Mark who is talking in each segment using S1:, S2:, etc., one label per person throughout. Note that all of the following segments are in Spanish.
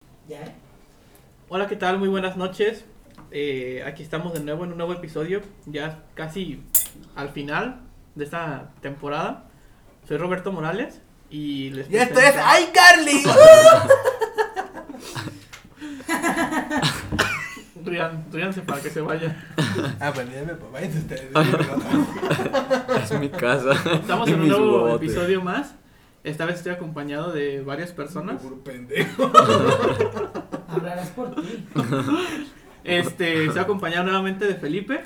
S1: ¿eh?
S2: ¿Ya?
S3: Hola, ¿qué tal? Muy buenas noches. Eh, aquí estamos de nuevo en un nuevo episodio, ya casi al final de esta temporada. Soy Roberto Morales y les
S2: ¡Ya esto es
S3: presento-
S2: ¡Ay, Carly!
S3: Rían- ríanse para que se vaya.
S2: ah, pues díganme, pues váyanse ustedes.
S4: Es mi casa.
S3: Estamos
S4: y
S3: en un
S4: mis
S3: nuevo
S4: botes.
S3: episodio más. Esta vez estoy acompañado de varias personas.
S2: Puro pendejo.
S1: Hablarás por ti.
S3: Este, estoy acompañado nuevamente de Felipe.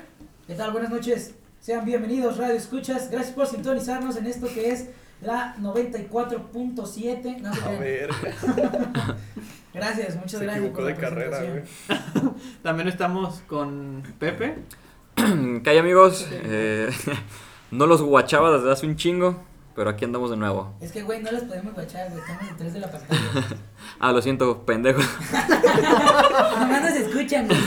S1: ¿Qué tal? Buenas noches. Sean bienvenidos, Radio Escuchas. Gracias por sintonizarnos en esto que es la 94.7. No, se
S5: A
S1: crean.
S5: ver,
S1: gracias, muchas
S5: se
S1: gracias.
S5: equivocó
S1: por la
S5: de carrera,
S1: presentación.
S5: güey.
S3: También estamos con Pepe.
S4: ¿Qué hay, amigos? Eh, no los guachaba desde hace un chingo, pero aquí andamos de nuevo.
S1: Es que, güey, no las podemos guachar, güey. Estamos en tres de la pantalla.
S4: Ah, lo siento, pendejo.
S1: Nomás nos escuchan, güey.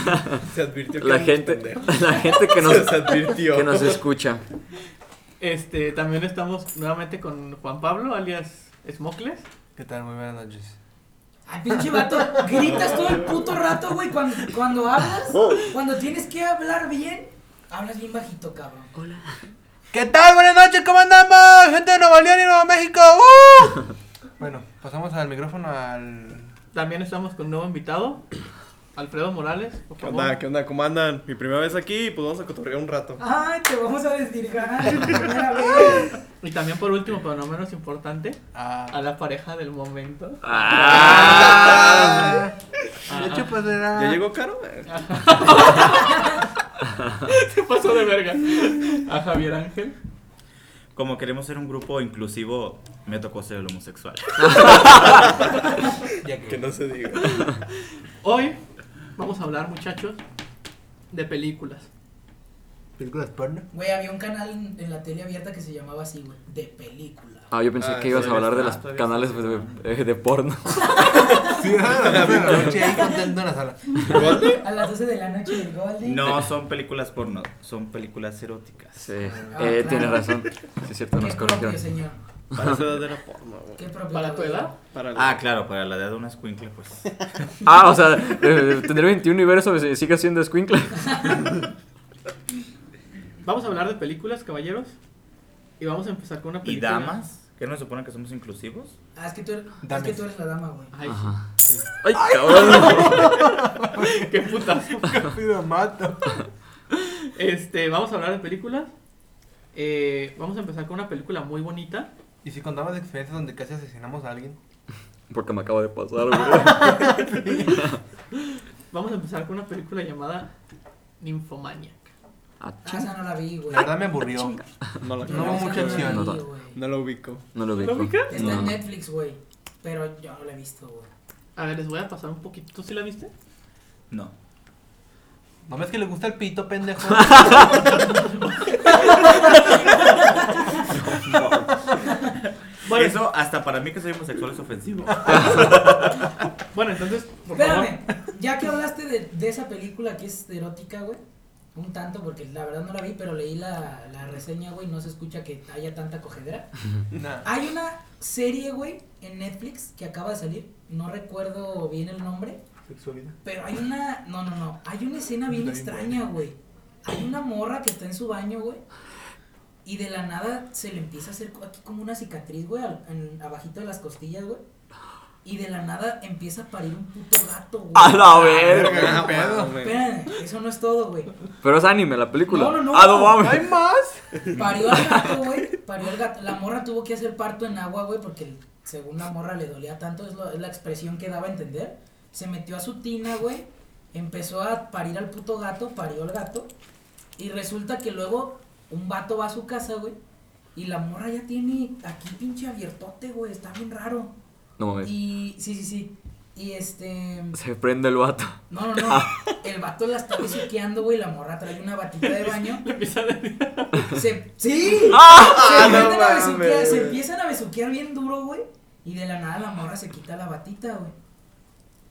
S5: Se advirtió que
S4: La
S5: éramos
S4: gente,
S5: pendejos.
S4: la gente que nos,
S5: se advirtió.
S4: que nos escucha.
S3: Este, también estamos nuevamente con Juan Pablo, alias Smokles.
S6: ¿Qué tal? Muy buenas noches.
S1: Ay, pinche vato. Gritas todo el puto rato, güey. Cuando, cuando hablas, cuando tienes que hablar bien, hablas bien bajito, cabrón.
S6: ¿Qué tal? Buenas noches, ¿cómo andamos? Gente de Nuevo León y Nuevo México. ¡uh! bueno, pasamos al micrófono al...
S3: También estamos con un nuevo invitado, Alfredo Morales. por
S5: ¿Qué
S3: favor.
S5: onda? ¿Qué onda? ¿Cómo andan? Mi primera vez aquí, pues vamos a cotorrear un rato.
S1: Ay, te vamos a desvirgar. primera vez.
S3: Y también por último, pero no menos importante, a
S6: Ah.
S3: la pareja del momento.
S4: Ah.
S3: Ah.
S6: De hecho, pues era...
S5: ¿Ya llegó Caro?
S3: Se pasó de verga. A Javier Ángel.
S7: Como queremos ser un grupo inclusivo, me tocó ser el homosexual.
S6: Ya que-
S5: Que no se diga.
S3: Hoy vamos a hablar, muchachos, de películas.
S6: ¿Películas porno?
S1: Güey, había un canal en, en la tele abierta que se llamaba así, güey, de película.
S4: Ah, yo pensé
S5: Ah,
S4: que ibas a
S5: todavía
S4: hablar de
S5: está,
S4: los
S5: todavía
S4: canales
S5: está.
S4: de, eh, de porno.
S6: Sí, a las 12 de la noche ahí cantando en la sala.
S1: A las 12 de la noche del Golden.
S7: No son películas porno, son películas eróticas.
S4: Sí,
S1: Ah,
S4: eh,
S1: claro.
S4: tienes razón. Sí, es cierto,
S1: Qué
S4: nos
S1: propio,
S4: corrigieron.
S1: señor.
S5: Para esa edad era porno, güey.
S1: Qué propio.
S3: ¿Para tu
S1: güey.
S3: edad?
S5: Para la-
S7: Ah, claro, para la edad de una escuincla, pues.
S4: Ah, o sea, eh, tener 21 y ver eso eh, sigue siendo squinkle.
S3: Vamos a hablar de películas, caballeros. Y vamos a empezar con una
S7: ¿Y
S3: película.
S7: damas? ¿Qué nos supone que somos inclusivos?
S1: Ah, es que tú eres, es
S6: Dame.
S1: que tú eres la dama, güey.
S3: Ay,
S4: Ajá. Ay, cabrón.
S3: qué putas.
S6: Casi lo mato.
S3: Este, vamos a hablar de películas. Eh, vamos a empezar con una película muy bonita.
S6: ¿Y si contamos experiencias donde casi asesinamos a alguien?
S4: Porque me acaba de pasar, güey.
S3: Vamos a empezar con una película llamada Ninfomaniac.
S4: Ah,
S1: Ah, esa no la vi, güey.
S6: La verdad me aburrió.
S5: No la
S6: No hubo
S1: Esa no
S6: mucha
S5: conozco.
S1: la
S6: acción.
S1: vi,
S4: No, no.
S1: güey.
S5: No la ubico.
S4: No lo vi.
S3: ¿Lo ubicas?
S1: Está en Netflix, güey. Pero yo no la he visto, güey.
S3: A ver, les voy a pasar un poquito. ¿Tú sí la viste?
S7: No.
S6: ¿No ves que le gusta el pito, pendejo?
S3: Bueno,
S7: Eso hasta para mí que soy homosexual es ofensivo.
S3: bueno entonces, por favor.
S1: Espérame, ya que hablaste de, de esa película que es erótica, güey. Un tanto, porque la verdad no la vi, pero leí la, la reseña, güey. No se escucha que haya tanta cogedera.
S6: Nah.
S1: Hay una serie, güey, en Netflix que acaba de salir. No recuerdo bien el nombre.
S6: Sexualidad.
S1: Pero hay una. No, no, no. Hay una escena bien
S6: Está bien
S1: extraña, güey. Hay una morra que está en su baño, güey. Y de la nada se le empieza a hacer co- aquí como una cicatriz, güey, al- en- abajito de las costillas, güey. Y de la nada empieza a parir un puto gato, güey.
S4: A la verga.
S5: Ah,
S6: ¿Qué pedo?
S5: mames.
S1: Espérame, eso no es todo, güey.
S4: Pero es anime la película.
S1: No, no, no.
S4: Ah, no mames.
S6: ¿Hay más?
S1: Parió al gato, güey. Parió al gato. La morra tuvo que hacer parto en agua, güey, porque el- según la morra le dolía tanto, es, lo- es la expresión que daba a entender. Se metió a su tina, güey. Empezó a parir al puto gato, parió al gato. Y resulta que luego un vato va a su casa, güey. Y la morra ya tiene aquí pinche abiertote, güey. Está bien raro.
S4: No mames.
S1: Y sí, sí, sí. Y este.
S4: Se prende el vato.
S1: No, no, no.
S5: Ah.
S1: El vato la está besuqueando, güey. La morra trae una batita de baño.
S3: Le empieza a decir-
S1: Se, sí.
S5: Ah,
S1: se,
S5: no
S1: empiezan a
S5: mames,
S1: besuquear,
S5: güey.
S1: se empiezan a besuquear bien duro, güey. Y de la nada la morra se quita la batita, güey.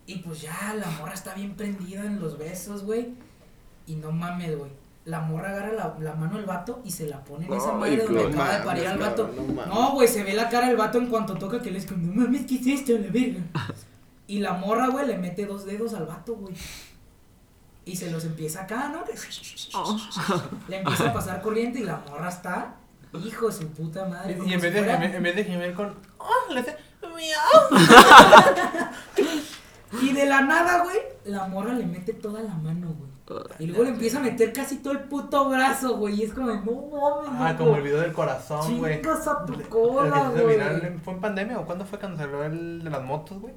S1: Y pues ya la morra está bien prendida en los besos, güey. Y no mames, güey. La morra agarra la, la mano del vato y se la pone en esa
S4: Ay,
S1: madre donde
S4: cabrón.
S1: acaba de
S5: Mames,
S1: parir al vato.
S5: cabrón, no mames.
S1: No, güey, se ve la cara del vato en cuanto toca que le es como, no mames, ¿qué es esto, la verga? Y la morra, güey, le mete dos dedos al vato, güey. Y se los empieza acá, ¿no? Le empieza a pasar corriente y la morra está. Hijo de su puta madre.
S6: Y
S1: como
S6: en
S1: si
S6: vez, de,
S1: fuera-
S6: en, vez- en vez de gemer con. ¡Oh! Le hace.
S1: Y de la nada, güey, la morra le mete toda la mano, güey. Y luego le empieza a meter casi todo el puto brazo, güey. Y es como, de, no mames,
S6: Ah,
S1: loco.
S6: como el video del corazón, güey.
S1: Chingas a tu
S6: El que
S1: cola,
S6: se hizo
S1: güey.
S6: viral, ¿Fue en pandemia o cuándo fue cuando salió el de las motos, güey?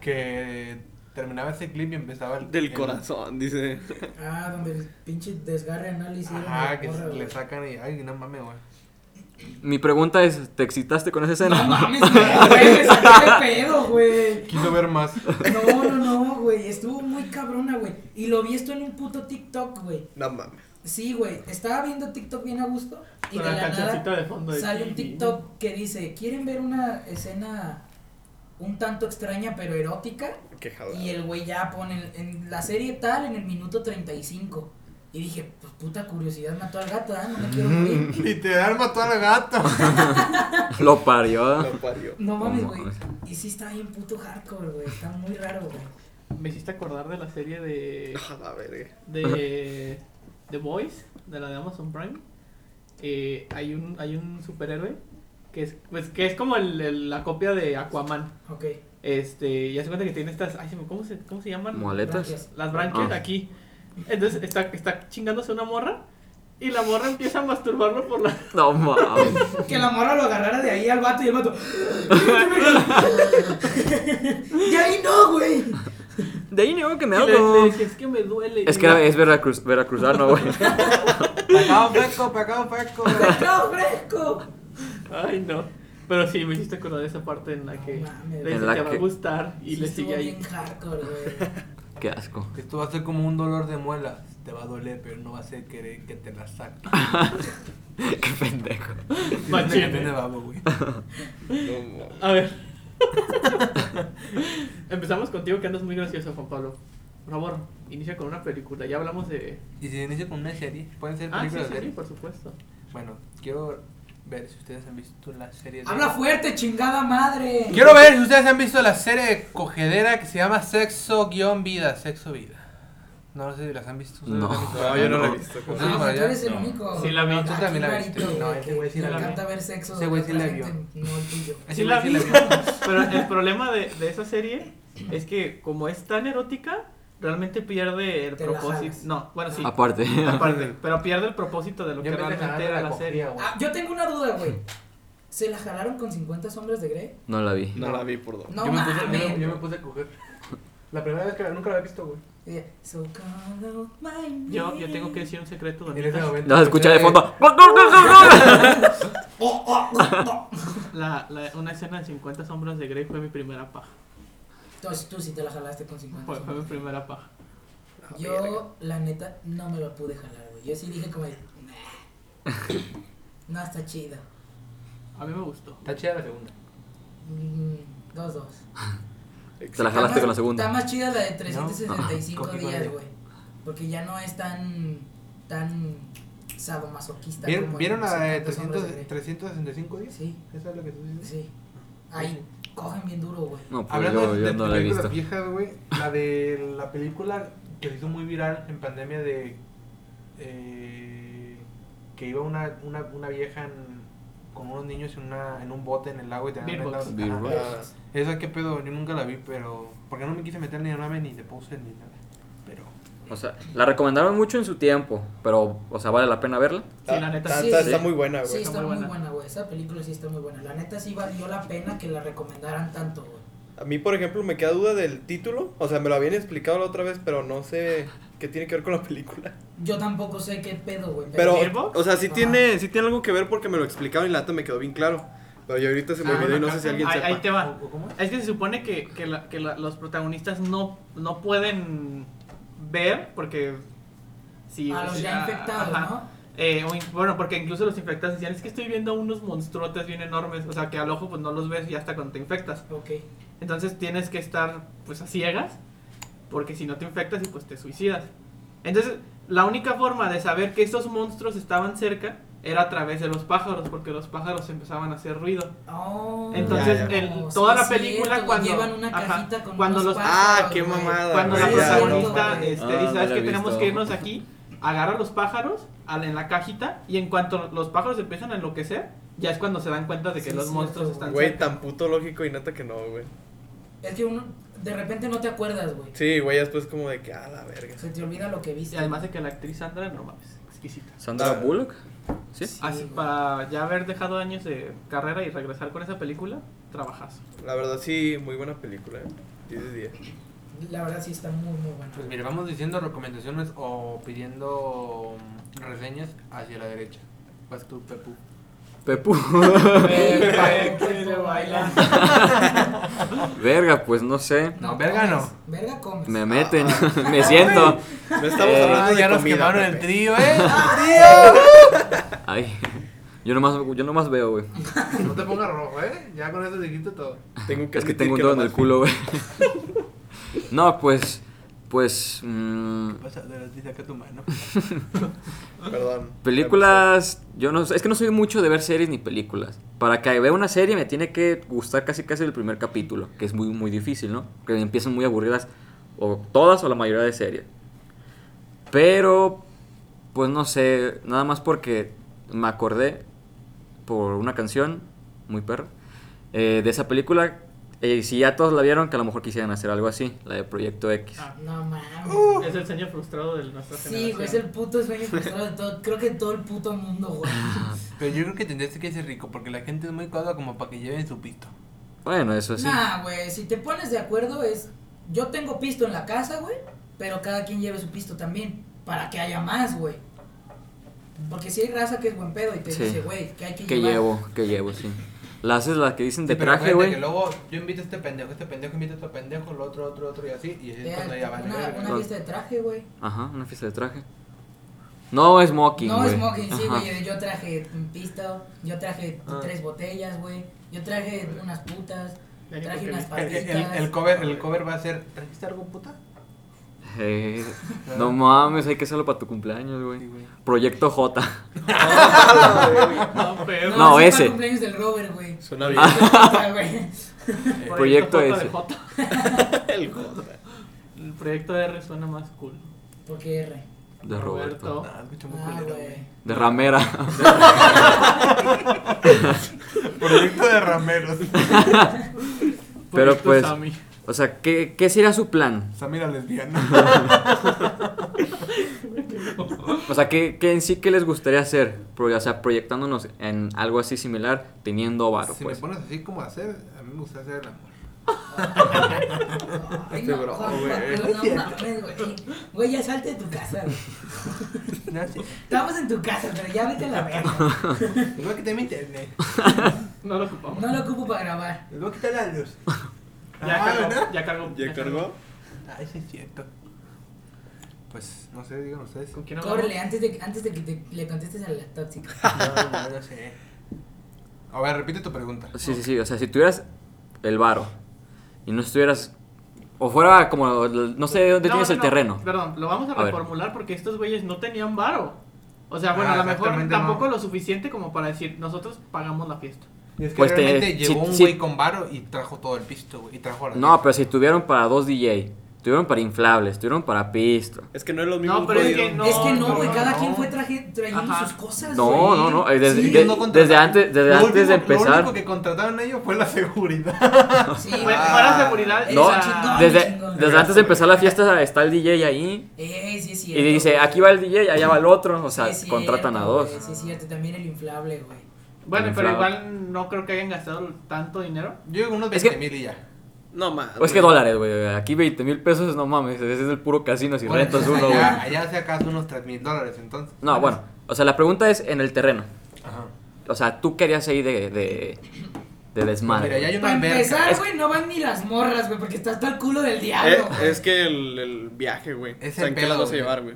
S6: Que terminaba ese clip y empezaba el.
S5: Del
S6: el-
S5: corazón, dice.
S1: Ah, donde el pinche desgarre análisis.
S6: Ajá, que se- le sacan y. Ay, no mames, güey.
S4: Mi pregunta es, ¿te excitaste con esa
S1: No
S4: escena?
S1: mames, no, güey, me saqué de pedo, güey.
S6: Quiso ver más.
S1: No, no, no, güey. Estuvo muy cabrona, güey. Y lo vi esto en un puto TikTok, güey.
S5: No mames.
S1: Sí, güey. Estaba viendo TikTok bien a gusto. Y
S3: Con
S1: de
S3: la
S1: la
S3: cancioncita
S1: nada
S3: de fondo. de
S1: sale un
S3: Tini.
S1: TikTok que dice: ¿Quieren ver una escena un tanto extraña pero erótica?
S5: Qué jalada.
S1: Y el güey ya pone en la serie tal en el minuto 35. Y dije: Pues puta curiosidad mató al gato, ¿ah? No me quiero morir.
S6: Literal mató al gato.
S4: Lo parió.
S5: Lo parió.
S1: No mames,
S4: No
S1: güey.
S4: mames.
S1: Y sí está bien puto hardcore, güey. Está muy raro, güey.
S3: Me hiciste acordar de la serie de.
S5: A Ah, la verga.
S3: de. The Boys, de la de Amazon Prime. Eh, hay, un, hay un superhéroe que es, pues, que es como el- el- la copia de Aquaman.
S1: Ok.
S3: Este, y hace cuenta que tiene estas. Ay, se me- ¿cómo, se, ¿Cómo se llaman?
S4: ¿Muletas?
S1: gracias.
S3: Las branquias
S4: Ah.
S3: aquí. Entonces está, está chingándose una morra. Y la morra empieza a masturbarlo por la.
S4: No mames.
S1: Que la morra lo agarrara de ahí al vato y el vato. "Ah, y ahí no, güey.
S4: De ahí no, que me
S3: y le- le
S4: hago.
S3: dije, es que me duele.
S4: Es
S3: Y
S4: que
S3: la-
S4: era- es veracruz, veracruzano, güey.
S6: Pecado fresco, pecado fresco.
S1: ¡No, fresco!
S3: Ay, no. Pero sí, me hiciste acordar de esa parte en la
S1: No
S3: que
S1: mames.
S3: le
S4: En
S3: dice
S4: la
S3: que va a
S4: que-
S3: gustar y
S1: Sí,
S3: le
S1: estuvo
S3: sigue ahí.
S1: bien hardcore, güey.
S4: Qué asco.
S6: Esto va a ser como un dolor de muelas. Te va a doler, pero no va a ser querer que te la saque.
S4: Qué pendejo.
S6: Dice una
S3: Machín.
S6: canción de babo, güey.
S5: No mames.
S3: A ver. Empezamos contigo que andas muy gracioso, Juan Pablo. Por favor, inicia con una película. Ya hablamos de.
S6: Y si inicio con una serie, pueden ser
S3: Ah, sí,
S6: películas
S3: sí,
S6: de
S3: sí, por supuesto.
S6: Bueno, quiero ver si ustedes han visto la serie de...
S1: Habla fuerte, chingada madre.
S6: Quiero ver si ustedes han visto la serie de cogedera que se llama Sexo guión vida, sexo vida. No sé si las han visto. ¿Ustedes
S4: No.
S6: las han visto?
S5: No, yo no lo he
S4: No.
S5: visto.
S1: Ah,
S6: Pues, sí,
S1: pues,
S6: para
S1: tú eres el
S7: No.
S1: único.
S3: Sí la vi.
S1: Aquí
S6: Tú también la viste.
S1: rarito,
S6: No,
S1: güey,
S6: ese
S1: que
S6: güey sí
S1: le
S6: la vio.
S1: encanta ver sexo.
S6: Ese
S1: de
S6: güey sí
S1: otra
S6: la vio.
S1: gente, No el tuyo.
S6: Ese
S3: Sí
S6: güey
S3: la
S6: Ah, sí
S3: vi.
S6: la vio.
S3: Pero el problema de, de esa serie es que, como es tan erótica, realmente pierde el
S1: Te la
S3: propósito.
S1: jalas.
S3: No, bueno, sí.
S4: Aparte.
S3: Aparte, pero pierde el propósito de lo
S6: Ah, Yo
S3: que
S6: me
S3: realmente
S6: dejaron
S3: era la
S6: cogida,
S3: serie.
S6: güey.
S1: Ah, yo tengo una duda, güey. ¿Se la jalaron con 50 sombras de Grey?
S4: No la vi.
S5: No la vi por dos.
S1: No
S6: yo, me puse, yo me-
S1: mames.
S6: yo me puse a coger. La primera vez que la- nunca la he visto, güey.
S1: Eh, So call out my
S3: Yo, yo
S1: name.
S3: tengo que decir un secreto,
S6: En ese
S3: Donitas.
S6: momento...
S4: No se escucha de
S6: pensé-
S4: fondo.
S1: Oh, oh, oh, oh.
S3: La, la- una escena de 50 sombras de Grey fue mi primera paja.
S1: Entonces tú sí te la jalaste con 50
S3: Fue, fue mi
S1: sombras.
S3: primera paja. pues,
S1: Yo, la neta, no me la pude jalar, güey. Yo sí dije como, de, "Nah". no está chida.
S3: A mí me gustó.
S6: Está chida la segunda.
S1: Mm, dos, dos.
S4: Te la
S1: Está
S4: jalaste
S1: más-
S4: con la
S1: Está
S4: segunda.
S1: más chida la de 365
S6: No.
S1: días, güey. Porque ya no es tan, tan sadomasoquista.
S6: ¿Vieron,
S1: como
S6: ¿vieron
S1: en
S6: la de
S1: 50 sombras
S6: 300 365 días?
S1: Sí,
S6: ¿Esa es la que tú dices?
S1: sí. Ahí, cogen bien duro, güey.
S4: No, pues
S6: Hablando
S4: yo,
S6: de,
S4: yo
S6: de
S4: no la he
S6: películas
S4: visto.
S6: viejas, güey, la de la película que se hizo muy viral en pandemia de eh, que iba una, una, una vieja en- con unos niños en, una, en un bote en el lago y te
S3: Beer Box.
S4: Beer Box.
S6: Esa qué pedo, yo nunca la vi, pero porque no me quise meter ni en mame ni de puse ni nada. Pero
S4: O sea, la recomendaron mucho en su tiempo, pero, o sea, vale la pena verla.
S3: Sí, la neta,
S5: Está,
S1: sí.
S5: está-
S1: Sí.
S5: está muy buena,
S1: Sí,
S5: güey.
S1: está muy
S3: muy
S1: buena,
S3: buena,
S1: güey. Esa película sí está muy buena. La neta sí valió la pena que la recomendaran tanto, güey.
S5: A mí, por ejemplo, me queda duda del título. O sea, me lo habían explicado la otra vez, pero no sé qué tiene que ver con la película.
S1: Yo tampoco sé qué pedo, güey.
S5: Pero,
S3: ¿Gearbox?
S5: o sea, sí
S1: Ajá.
S5: tiene, sí tiene algo que ver porque me lo explicaron y la neta me quedó bien claro. Pero yo ahorita se me
S3: Ah,
S5: olvidó y no sé si
S3: ahí,
S5: alguien
S3: ahí te
S5: sepa.
S3: va.
S6: ¿O- o cómo es?
S3: Es que se supone que, que la- que la- los protagonistas no, no pueden ver porque... Si,
S1: a los ya
S3: ah,
S1: infectados,
S3: ajá.
S1: ¿no?
S3: Eh, o in- bueno, porque incluso los infectados decían, es que estoy viendo unos monstruotes bien enormes, o sea, que al ojo pues no los ves y hasta cuando te infectas.
S1: Ok.
S3: Entonces tienes que estar pues a ciegas, porque si no te infectas y pues te suicidas. Entonces, la única forma de saber que esos monstruos estaban cerca era a través de los pájaros, porque los pájaros empezaban a hacer ruido.
S1: Oh,
S3: Entonces,
S7: Ya, ya.
S3: el-
S1: Oh, sí,
S3: toda la
S1: es cierto,
S3: película
S1: güey,
S3: cuando
S1: llevan una
S3: ajá,
S1: cajita con
S3: cuando
S1: unos
S3: los
S1: pájaros,
S5: Ah, qué
S1: güey.
S5: mamada,
S3: cuando la
S5: Ah, ya,
S3: protagonista
S1: no,
S3: este,
S4: Ah,
S3: dice,
S4: no
S3: ¿sabes
S4: la
S3: que
S4: he
S3: tenemos
S4: visto".
S3: que irnos de aquí? Agarra los pájaros al- en la cajita y en cuanto los pájaros empiezan a enloquecer, ya es cuando se dan cuenta de que
S1: Sí,
S3: los
S1: es
S3: monstruos
S1: cierto,
S3: están
S5: Güey,
S3: cerca.
S5: tan puto lógico y neta que no, güey.
S1: Es que uno, de repente no te acuerdas, güey.
S5: Sí, güey, ya después como de que, ah, la verga.
S1: Se te olvida lo que
S3: Y
S1: viste.
S3: además de que la actriz Sandra, no mames, exquisita.
S4: Sandra
S5: Ah.
S4: Bullock. ¿Sí?
S1: Sí,
S3: Así,
S1: güey.
S3: para ya haber dejado años de carrera y regresar con esa película, trabajas.
S5: La verdad, sí, muy buena película, eh. 10 de 10.
S1: La verdad sí está muy, muy buena.
S6: Pues mire, vamos diciendo recomendaciones o pidiendo mm, reseñas hacia la derecha. Vas tú, Pepu.
S4: Pepu. Verga, pues no sé.
S6: No, verga no.
S1: comes, Verga comes.
S4: Me meten, me siento.
S5: No estamos
S3: Ah,
S4: Eh,
S5: hablando de
S6: ya nos
S5: comida,
S6: quemaron
S5: Pepe.
S6: el trío, ¿eh?
S4: Ay, yo nomás, yo nomás veo, güey.
S6: no te pongas rojo, ¿eh? Ya con eso dijiste todo.
S5: Tengo
S4: Es que
S5: admitir
S4: tengo un dedo en
S5: nomás
S4: el culo, güey. No, pues, pues, mm,
S2: Pasa de la tita que tu mano.
S5: fui- Perdón.
S4: películas, yo no, sé, es que no soy mucho de ver series ni películas. Para que vea una serie me tiene que gustar casi casi el primer capítulo, que es muy muy difícil, ¿no? Que empiezan muy aburridas o todas o la mayoría de series. Pero, pues no sé, nada más porque me acordé por una canción muy perra eh, de esa película. eh, si ya todos la vieron, que a lo mejor quisieran hacer algo así, la de Proyecto X.
S3: Ah,
S1: No mames.
S3: Es el sueño frustrado de nuestra
S1: sí,
S3: generación.
S1: güey, es el puto sueño frustrado de todo. Creo que de todo el puto mundo, güey.
S6: Pero yo creo que tendrías que ser rico, porque la gente es muy coda como para que lleven su pito.
S4: Bueno, eso sí.
S1: Nah, güey, si te pones de acuerdo es. Yo tengo pisto en la casa, güey. Pero cada quien lleve su pisto también. Para que haya más, güey. Porque si hay raza que es buen pedo y te
S4: Sí.
S1: dice, güey, que hay que
S4: Que
S1: llevar.
S4: llevo, que llevo, sí. La haces la que dicen de
S6: Sí, pero
S4: traje,
S6: acuérdate
S4: güey.
S6: que luego yo invito a este pendejo, este pendejo invita a este pendejo, el otro, otro, otro y así, y así es
S1: Vea,
S6: cuando ya van
S1: una, una
S4: No.
S1: lista de traje, güey.
S4: Ajá, una fiesta de traje. No smoking,
S1: No,
S4: güey.
S1: smoking, sí,
S4: Ajá. Ah.
S1: güey. Yo traje un pisto, yo traje tres botellas, güey. Yo traje unas putas,
S3: Ya ni
S1: traje
S3: porque
S1: unas
S6: El,
S1: papitas.
S6: el- el cover, el cover va a ser, ¿trajiste algo, puta?
S4: Eh, no mames, hay que hacerlo para tu cumpleaños, güey.
S6: güey.
S4: Proyecto J.
S3: No,
S1: sí,
S3: pero-
S4: No,
S1: para
S4: ese.
S1: el cumpleaños del Robert, güey.
S5: Suena bien.
S1: Ah, güey.
S4: Proyecto
S3: J de
S4: ese.
S3: J.
S5: El J.
S3: El proyecto R suena más cool.
S1: Porque R.
S4: De Roberto.
S3: Roberto.
S2: Ah, escucha muy
S1: Ah,
S2: culero,
S1: güey.
S2: güey.
S4: De Ramera.
S2: Proyecto de rameros.
S4: Pero
S3: Proyecto
S4: pues,
S3: Sammy.
S4: o sea, ¿qué, qué sería su plan?
S2: Samira lesbiana.
S4: O sea, ¿qué, qué en sí que les gustaría hacer? Pro- O sea, proyectándonos en algo así similar, teniendo varo,
S6: si
S4: pues.
S6: me pones así como hacer, a mí me gusta hacer el amor.
S1: Ay,
S5: Este
S1: no,
S5: bro,
S1: Juan,
S5: güey.
S1: no mames, güey. Güey, ya salte de tu casa, güey. Estamos en tu casa, pero ya vete a la verga.
S2: Les voy a quitar mi internet.
S3: No lo ocupamos.
S1: No lo ocupo para grabar.
S2: Les voy a quitar la luz.
S3: Ya
S2: Ah,
S3: cargó.
S2: ¿verdad?
S3: Ya cargó.
S5: ¿Ya cargó?
S2: Ay, sí es cierto.
S6: Pues, no sé, digan ustedes.
S3: ¿Con quién hablamos?
S1: Córrele, antes de, antes de que te- le contestes a la tóxica.
S2: No, no, no sé.
S6: A ver, repite tu pregunta.
S4: Sí, sí, sí. O sea, si tuvieras el varo y no estuvieras. O fuera como. No sé de dónde
S3: No,
S4: tienes
S3: no,
S4: el
S3: no,
S4: terreno.
S3: Perdón, lo vamos a,
S4: A ver.
S3: reformular porque estos güeyes no tenían varo. O sea,
S6: Ah,
S3: bueno, a lo mejor
S6: exactamente,
S3: tampoco
S6: no.
S3: lo suficiente como para decir, nosotros pagamos la fiesta.
S6: Y es que
S4: Pues te-
S6: realmente
S4: sí,
S6: llegó un
S4: sí.
S6: güey con varo y trajo todo el pisto, güey, y trajo la
S4: No, pues, pero si tuvieron para dos DJ, tuvieron para inflables, tuvieron para pisto.
S5: Es que no es lo mismo.
S3: No, pero es
S5: güey.
S3: que no.
S1: es que no, güey, cada
S6: no.
S1: quien fue traje- trayendo
S3: Ajá.
S1: sus cosas,
S4: No,
S1: güey.
S4: no, no. eh, Desde,
S1: Sí,
S4: de-
S6: no
S4: desde
S6: contrataron.
S4: antes, desde
S6: Lo
S4: antes de
S6: último- Lo único
S4: empezar.
S6: que contrataron ellos fue la seguridad.
S1: Sí,
S3: Fue-
S1: güey. Ah,
S3: para seguridad,
S4: No,
S3: esa-
S1: chingón.
S4: Desde,
S1: chingón.
S4: desde antes de empezar la fiesta está el DJ ahí.
S1: Eh, sí, es
S4: Y
S1: cierto.
S4: dice,
S1: güey.
S4: aquí va el DJ, allá va el otro. O
S1: Sí,
S4: sea,
S1: es cierto,
S4: contratan a dos.
S1: güey, Sí, es cierto, también el inflable, güey.
S3: Bueno,
S4: El
S3: pero
S4: inflado.
S3: igual no creo que hayan gastado tanto dinero.
S6: Yo digo unos
S4: Es que-
S6: 20 mil y ya.
S5: No más.
S4: O es que
S5: güey.
S4: dólares, güey. Aquí 20 mil pesos, no mames. Ese es el puro casino si
S6: Bueno,
S4: rentas
S6: entonces
S4: uno, güey.
S6: allá, allá se acaso unos 3 mil dólares, entonces.
S4: No, bueno. O sea, la pregunta es en el terreno.
S6: Ajá.
S4: O sea, tú querías ahí de, de, de desmadre.
S6: Mira, ya hay una
S1: Para empezar,
S6: alberca.
S1: güey, no van ni las morras, güey, porque está hasta el culo del
S5: Eh,
S1: diablo. güey.
S5: es que el, el viaje, güey.
S6: Es
S5: o sea,
S6: el
S5: ¿en qué las
S6: pedo,
S5: vas a
S6: güey.
S5: llevar, güey?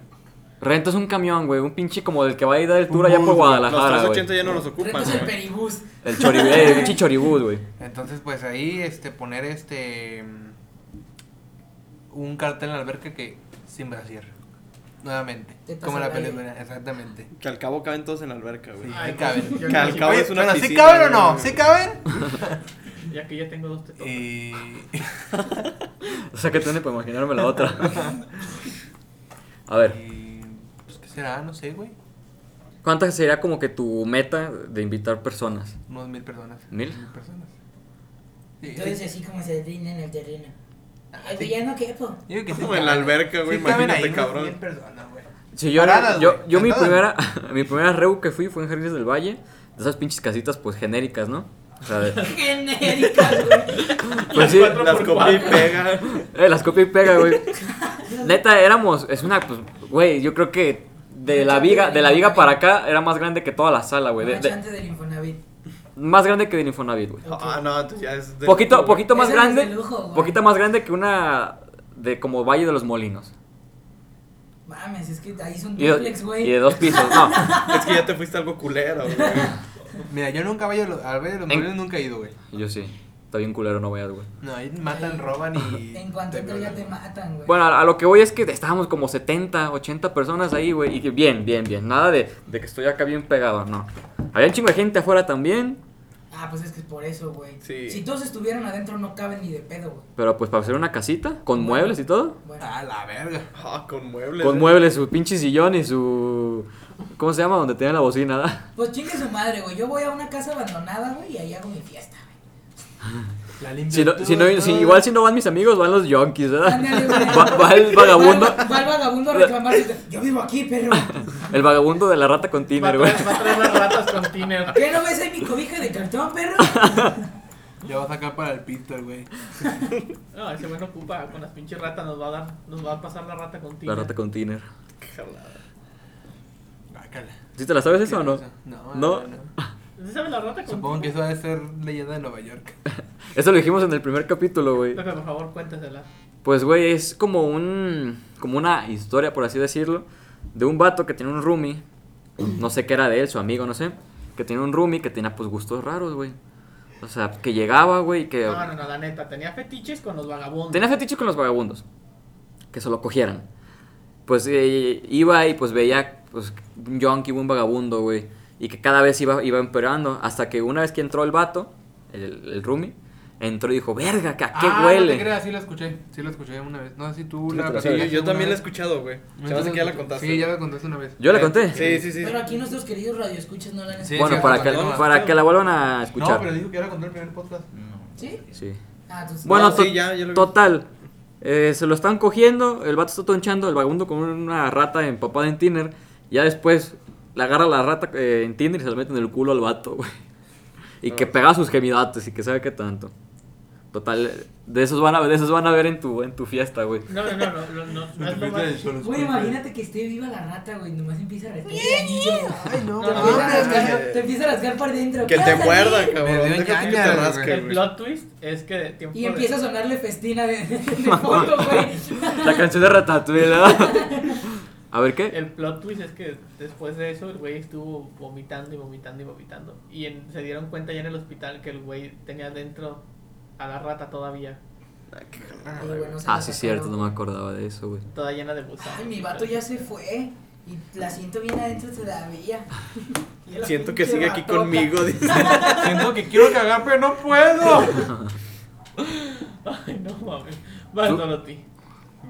S4: Rentas un camión, güey, un pinche como del que va a ir a dar el tour allá por
S5: Los
S4: Guadalajara, güey.
S5: 380 ya no nos ocupan,
S1: Retos el
S5: güey.
S1: peribús.
S4: El choribú, eh, el pinche choribús, güey.
S6: Entonces, pues ahí este poner este mm, un cartel en la alberca que sin brasier.
S2: Nuevamente.
S1: Te pasa
S2: Como en la
S1: el aire.
S2: película, exactamente.
S5: Que al cabo caben todos en la alberca, güey.
S2: Sí,
S3: Ay,
S2: sí caben.
S3: yo-
S5: Que al cabo
S2: Oye,
S5: es una
S2: pero ¿sí
S5: piscina,
S2: caben o no?
S5: güey.
S2: ¿Sí caben?
S3: Ya que ya tengo dos tetos.
S6: Eh,
S2: Y...
S4: O sea que tú no puedes imaginarme la otra. A ver,
S2: y, Pues, ¿qué será? No sé, güey.
S4: ¿cuántas sería como que tu meta de invitar personas?
S2: Unos mil personas.
S4: ¿Mil?
S2: Mil personas. Sí,
S1: Entonces
S2: sí.
S1: así como se rina en el terreno.
S2: Ah,
S1: El
S2: sí.
S1: villano quepo.
S2: Yo digo que sí
S5: Como en la
S2: caben.
S5: alberca, güey,
S2: Sí caben
S5: imagínate,
S2: ahí
S5: cabrón.
S2: unas mil personas, güey.
S4: Sí, yo,
S2: Paradas,
S4: yo,
S2: güey,
S4: yo mi
S2: sentadas.
S4: primera mi primera reu que fui fue en Jardines del Valle, de esas pinches casitas pues genéricas, ¿no? O sea, de-
S1: Genérica, güey.
S4: pues sí,
S3: cuatro
S5: Las
S3: por
S5: copia y
S3: cuatro.
S5: pega.
S4: eh, las copia y pega, güey. Neta, éramos, es una, pues, güey, yo creo que de la viga, de la viga para acá era más grande que toda la sala, güey. de-
S1: Una
S4: de-
S1: chante del Infonavit.
S4: más grande que del Infonavit, güey.
S1: Ok.
S5: Ah, no, entonces ya es. de-
S4: Poquito, poquito más
S1: Ese no es de
S4: grande,
S1: lujo, güey.
S4: poquito más grande que una de como Valle de los Molinos.
S1: Mames, es que ahí son
S4: Y de,
S1: duplex,
S4: y de
S1: güey.
S4: dos pisos, no.
S5: Es que ya te fuiste algo culero, güey.
S2: Mira, yo nunca voy a los, al Valle de los
S4: En-
S2: Molinos nunca he ido, güey.
S4: Yo sí, está bien culero, no vayas, güey.
S2: No, ahí matan,
S1: Ay.
S2: roban y...
S1: En cuanto
S2: te
S1: entras ya
S2: violan.
S1: te matan, güey.
S4: Bueno, a, a lo que voy es que estábamos como 70, 80 personas ahí, güey. Y que bien, bien, bien. Nada de, de que estoy acá bien pegado, no. Había un chingo de gente afuera también.
S1: Ah, pues es que es por eso, güey.
S5: Sí.
S1: Si todos estuvieran adentro no caben ni de pedo, güey.
S4: Pero pues para hacer una casita, con muebles y todo.
S1: Bueno,
S2: Ah, la verga.
S5: Ah, con muebles.
S4: Con
S5: eh.
S4: muebles, su pinche sillón y su... ¿Cómo se llama? Donde tiene la bocina, ¿da?
S1: pues chingue su madre, güey. Yo voy a una casa abandonada, güey, y ahí hago mi fiesta, güey.
S2: La limpia
S4: Si no-
S2: tú,
S4: si no-
S2: güey.
S4: si- igual si no van mis amigos, van los yonkis, ¿verdad?
S1: Ándale, güey.
S4: Va, va el vagabundo,
S1: Va, va el vagabundo a reclamar. Yo vivo aquí, perro.
S4: el vagabundo de la rata con
S3: Va a
S4: Tinder, güey.
S3: traer, va a traer unas ratas con tiner.
S1: ¿Qué no ves ahí mi cobija de cartón, perro?
S2: Ya va a sacar para el pistol, güey.
S3: No, ese güey no ocupa. Con las pinches ratas nos va a dar, nos va a pasar la rata con
S4: La
S3: tiner.
S4: rata con Tinder.
S2: Guácala.
S4: ¿Sí te la sabes eso o no?
S2: No,
S4: No.
S2: no, no.
S3: ¿Sí sabes la rata con
S2: Supongo que
S3: tiner?
S2: eso debe ser leyenda de Nueva York.
S4: Eso lo dijimos en el primer capítulo, güey.
S3: Pepe, por favor, cuéntasela.
S4: Pues, güey, es como un. como una historia, por así decirlo, de un vato que tiene un roomie. No sé qué era de él, su amigo, no sé. Que tiene un roomie que tenía, pues, gustos raros, güey. O sea, que llegaba, güey, que.
S3: No, no, no, la neta. Tenía fetiches con los vagabundos.
S4: Tenía fetiche con los vagabundos. Que se lo cogieran. Pues eh, iba y pues veía pues, un yonki, un vagabundo, güey. Y que cada vez iba, iba empeorando. Hasta que una vez que entró el vato, el, el roomie, entró y dijo, verga, que ¿a qué
S2: ah,
S4: huele?
S2: No te creas, sí la escuché. Sí la escuché una vez. No sé si tú
S4: Sí,
S2: la
S4: te la
S5: Sí, yo,
S2: platicaste
S5: yo
S2: alguna
S5: también la he
S2: vez.
S5: escuchado, güey.
S2: No,
S5: Se me hace
S2: tú-
S5: que ya la contaste.
S2: Sí, ya la contaste una vez.
S4: Yo la
S5: Eh,
S4: conté.
S5: Sí, sí, sí.
S1: Pero aquí nuestros queridos radioescuchas no la han
S2: Sí,
S1: escuchado.
S4: Bueno,
S2: sí,
S4: para,
S2: la
S4: que,
S2: conté, la
S4: para
S5: conté.
S4: que la vuelvan a escuchar.
S2: No, pero dijo que ya la conté en el primer podcast.
S7: No.
S1: ¿Sí?
S4: Sí.
S1: Ah, entonces.
S4: Bueno,
S5: No,
S4: to-
S5: sí, ya, ya lo vi.
S4: total. eh, se lo están cogiendo, el vato está tonchando, el vagabundo con una rata empapada en Tinder. Ya después le agarra la rata eh, en Tinder y se la mete en el culo al vato, güey. Y que pega sus gemidates y que sabe qué tanto. Total, eh, de esos van a, de esos van a ver en tu, en tu fiesta, güey.
S3: No, no, no, no, no, no, no es lo más-
S6: pues,
S1: Güey, imagínate que esté viva la rata, güey. Nomás empieza a rascar. Ay,
S2: no,
S1: te
S3: no,
S1: empieza a
S3: mames,
S1: rascar-
S5: güey.
S1: Te empieza a rascar por dentro.
S5: Que
S1: ¿Qué
S5: te
S1: haces ahí?
S5: muerda, cabrón.
S2: Me dio
S5: Deja que
S2: ñaña,
S5: te
S2: güey.
S5: rasque,
S3: El
S5: güey.
S3: plot twist es que de tiempo
S1: Y empieza a
S3: de-
S1: sonar la festina de, de fondo, güey.
S4: La canción de Ratatouille, ¿verdad? A ver qué.
S3: El plot twist es que después de eso el güey estuvo vomitando y vomitando y vomitando. Y en- se dieron cuenta ya en el hospital que el güey tenía dentro a la rata todavía,
S1: Pero bueno, se
S4: Ah,
S1: la sacaron.
S4: sí, cierto, no me acordaba de eso, güey.
S3: toda llena de gusanos.
S1: Ay, mi vato ya se fue. Y la siento bien adentro todavía. Y la
S5: Siento que
S1: pinche
S5: sigue aquí
S1: batota.
S5: conmigo. dice.
S2: Siento que quiero cagar, pero no puedo.
S3: Ay, no mames. Vas,
S4: ¿Tú?
S3: Dorothy.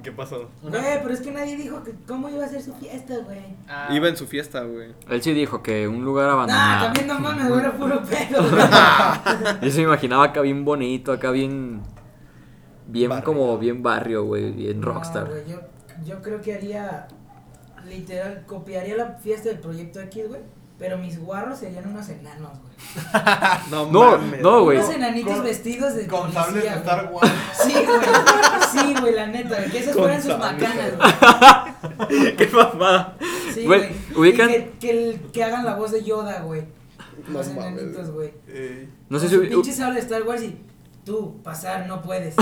S5: ¿Qué pasó?
S3: Una-
S1: Güey, pero es que nadie dijo que cómo iba a ser su fiesta, güey.
S3: Ah,
S5: Iba en su fiesta, güey.
S4: Él sí dijo que un lugar
S1: Nah,
S4: abandonado.
S1: también no mames, güey, era puro pedo. güey.
S4: Yo se me imaginaba acá bien bonito, acá bien. Bien
S5: Barrio.
S4: como bien barrio, güey, bien
S1: No,
S4: rockstar.
S1: güey, yo, yo creo que haría. Literal, copiaría la fiesta del proyecto X, güey. Pero mis guarros serían unos enanos, güey.
S5: No,
S4: No,
S5: mames.
S4: no, güey.
S1: Unos enanitos vestidos de.
S2: Con sables de
S1: policía,
S2: Star
S1: güey.
S2: Wars.
S1: Sí, güey. Sí, güey, la neta, güey. Que esas
S5: Con
S1: fueran sus
S5: sables.
S1: macanas, güey.
S4: Qué mamada.
S1: Sí,
S4: Güey,
S1: güey.
S4: ubican-
S1: Y Que, que, el- que hagan la voz de Yoda, güey.
S5: No
S1: Los
S5: mames.
S1: enanitos, güey.
S2: Eh,
S4: No sé,
S1: Con
S4: si,
S1: su
S4: ubi-
S1: Pinche sable de Star Wars y. Tú, pasar, no puedes.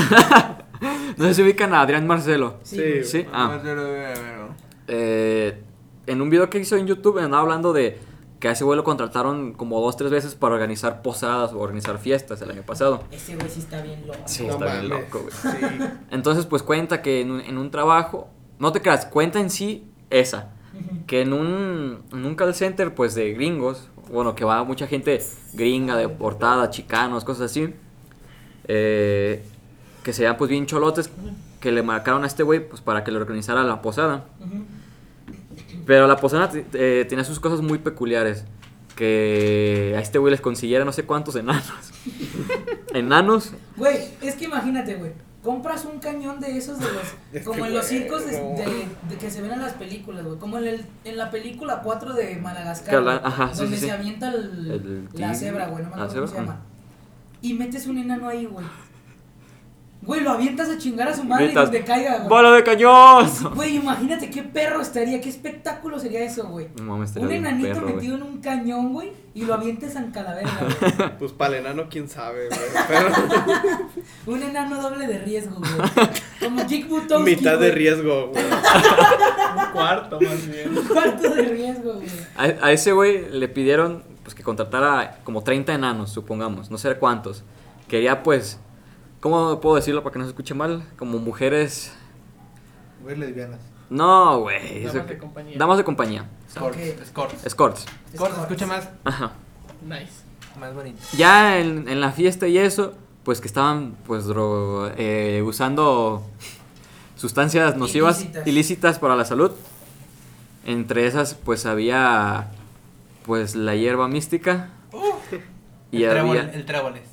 S4: no sé si ubican a Adrián Marcelo.
S1: Sí.
S5: Sí.
S1: güey.
S4: Sí,
S2: no,
S4: ah.
S2: yo lo veo, pero-
S4: eh, en un video que hizo en YouTube andaba hablando de que a ese güey lo contrataron como dos, tres veces para organizar posadas o organizar fiestas el año pasado.
S1: Ese güey sí está bien loco.
S4: Sí,
S5: No
S4: está bien
S5: mames.
S4: loco, güey.
S5: Sí.
S4: Entonces, pues cuenta que en un, en un trabajo, no te creas, cuenta en sí Esa. Que en un, en un call center, pues de gringos, bueno, que va mucha gente gringa, deportada, chicanos, cosas así, eh, que se vean pues bien cholotes, que le marcaron a este güey pues para que le organizara la posada.
S1: Ujú.
S4: Pero la posada t- eh, tenía sus cosas muy peculiares. Que a este güey les consiguiera no sé cuántos enanos. enanos.
S1: Güey, es que imagínate, güey. Compras un cañón de esos de los.
S5: Es
S1: como
S5: que,
S1: en los
S5: güey,
S1: circos de,
S5: no.
S1: de- de que se ven en las películas, güey. Como en, el, en la película 4 de
S4: Que
S1: Madagascar.
S4: habla-
S1: güey,
S4: ajá, sí,
S1: donde
S4: sí,
S1: se
S4: sí.
S1: avienta el-
S4: El
S1: la
S4: tigre.
S1: cebra, güey. No me
S4: ¿La
S1: acuerdo cómo se
S4: cebra?
S1: llama. Y metes un enano ahí, güey. Güey, lo avientas a chingar a su madre
S4: Gritas,
S1: y donde caiga, güey.
S4: ¡Bola de cañón!
S1: Güey, imagínate qué perro estaría, qué espectáculo sería eso, güey.
S4: No mames, estaría
S1: Un
S4: bien
S1: enanito
S4: perro, güey.
S1: metido en un cañón, güey, y lo avientes a calavera, güey.
S5: Pues para el enano, quién sabe, güey. Pero
S1: Un enano doble de riesgo, güey. Como Kick Butowski.
S5: mitad de
S1: güey.
S5: riesgo, güey.
S6: Un cuarto más bien.
S1: Un cuarto de riesgo, güey.
S4: A, a ese güey le pidieron pues, que contratara como 30 enanos, supongamos, no sé cuántos. Quería pues, ¿cómo puedo decirlo para que no se escuche mal? Como mujeres...
S2: Güey, lesbianas.
S4: No, güey.
S3: Damas
S4: eso
S3: de
S4: que-
S3: compañía.
S4: Damas de compañía.
S6: Scores,
S1: Ok.
S6: scores.
S4: Escorts.
S6: Scores, escucha más,
S4: Ajá.
S3: Nice.
S6: más bonito.
S4: Ya en, en la fiesta y eso, pues que estaban pues dro- eh, usando sustancias nocivas,
S1: Ilícitas.
S4: ilícitas. para la salud. Entre esas pues había pues la hierba mística. y
S6: el, trébol,
S4: había...
S6: el tréboles.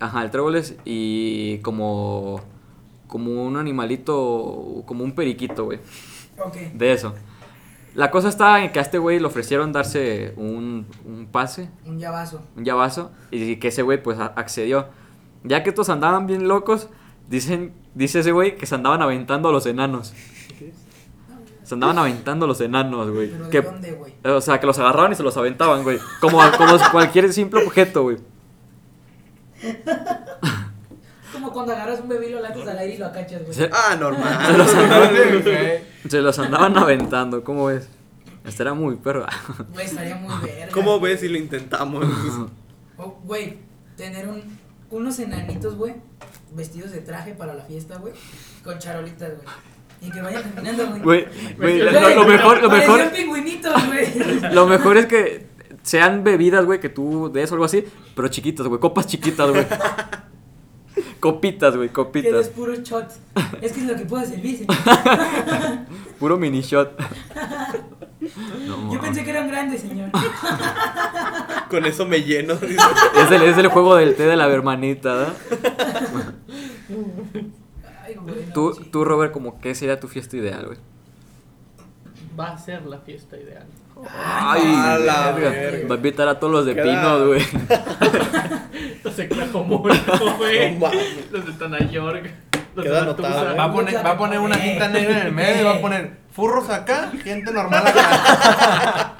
S4: Ajá, el tréboles y como como un animalito, como un periquito, güey,
S1: Ok.
S4: de eso. La cosa estaba en que a este güey le ofrecieron darse un, un pase,
S1: Un llavazo.
S4: un llavazo, y que ese güey pues a- accedió. Ya que estos andaban bien locos, dicen, dice ese güey que se andaban aventando a los enanos. Se andaban aventando a los enanos, güey.
S1: Pero
S4: que-
S1: ¿de dónde, güey?
S4: o sea, que los agarraban y se los aventaban, güey. Como, como cualquier simple objeto, güey.
S1: Como cuando agarras un bebé y lo lanzas al aire y lo acachas, güey.
S4: Se-
S5: Ah, normal.
S4: Se los andaban aventando, ¿cómo ves? Este era muy perro.
S1: Güey, estaría muy verga.
S5: ¿Cómo ves si lo intentamos?
S1: Oh, Güey, tener un, unos enanitos, güey, vestidos de traje para la fiesta, güey, con charolitas, güey. Y que vayan caminando, güey.
S4: Güey, güey,
S3: Güey,
S4: lo, lo mejor, lo mejor,
S1: Parecían pingüinitos, güey.
S4: lo mejor es que sean bebidas, güey, que tú des o algo así, pero chiquitas, güey, copas chiquitas, güey. Copitas, güey,
S1: Que es
S4: copitas.
S1: puro shot. Es que es lo que puedo servir, señor.
S4: Puro mini shot. No,
S1: Yo pensé que eran grandes, señor.
S5: Con eso me lleno. dice.
S4: es, el, es el juego del té de la bermanita, ¿verdad?
S1: Ay, güey. no,
S4: Tú,
S1: sí.
S4: tú, Robert, como qué sería tu fiesta ideal, güey.
S3: Va a ser la fiesta ideal.
S5: a la
S4: verga.
S5: verga.
S4: Va a invitar a todos los de
S5: Queda-
S4: Pinos, güey.
S3: Los de Clacomulco, güey.
S5: No mames.
S3: Los de Tonayork. Los
S5: Queda
S3: de Matusa.
S5: anotado, ¿eh?
S6: Va a poner, va a poner una cinta negra en el medio y va a poner furros acá, gente normal acá.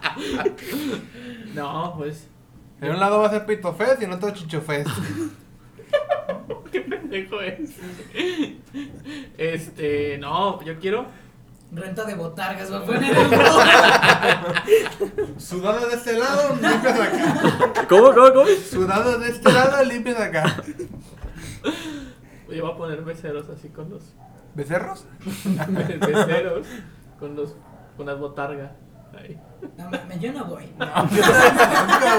S3: No, pues.
S6: En un lado va a ser pito fest y en otro chicho fest.
S3: Qué pendejo es. Este, no, yo quiero.
S1: Renta de botargas, va a poner.
S6: Sudado de este lado, limpias acá.
S4: ¿Cómo, cómo, cómo?
S6: Sudado de este lado, limpias acá.
S3: pues, Yo voy a poner beceros así con los
S6: ¿Becerros?
S3: beceros. Con los. Con las botargas. Ahí.
S1: No, mames, yo no voy.
S6: Nunca,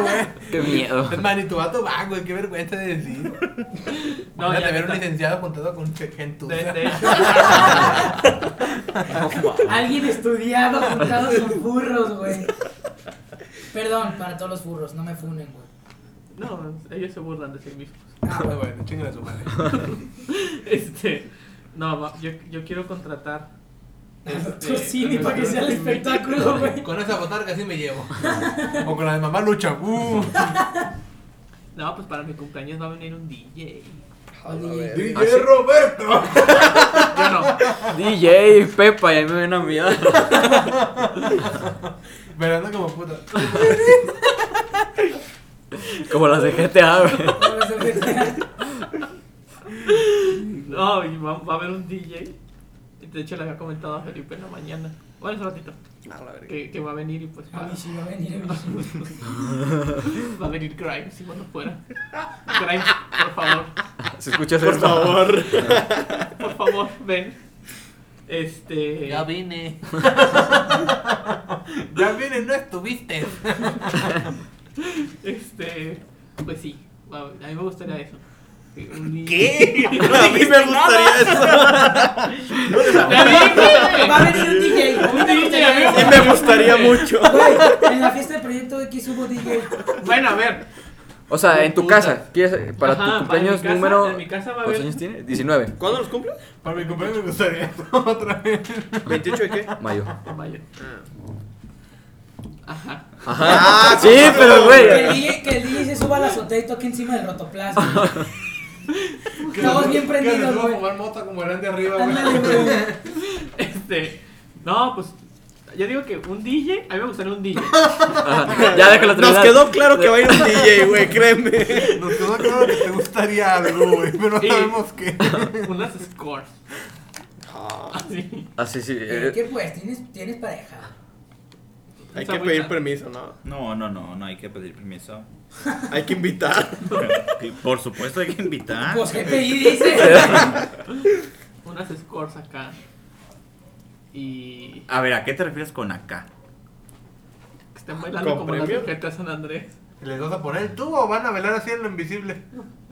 S6: güey.
S4: Qué miedo.
S6: Es más, ni tu vato va, güey, qué vergüenza de decir.
S3: No,
S6: No, ya
S3: ya
S6: te vieron
S3: está.
S6: licenciado contado con che- gentuza.
S3: De, de hecho,
S1: Alguien estudiado juntado con furros, güey. Perdón para todos los furros, no me funen, güey.
S3: no, ellos se burlan de sí mismos.
S1: Ah,
S6: Ah,
S1: güey.
S6: bueno, chingale a su madre.
S3: Este, no, va- yo, yo quiero contratar. Este,
S1: Tú sí, ni para que sea el espectáculo, güey.
S6: Con esa botarga sí me llevo. O con la de mamá lucha. Uh.
S3: No, pues para mi cumpleaños va a venir un DJ.
S5: A la verga.
S6: DJ Roberto.
S3: Yo no.
S4: DJ, Pepa, y a mí me ven a mirar.
S6: Verano como puta.
S4: Como las de GTA, güey.
S1: Vamos a empezar.
S3: No, y va, va a haber un DJ. De hecho, le había comentado a Felipe en la mañana. Bueno, hace ratito.
S5: A la verga.
S3: Que, que va a venir y pues
S1: A
S3: va,
S1: mí sí va a venir, a mí sí.
S3: va a venir Grimes si cuando fuera. Grimes, por favor,
S4: Se escucha
S5: Por
S4: eso.
S5: favor.
S3: por favor, ven. Este.
S8: Ya vine. ya vine, no estuviste.
S3: Este. Pues sí. A a mí me gustaría eso. Un-
S7: a mí me gustaría
S3: ¡Ya dije!
S1: Va a venir un DJ. A mí me gustaría
S3: Un DJ,
S7: eso. Y
S1: eso.
S7: me gustaría mucho.
S1: Güey, en la fiesta de Proyecto X hubo DJ.
S3: Bueno, a ver.
S4: O sea, en tu
S8: Puta.
S4: casa, ¿quieres, para
S3: Ajá,
S4: tu cumpleaños
S3: en mi casa-
S4: número.
S3: En mi casa va a
S4: ¿Cuántos
S3: haber.
S4: años tiene? 19,
S5: ¿Cuándo los cumple?
S8: Para mi cumpleaños me gustaría eso otra vez.
S5: ¿28 de qué?
S4: mayo.
S3: Mayo. Ajá.
S4: Ajá. Sí, pero
S1: Que el
S4: güey.
S1: DJ, que el DJ se suba a la azotea y toque encima del rotoplasma. Estamos bien
S2: Que les
S1: prendidos,
S2: iba a
S1: güey.
S2: fumar mota como eran de arriba, güey.
S1: Ándale, güey.
S3: Este. No, pues. Yo digo que un DJ. A mí me gustaría un DJ.
S4: Ajá, Ya déjalo
S7: Nos
S4: terminar.
S7: quedó claro que va a ir un DJ, güey, créeme.
S8: Nos quedó claro que te gustaría algo, güey, pero no
S3: Sí.
S8: sabemos qué.
S3: Unas scores. Así.
S4: Así, sí.
S1: Eh,
S4: eh,
S1: ¿Qué pues? ¿Tienes, tienes pareja?
S5: Hay
S3: Esa
S5: que
S3: agüita.
S5: pedir permiso, ¿no?
S7: No, no, no, no hay que pedir permiso.
S5: Hay que invitar.
S7: Por supuesto hay que
S4: Ah,
S7: invitar.
S1: Pues qué pedí, dice.
S3: Unas scores acá. Y.
S7: A ver, ¿a qué te refieres con acá?
S3: Que estén bailando
S5: ¿Con
S3: como las
S5: premio?
S3: sujetas San Andrés.
S6: ¿Les vas a poner el tubo o van a velar así en lo invisible?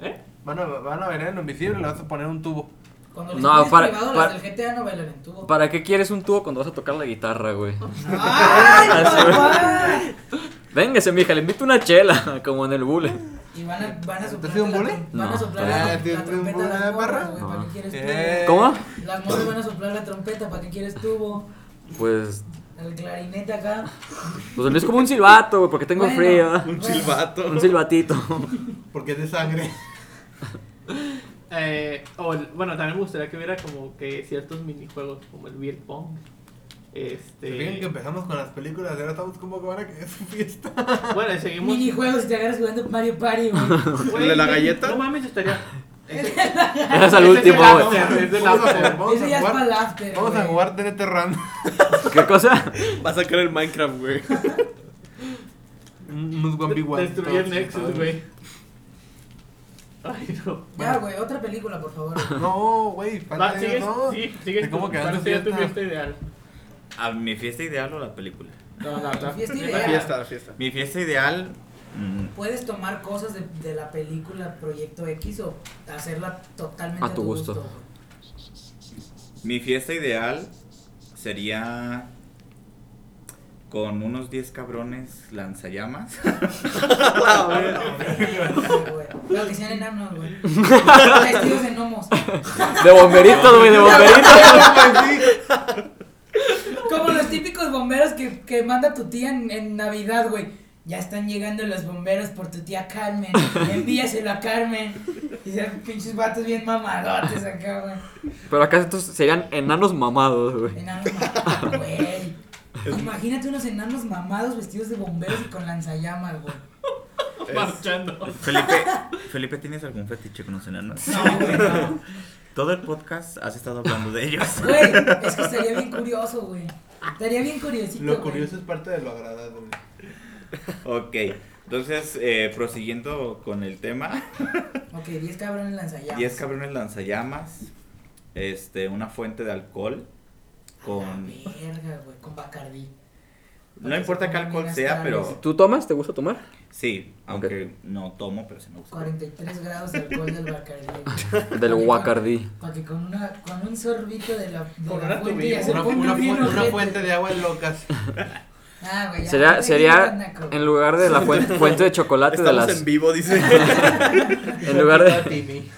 S3: ¿Eh?
S6: Van a, van a velar en lo invisible, le vas a poner un tubo.
S1: Cuando les
S4: No,
S1: pones
S4: para-
S1: privado,
S4: para-
S1: las del GTA no bailan en tubo.
S4: ¿Para qué quieres un tubo cuando vas a tocar la guitarra, güey?
S1: ¡Ay,
S4: Ah,
S1: papá!
S4: Véngase, mija, le invito una chela, como en el bule.
S1: Y van a, van a soplar.
S6: sido un
S1: la-
S6: bule?
S1: Van a
S4: No.
S1: soplar la,
S2: Ah,
S1: la
S2: ¿te- te- un
S1: trompeta
S2: bule
S1: a las
S2: de
S1: morras,
S2: barra?
S1: güey. ¿Para
S4: No.
S1: qué quieres
S6: Eh.
S4: ¿Cómo?
S1: tubo? Las morras van a soplar la trompeta. ¿Para qué quieres tubo?
S4: Pues,
S1: El clarinete acá.
S4: pues es como un silbato, güey, porque tengo
S1: Bueno,
S4: frío.
S5: Un
S1: bueno.
S5: silbato.
S4: Un silbatito.
S2: Porque es de sangre.
S3: Eh, o el- bueno, también me gustaría que hubiera como que ciertos minijuegos como el beer pong.
S2: Se fijan que
S3: Este.
S2: empezamos con las películas, ahora estamos como que van a que es su fiesta.
S3: Bueno, y seguimos.
S1: Minijuegos y te agarras jugando Mario Party, güey.
S3: Güey,
S5: ¿El de la
S3: no-
S5: galleta?
S3: No mames, estaría. Ese-
S4: Eres
S3: ese
S4: al
S3: es
S4: último,
S3: el
S4: güey.
S3: after, es del
S2: Vamos a
S3: after.
S2: jugar- vamos
S1: Ese
S2: a
S1: ya es
S2: jugar-
S1: para el after,
S2: Vamos a
S1: güey.
S2: jugar TNT Random.
S4: ¿Qué cosa?
S5: Va a sacar el Minecraft, güey.
S2: Unos One v One.
S3: Destruir el Nexus, güey. Ay, no.
S1: Ya, güey, otra película, por favor.
S2: No, güey,
S6: Ah,
S3: Va,
S2: falta
S3: sigues,
S2: ellos, no.
S3: sí, sigues.
S2: ¿De cómo quedaron tus
S3: ¿Cuál sería tu
S2: fiestas?
S3: fiesta este ideal?
S7: ¿A mi fiesta ideal o la película?
S3: No, no,
S1: Tu
S3: no.
S1: fiesta
S3: Mira,
S1: ideal.
S5: Fiesta, fiesta.
S7: Mi fiesta ideal. mm,
S1: Puedes tomar cosas de, de la película Proyecto X o hacerla totalmente
S4: A tu gusto.
S1: güey.
S7: Mi fiesta ideal sería con unos 10 cabrones lanzallamas.
S1: Sí, güey. Pero que sean enanos, güey. Vestidos de gnomos.
S4: De bomberitos, güey, de bomberitos.
S1: Como los típicos bomberos que, que manda tu tía en, en Navidad, güey. Ya están llegando los bomberos por tu tía Carmen. Envíaselo a Carmen. Y sean pinches vatos bien mamadotes acá, güey.
S4: Pero acá entonces serían enanos mamados, güey.
S1: Enanos mamados, güey. Imagínate unos enanos mamados vestidos de bomberos y con lanzallamas, güey.
S3: Marchando.
S7: Felipe, Felipe, ¿tienes algún fetiche con los enanos?
S1: No, güey, no.
S7: Todo el podcast has estado hablando de ellos.
S1: Güey, es que estaría bien curioso, güey. Estaría bien curiosito.
S2: Lo
S1: güey.
S2: curioso es parte de lo agradable.
S7: Ok, entonces, eh, prosiguiendo con el tema.
S1: Ok, 10 cabrones lanzallamas.
S7: 10 cabrones lanzallamas, este, una fuente de alcohol con...
S1: Ah, Verga, güey, con Bacardí.
S7: No importa qué alcohol sea, pero
S4: ¿Tú tomas? ¿Te gusta tomar?
S7: sí, aunque no tomo, pero sí me gusta.
S1: 43 grados de alcohol del Bacardí.
S4: Del Wacardí.
S1: Para que con, una, con un sorbito de la, de
S2: Con
S1: la
S2: una
S1: fuente ya
S2: tubi-
S1: se
S2: una-
S1: ponga
S2: una
S1: bien
S2: fuente- una
S1: ojete.
S2: fuente de agua locas.
S1: Ah, güey, ya.
S4: Sería,
S1: Ay,
S4: sería
S1: naco, güey.
S4: en lugar de la fuente, fuente de chocolate de
S5: Estamos
S4: las.
S5: en vivo, dice.
S4: En lugar de, en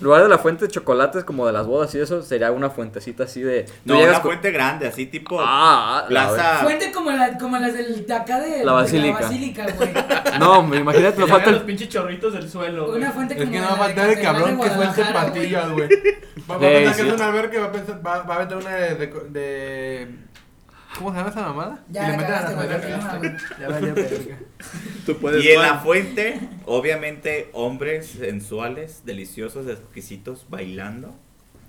S4: lugar de la fuente de chocolates como de las bodas y eso, sería una fuentecita así de. tú
S7: No,
S4: llegas
S7: una
S4: con-
S7: fuente grande, así tipo
S4: Ah, ah, la
S7: plaza...
S1: Fuente como, la, como las del, de acá de
S4: La basílica.
S1: de la basílica, güey.
S4: ve- No, me imagínate,
S3: Que
S4: nos
S3: se
S4: falta
S3: vean los
S4: el.
S3: pinches chorritos del suelo. güey.
S1: Una fuente
S2: Es
S1: como
S2: que no
S1: la
S2: va a
S1: de
S2: faltar el
S1: Catedral de
S2: cabrón que suelte
S1: Guadalajara, güey.
S2: patillas, güey. Va a
S4: Ey,
S2: pensar que
S4: sí.
S2: es un albergue, va a pensar, va, va a meter una de, de, de- ¿Cómo se llama esa mamada?
S1: Ya la
S2: meten
S1: cagaste, güey,
S2: las
S1: ya la
S2: albergas.
S1: cagaste.
S2: Ya valió verga.
S5: Tú puedes.
S7: Y en la
S5: Juan.
S7: fuente, obviamente, hombres sensuales, deliciosos, exquisitos, bailando.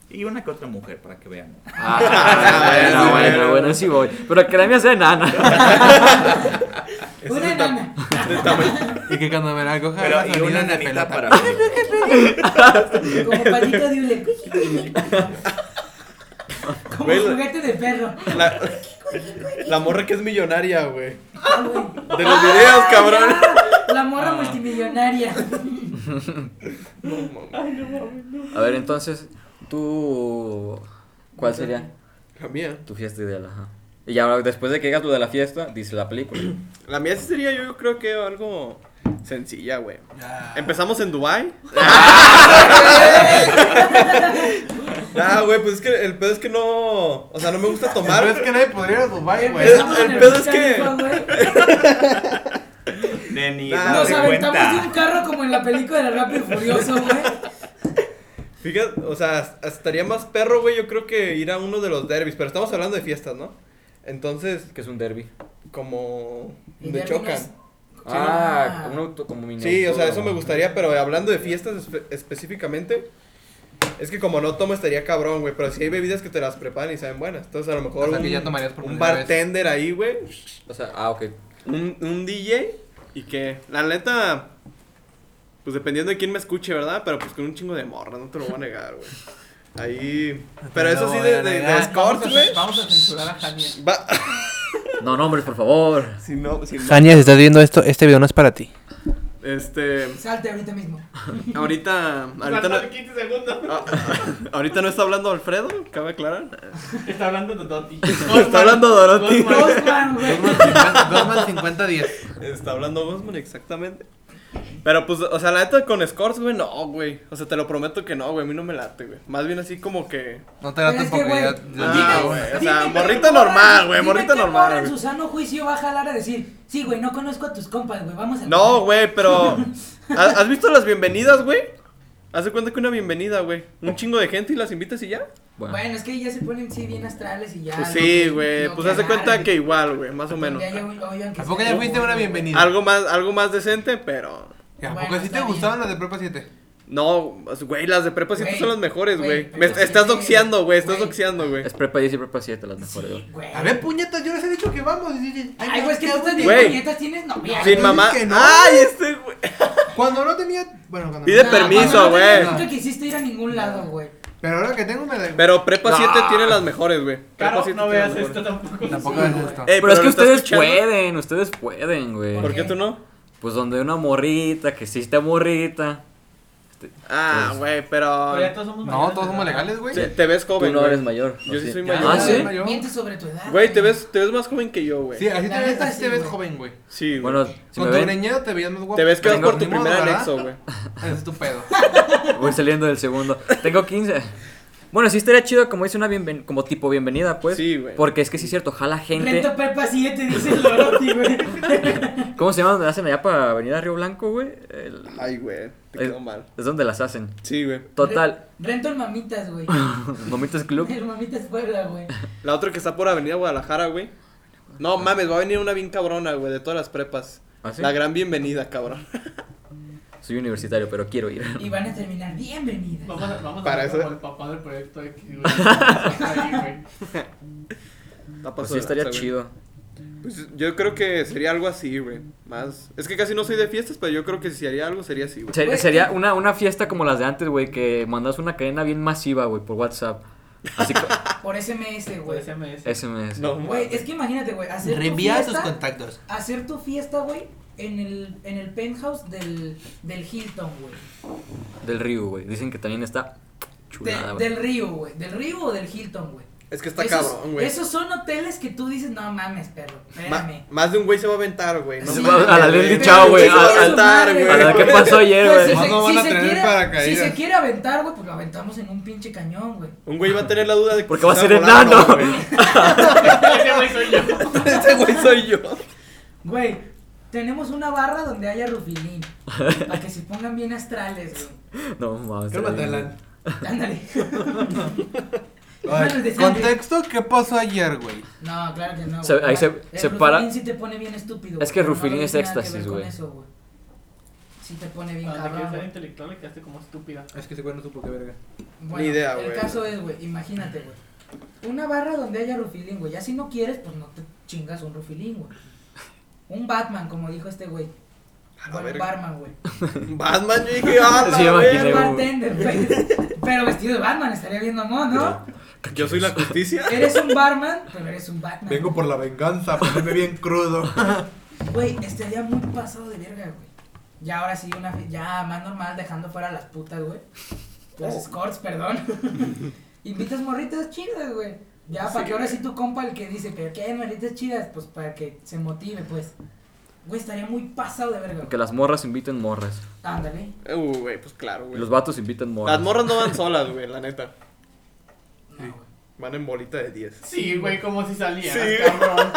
S7: Y una que otra mujer, para que vean.
S4: Ah, bueno, bueno, bueno, sí voy. Pero que la mía sea enana.
S1: Una enana.
S2: Y que cuando me la coja,
S7: Pero,
S2: la
S7: y una
S2: salida de
S7: nanita
S2: pelota.
S7: para...
S1: Como patito de hule. Como
S5: Güey, la-
S1: juguete de perro.
S5: La, la morra que es millonaria, güey.
S1: Ah, güey.
S5: De los videos,
S1: Ah,
S5: cabrón. Ah.
S1: ya, La morra multimillonaria.
S4: A ver, entonces, tú. ¿Cuál sería
S5: La mía.
S4: tu fiesta ideal? Ajá. Y ya después de que digas lo de la fiesta, dice la película.
S5: La mía sí sería, yo creo que algo sencilla, güey. Empezamos en Dubai. Nah, güey, pues es que el pedo es que no. O sea, no me gusta tomar.
S8: Pero es que nadie podría ir a Dubai, güey.
S1: Empezamos
S5: el
S1: en
S5: pedo
S1: Burj
S5: es que-
S1: Khalifa, güey.
S7: Neni,
S5: Nah,
S7: date
S1: Nos aventamos de un
S7: cuenta.
S1: carro como en la película de Rápido y Furioso, güey.
S5: Fíjate, o sea, hasta- estaría más perro, güey, yo creo que ir a uno de los derbis. Pero estamos hablando de fiestas, ¿no? Entonces,
S4: Que es un derby.
S5: como.
S1: Y
S5: Me
S1: ya
S5: chocan.
S1: vienes-
S4: Ah, un auto como mini.
S5: Sí, o sea,
S4: autódromo.
S5: eso me gustaría, pero hablando de fiestas espe- específicamente, es que como no tomo estaría cabrón, güey, pero si hay bebidas que te las preparan y saben buenas, entonces a lo mejor
S2: O sea,
S5: un,
S2: que ya tomarías por
S5: un
S2: primera vez.
S5: bartender ahí, güey,
S4: O sea, ah, ok.
S5: un, un DJ y que, la neta, pues dependiendo de quién me escuche, ¿verdad? Pero pues con un chingo de morra, no te lo voy a negar, güey. Ahí, pero eso sí de, de, de escort, güey.
S8: Vamos a censurar a Jania.
S5: Va-
S4: No, nombres, por favor.
S5: si no, si no-
S6: Jania, si estás viendo esto, este video no es para ti.
S5: Este,
S1: Salte ahorita mismo.
S5: ahorita, ahorita no,
S3: 15 segundos.
S5: ah, ahorita no está hablando Alfredo, cabe aclarar.
S3: Está hablando de Doti.
S5: Está hablando Dorothy.
S1: Osman, güey.
S2: Dos más 50, 10.
S5: Está hablando Guzmán, exactamente. Pero pues, o sea, la neta con Scores, güey, no, güey. O sea, te lo prometo que no, güey. A mí no me late, güey. Más bien así como que.
S2: No te da
S1: Pero es que,
S2: tampoco
S1: güey,
S2: ya.
S5: Ah,
S1: Dime-
S5: güey, o
S1: dime
S5: sea,
S1: qué
S5: morrita
S1: morra-
S5: normal, güey,
S1: dime
S5: morrita
S1: qué
S5: normal,
S1: morra En
S5: güey.
S1: su sano juicio va a jalar a decir, sí, güey, no conozco a tus compas, güey, vamos a...
S5: No, güey, pero. ¿ha- ¿Has visto las bienvenidas, güey? Haz de cuenta que una bienvenida, güey. Un chingo de gente y las invitas y ya.
S4: Bueno.
S1: Bueno, es que ya se ponen sí bien astrales y ya...
S5: Pues
S1: lo
S5: sí,
S1: que-
S5: güey.
S1: lo
S5: Pues haz de cuenta
S1: agarren.
S5: que igual, güey, más o menos.
S1: Ya, ya, oye, oigan, que
S2: ¿A poco
S1: sea-
S2: ya fuiste a una bienvenida?
S5: Algo más, algo más decente, pero.
S2: ¿Y ¿A poco
S1: Bueno,
S2: sí
S1: está
S2: te
S1: bien.
S2: gustaban las de Prepa 7?
S5: No, pues, güey, las de prepa siempre
S1: Güey,
S5: son las mejores,
S1: güey,
S5: güey. Me-
S1: prepa
S5: Estás
S1: siete,
S5: doxeando, güey, estás
S1: güey.
S5: doxeando, güey.
S4: Es prepa 10 y prepa 7 las mejores. güey.
S1: Güey.
S2: A ver, puñetas, yo les he dicho que vamos. Y dicen,
S1: Ay, güey, es que tú estás
S2: güey.
S1: bien
S5: Güey.
S1: puñetas, tienes novia.
S5: Sin
S2: Ay,
S5: mamá.
S2: que no.
S5: Ay, este, güey.
S2: Cuando no tenía. Bueno, cuando
S5: Pide
S2: no.
S1: Nah,
S5: permiso,
S1: cuando no
S5: güey.
S1: tenías- Nunca quisiste ir a ningún lado, güey.
S2: Pero ahora que tengo me da igual.
S5: Pero Prepa 7 tiene las mejores, güey.
S3: Claro,
S5: Prepa 7
S3: no
S5: tiene
S3: veas
S5: las mejores.
S3: esto tampoco.
S2: Tampoco es Eh, esto.
S5: Ey,
S4: pero, es
S5: ¿lo
S4: que
S5: estás
S4: ustedes
S5: escuchando?
S4: pueden, ustedes pueden, güey.
S5: ¿Por qué tú no?
S4: Pues donde una morrita, que sí está morrita.
S5: Ah,
S4: Pues-
S5: güey, pero.
S3: Pero ya todos somos
S2: No,
S3: mayores,
S2: todos somos
S3: ¿verdad?
S2: legales, güey.
S5: Te, te ves
S4: Tú
S5: joven.
S4: no
S5: güey.
S4: eres mayor. ¿o
S5: Yo sí soy
S4: Ah,
S5: mayor.
S4: ¿sí?
S2: Yo-
S1: Mientes sobre tu edad.
S5: Güey, te ves, te ves más joven que yo, güey.
S2: Sí, así te
S1: La
S2: ves,
S1: neta
S2: así te
S1: sí,
S2: ves
S1: güey.
S2: joven, güey.
S5: Sí, güey.
S4: Bueno, si
S2: Con
S4: me
S2: tu
S4: ven,
S2: greñedo te veías más guapo.
S5: te ves que vas
S2: Tengo-
S5: por tu
S2: ni modo,
S5: primer
S2: ¿verdad?
S5: anexo, güey.
S2: Ese Es tu pedo.
S4: voy saliendo del segundo. Tengo 15. Bueno, sí estaría chido como dice una bienven- como tipo bienvenida, pues.
S5: Sí, güey.
S4: Porque es que sí es cierto, jala gente.
S1: Rento Pepa 7, dice el Dorothy, güey.
S4: ¿Cómo se llama donde hacen allá para Avenida Río Blanco, güey? El-
S5: Ay, güey, te
S4: es,
S5: quedó mal.
S4: es donde las hacen.
S5: Sí, güey.
S4: Total.
S1: Rento el Mamitas, güey.
S4: Momentos Club.
S1: El Mamitas Puebla, güey.
S5: La otra que está por Avenida Guadalajara, güey. No mames, va a venir una bien cabrona, güey, de todas las prepas.
S4: ¿Ah, sí? Pues
S5: La gran bienvenida, cabrón.
S4: Soy universitario, pero quiero ir.
S1: Y van a terminar bienvenida.
S3: Vamos a, vamos
S5: Para
S3: a
S5: eso-
S3: ver como el papá del proyecto X, güey. Ahí, güey.
S4: Pues
S5: Está paso
S4: sí
S5: de
S4: estaría
S5: lanza, güey.
S4: chido.
S5: Pues yo creo que sería algo así, güey. Más. Es que casi no soy de fiestas, pero yo creo que si haría algo sería así, güey.
S4: Ser-
S1: Güey,
S4: sería
S1: eh.
S4: una, una fiesta como las de antes, güey, que mandas una cadena bien masiva, güey, por WhatsApp. Así que
S1: Por SMS,
S3: Por
S1: güey.
S3: SMS.
S4: SMS.
S5: No,
S1: Güey, es que imagínate, güey. Hacer tu
S8: Reenvía a tus
S1: fiesta-
S8: contactos.
S1: Hacer tu fiesta, güey, en el, en el penthouse del, del Hilton, güey.
S4: Del río, güey. Dicen que también está
S1: Del-
S4: chulada, güey.
S1: del río, güey. Del río o del Hilton, güey.
S5: Es que está
S1: Esos-
S5: cabrón, güey.
S1: Esos son hoteles que tú dices, no mames, perro.
S5: Ma-
S1: Espérame.
S5: más de un güey se va a aventar, güey.
S1: Sí,
S4: va- a la
S5: mames,
S4: Lady
S5: güey.
S4: Chao, güey,
S5: Se va
S4: a-
S5: a aventar,
S1: a-
S5: güey.
S4: A la que pasó ayer,
S1: Pues, si,
S4: güey.
S1: se,
S2: No van
S1: si
S2: a
S1: se
S2: tener
S1: quiere, si
S2: paracaídas.
S1: se quiere aventar, güey, pues lo aventamos en un pinche cañón, güey.
S5: Un güey va a tener la duda de que
S4: Porque
S5: si
S4: va a
S5: está
S4: ser
S5: volando,
S4: enano.
S5: güey.
S3: Ese güey soy yo.
S5: Ese güey soy yo.
S1: Güey, tenemos una barra donde haya rufilín. para que se pongan bien astrales, güey.
S4: No, mames.
S8: Creo
S4: estaría
S8: que
S4: bien.
S1: Ándale.
S2: Ay,
S1: Manos de sangre.
S2: Contexto, ¿qué pasó ayer, güey?
S1: No, claro que no.
S4: Se-
S1: güey.
S4: ahí se-
S1: El
S4: se
S1: Rufilín
S4: para-
S1: sí te pone bien estúpido.
S4: Es que
S1: güey, pero
S4: Rufilín
S1: no
S4: es
S1: tiene nada que
S4: éxtasis,
S1: ver con
S4: güey.
S1: eso, güey. Sí te pone bien
S3: Cuando te
S1: cabrón.
S3: quieres ser
S1: güey.
S3: intelectual le quedaste como estúpida.
S2: Es que ese güey no supo qué verga.
S1: Bueno,
S5: idea,
S1: el
S5: güey.
S1: caso es, güey, imagínate, güey. Una barra donde haya rufilín, güey. Ya si no quieres, pues no te chingas un rufilín, güey. Un Batman, como dijo este güey.
S5: la
S1: Bueno,
S5: verga.
S1: Batman, güey.
S5: Batman, yo dije, ah,
S4: Sí,
S5: la
S4: me
S5: verga.
S1: Pero
S4: imaginé. güey.
S1: bartender, güey. Pero vestido de Batman, estaría bien mamón, ¿no?
S5: Yo soy la justicia.
S1: Eres un barman, pero eres un Batman.
S2: Vengo por la venganza, ponerme bien crudo.
S1: Güey, estaría muy pasado de verga, güey. Ya ahora sí, una fe- ya más normal, dejando fuera las putas, güey. Las escorts, perdón. Invitas morritas chidas, güey. Ya, para que ahora sí tu compa el que dice, pero que hay morritas chidas, pues para que se motive, pues. Güey, estaría muy pasado de verga,
S4: Que
S1: güey.
S4: las morras inviten morras.
S1: Ándale.
S5: Uh, güey, pues claro,
S4: Y
S5: güey.
S4: los vatos inviten morras.
S5: Las morras no van solas, güey, la neta.
S1: No, güey.
S5: Van en bolita de 10.
S8: Sí, güey, como si salía.
S5: Sí.
S8: cabrón.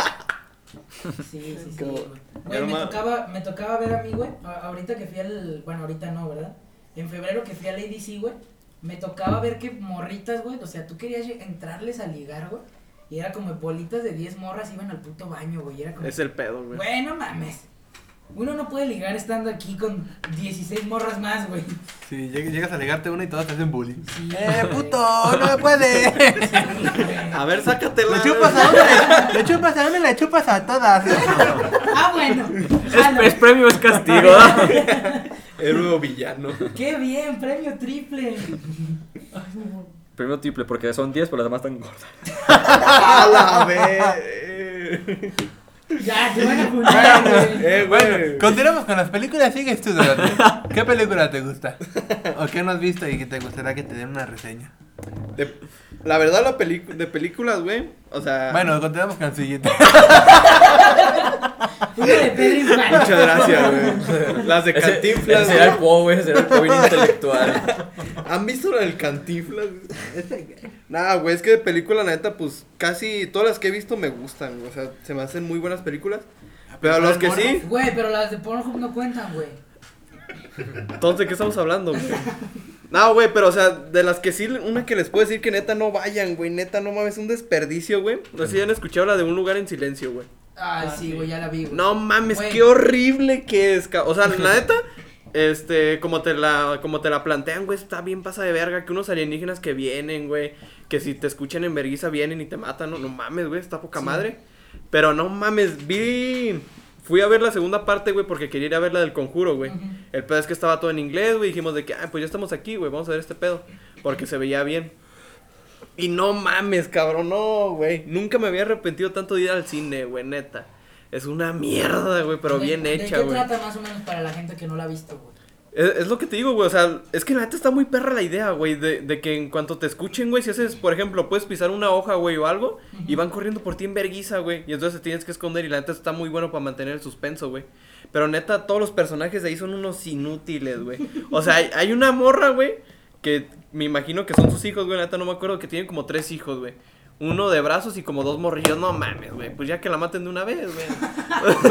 S1: Sí, sí, sí.
S5: Como-
S1: güey. Güey,
S5: Yo
S1: me
S5: nomás-
S1: tocaba, me tocaba ver a mí, güey. a- Ahorita que fui al. Bueno, ahorita no, ¿verdad? En febrero que fui al ADC, güey. Me tocaba ver que morritas, güey. O sea, tú querías lleg- entrarles a ligar, güey. Y era como bolitas de 10 morras iban al puto baño, güey. y Era como.
S5: Es el pedo, güey.
S1: Güey, no mames. Uno no puede ligar estando aquí con 16 morras más, güey.
S6: Si lleg- llegas a negarte una y todas te hacen bullying.
S1: Sí,
S6: ¡Eh,
S1: güey.
S6: puto! ¡No me puede!
S1: Sí, güey.
S5: A ver, sácatela.
S6: ¡Le chupas a una! ¡Le chupas a una y le chupas a todas!
S1: Ah, bueno.
S4: Es,
S1: Jalo.
S4: es premio, es castigo. ¿ah?
S5: Héroe o villano.
S1: Qué bien, premio triple.
S4: premio triple, porque son 10, pero las demás están gordas.
S5: A la vez.
S1: Ya, te van a funar, güey.
S5: Eh, güey.
S6: Continuamos con las películas. Sigues tú, Dorothy. ¿Qué película te gusta? ¿O qué no has visto y que te gustaría que te den una reseña?
S5: De- la verdad, la pelicu- de películas, güey. O sea.
S6: Bueno, continuamos con el siguiente.
S1: Uno de Pedro Infante.
S5: Muchas gracias, güey. Las de Cantinflas.
S4: será el
S5: güey.
S4: po, güey. Ese era el po bien intelectual.
S5: ¿Han visto la del Cantinflas? Nada, güey, es que de película, la neta, pues casi todas las que he visto me gustan. güey, O sea, se me hacen muy buenas películas. Pero a los que sí,
S1: Güey, pero las de Pornhub no cuentan, güey.
S5: entonces, ¿de qué estamos hablando, güey? No, güey, pero o sea, de las que sí, una que les puedo decir que neta no vayan, güey. Neta, no mames, un desperdicio, güey. No sé si han escuchado la de un lugar en silencio, güey.
S1: Ay, sí, güey, ya la vi, güey.
S5: No mames,
S1: Güey.
S5: qué horrible que es. ca- O sea, la neta, este, como te la, como te la plantean, güey, está bien pasa de verga. Que unos alienígenas que vienen, güey, que si te escuchan en verguiza vienen y te matan. No, no mames, güey, está poca madre. Pero no mames, vi. Fui a ver la segunda parte, güey, porque quería ir a ver la del conjuro, güey.
S1: Ujú.
S5: El pedo es que estaba todo en inglés, güey. Dijimos de que, ah, pues ya estamos aquí, güey, vamos a ver este pedo. Porque se veía bien. Y no mames, cabrón, no, güey. Nunca me había arrepentido tanto de ir al cine, güey, neta. Es una mierda, güey, pero
S1: ¿De-
S5: bien hecha,
S1: ¿De qué
S5: güey.
S1: trata más o menos para la gente que no la ha visto, güey?
S5: Es, es lo que te digo, güey. O sea, es que la neta está muy perra la idea, güey. De, de que en cuanto te escuchen, güey, si haces, por ejemplo, puedes pisar una hoja, güey, o algo, y van corriendo por ti en verguiza, güey. Y entonces te tienes que esconder, y la neta está muy bueno para mantener el suspenso, güey. Pero neta, todos los personajes de ahí son unos inútiles, güey. O sea, hay, hay una morra, güey, que me imagino que son sus hijos, güey. La neta no me acuerdo, que tienen como tres hijos, güey. Uno de brazos y como dos morrillos. No mames, güey. Pues ya que la maten de una vez, güey.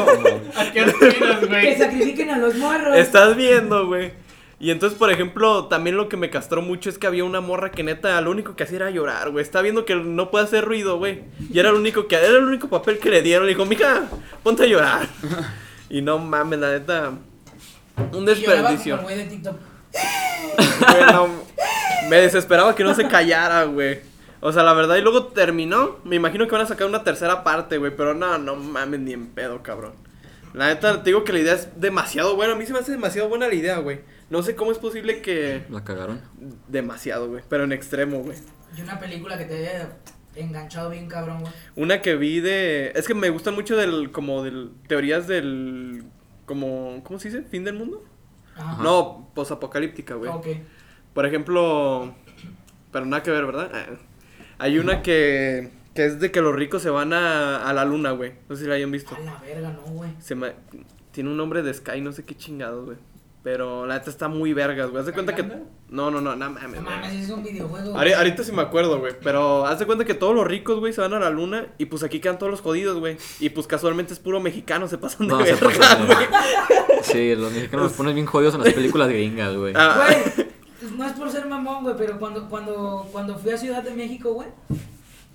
S8: ¿A qué aspiras,
S1: Que
S8: güey?
S1: sacrifiquen a los morros.
S5: Estás viendo, güey. Y entonces, por ejemplo, también lo que me castró mucho es que había una morra que neta lo único que hacía era llorar, güey. Está viendo que no puede hacer ruido, güey. Y era el único que era el único papel que le dieron. Le dijo, "Mija, ponte a llorar." Y no mames, la neta un
S1: Y lloraba
S5: desperdicio.
S1: como el güey de TikTok.
S5: Güey, no, me desesperaba que no se callara, güey. O sea, la verdad, y luego terminó. Me imagino que van a sacar una tercera parte, güey. Pero no, no mames, ni en pedo, cabrón. La neta, te digo que la idea es demasiado buena. A mí se me hace demasiado buena la idea, güey. No sé cómo es posible que.
S4: La cagaron.
S5: Demasiado, güey. Pero en extremo, güey.
S1: Y una película que te haya enganchado bien, cabrón, güey.
S5: Una que vi de. Es que me gustan mucho del. Como del. Teorías del. Como. ¿Cómo se dice? ¿Fin del mundo?
S1: Ajá.
S5: No, posapocalíptica, güey.
S1: Ok.
S5: Por ejemplo, pero nada que ver, ¿verdad? Ah, Hay una que, que es de que los ricos se van a, a la luna, güey. No sé si la hayan visto.
S1: A la verga, no, güey.
S5: Se me- tiene un nombre de Sky, no sé qué chingado, güey. Pero la neta está muy vergas, güey. Haz de cuenta que...
S8: ¿Skylander?
S5: No, no, no, no mames.
S1: No
S5: güey.
S1: mames, es un videojuego. güey.
S5: Ahori- Ahorita sí me acuerdo, güey. Pero haz de cuenta que todos los ricos, güey, se van a la luna. Y pues aquí quedan todos los jodidos, güey. Y pues casualmente es puro mexicano, se pasan de
S4: No, se
S5: verga,
S4: pasan de
S5: güey.
S4: Sí, los mexicanos los ponen bien jodidos en las películas gringas, güey.
S5: Ah,
S1: Güey, pues no es por ser mamón, güey, pero cuando, cuando, cuando fui a Ciudad de México, güey,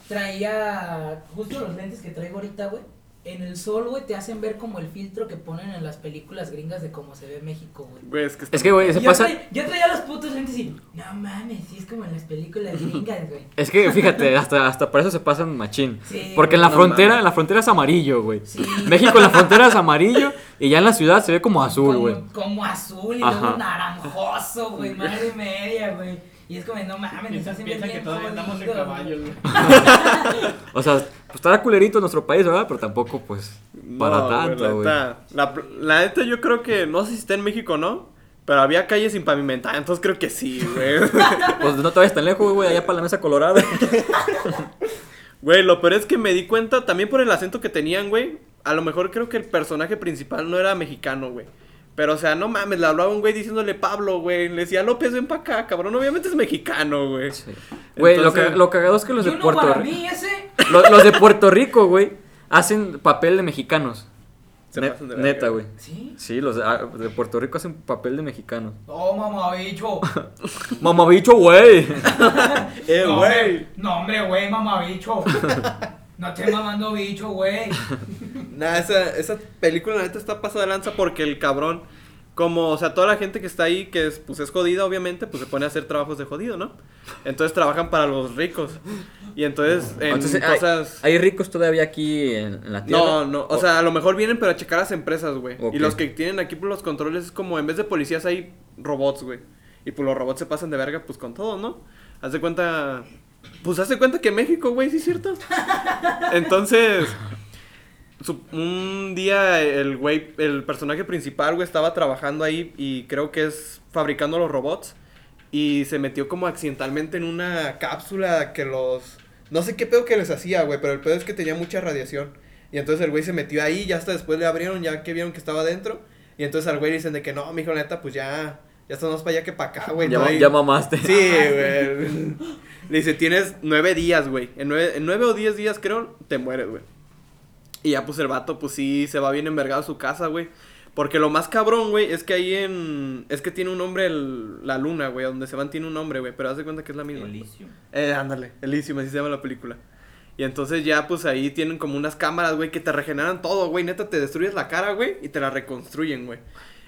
S1: traía justo los lentes que traigo ahorita, güey. En el sol, güey, te hacen ver como el filtro que ponen en las películas gringas de cómo se ve México, güey.
S5: güey, es que está-
S4: Es que, güey, se
S1: Yo,
S4: pasa.
S1: tra- yo traía los putos lentes y, no mames, sí es como en las películas gringas, güey.
S4: Es que, fíjate, hasta, hasta para eso se pasan machín.
S1: Sí,
S4: Porque en la
S5: no
S4: frontera,
S5: mames.
S4: en la frontera es amarillo, güey.
S1: Sí.
S4: México en la frontera es amarillo y ya en la ciudad se ve como azul,
S1: como,
S4: güey.
S1: Como azul y
S4: Ajá.
S1: luego naranjoso, güey, madre media, güey. Y es como, no mames, nos
S8: Piensan,
S1: hacen ver
S8: piensan que
S1: bien
S8: todavía andamos en
S1: jodidos,
S8: caballos, güey.
S4: O sea, pues está culerito en nuestro país, ¿verdad? Pero tampoco, pues, para
S5: No,
S4: tanto, güey.
S5: La, neta, la, la neta, yo creo que, no sé si está en México o no, pero había calles sin pavimentar, entonces creo que sí, güey.
S4: Pues no te vayas tan lejos, güey, allá para la mesa colorada.
S5: Güey, lo peor es que me di cuenta también por el acento que tenían, güey. A lo mejor creo que el personaje principal no era mexicano, güey. Pero, o sea, no mames, le hablaba un güey diciéndole Pablo, güey. Le decía López, ven pa' acá, cabrón. Obviamente es mexicano, güey.
S4: Sí. Güey, lo,
S5: Entonces-
S4: ca- lo cagado es que los
S1: Y
S4: de
S1: uno
S4: Puerto
S1: para
S4: Rico.
S1: mí ese.
S4: Los, los de Puerto Rico, güey, hacen papel de mexicanos.
S5: Se
S4: Ne-
S5: pasan de verga.
S4: neta, güey.
S1: Sí.
S4: Sí, los de, ah, de Puerto Rico hacen papel de mexicanos.
S1: No, mamabicho.
S4: Mamabicho, güey.
S5: Eh,
S1: No,
S5: güey.
S1: hombre. No, hombre, güey, mamabicho. No estés mamando bicho, güey.
S5: Nah, esa, esa película, la neta, está pasada de lanza porque el cabrón, como, o sea, toda la gente que está ahí, que es, pues es jodida, obviamente, pues se pone a hacer trabajos de jodido, ¿no? Entonces trabajan para los ricos. Y entonces, en
S4: Entonces, hay-
S5: cosas.
S4: hay, ricos todavía aquí en, en la tierra.
S5: No, no, o sea, a lo mejor vienen para checar las empresas, güey.
S4: Ok.
S5: Y los que tienen aquí por los controles es como en vez de policías hay robots, güey. Y pues los robots se pasan de verga pues con todo, ¿no? Haz de cuenta pues haz de cuenta que México, güey, sí es cierto. Entonces, su- un día el güey, el personaje principal, güey, estaba trabajando ahí y creo que es fabricando los robots y se metió como accidentalmente en una cápsula que los... No sé qué pedo que les hacía, güey, pero el pedo es que tenía mucha radiación. Y entonces el güey se metió ahí, ya hasta después le abrieron, ya que vieron que estaba adentro. Y entonces al güey le dicen de que no, mijo, la neta, pues ya, ya estamos más para allá que para acá, güey.
S4: ya,
S5: no
S4: ma-
S5: hay-
S4: ya mamaste.
S5: Sí, güey. Le dice, tienes nueve días, güey. En nueve, en nueve o diez días, creo, te mueres, güey. Y ya, pues, el vato, pues, sí, se va bien envergado a su casa, güey. Porque lo más cabrón, güey, es que ahí en... Es que tiene un nombre el- la luna, güey. a Donde se van tiene un nombre, güey. Pero haz de cuenta que es la misma.
S7: Elysium.
S5: Eh, ándale, Elysium, así se llama la película. Y entonces ya, pues ahí tienen como unas cámaras, güey, que te regeneran todo, güey. Neta, te destruyes la cara, güey, y te la reconstruyen, güey.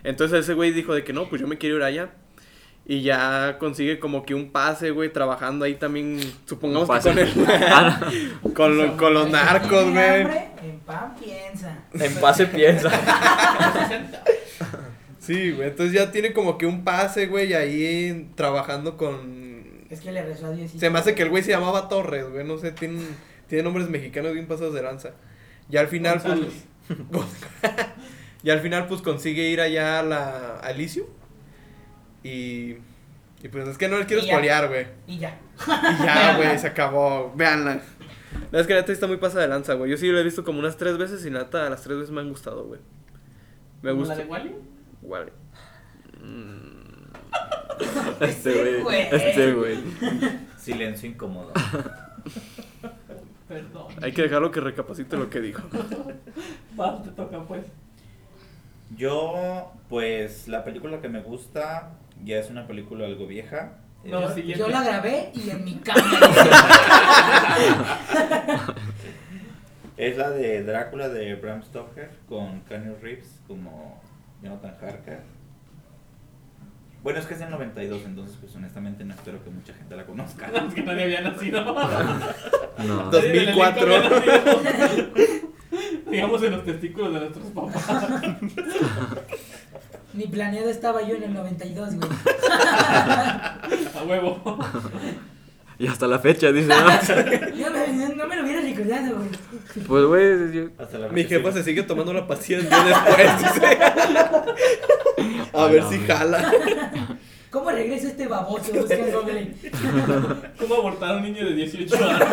S5: Entonces ese güey dijo de que no, pues yo me quiero ir allá. Y ya consigue como que un pase, güey, trabajando ahí también, supongamos que
S4: Pase.
S5: con el-
S4: Ah, no.
S5: con, lo- con los narcos,
S1: Tiene
S5: güey.
S1: hambre, En pan piensa.
S4: En paz se piensa.
S5: Sí, güey, entonces ya tiene como que un pase, güey, ahí trabajando con...
S1: Es que le rezó a Dios. y-
S5: Se me hace que el güey se llamaba Torres, güey, no sé, tiene, tiene nombres mexicanos bien pasados de lanza. Y al final, pues...
S8: González.
S5: y al final, pues consigue ir allá a la a Elysium. Y. Y pues es que no les quiero
S1: Y ya.
S5: espolear, güey.
S1: Y ya.
S5: Y ya, güey, se acabó. Veanla. No, es que la neta está muy pasa de lanza, güey. Yo sí lo he visto como unas tres veces y la neta, las tres veces me han gustado, güey. Me
S8: ¿Como ¿La
S5: gusta.
S8: de Wally?
S5: Wall-E.
S4: Este güey. Este güey.
S7: Silencio incómodo.
S8: Perdón.
S5: Hay que dejarlo que recapacite lo que dijo.
S8: Vas, te toca pues.
S7: Yo, pues, la película que me gusta ya es una película algo vieja.
S8: No,
S7: Es-
S8: siguiente.
S1: Yo la grabé y en mi cama.
S7: Es la de Drácula de Bram Stoker con Keanu Reeves como Jonathan Harker. Bueno, es que es del 92, entonces pues honestamente no espero que mucha gente la conozca.
S8: Es que nadie había nacido.
S4: No.
S5: Dos- 2004.
S8: Nadie del elenco había nacido. Digamos en los testículos de nuestros papás.
S1: Ni planeado estaba yo en el 92, güey.
S8: A huevo.
S4: Y hasta la fecha, dice. ¿no?
S1: No me, no me lo hubiera recordado, güey.
S4: Pues, güey, yo-
S7: Hasta la
S5: Mi
S7: fecha
S5: jefa
S7: sí.
S5: se sigue tomando la paciencia después. dice. A ver si jala.
S1: ¿Cómo regresa este baboso? Busca en Google.
S8: ¿Cómo abortar a un niño de 18 años?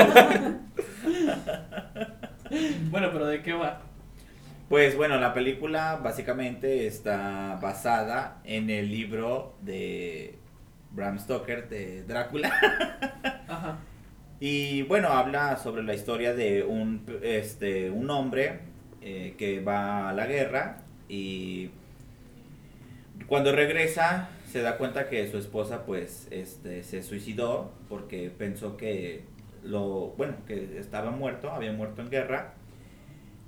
S8: bueno, pero ¿de qué va?
S7: Pues bueno, la película básicamente está basada en el libro de Bram Stoker de Drácula.
S8: Ajá.
S7: Y bueno, habla sobre la historia de un, este, un hombre eh, que va a la guerra y cuando regresa se da cuenta que su esposa pues este, se suicidó porque pensó que lo bueno que estaba muerto, había muerto en guerra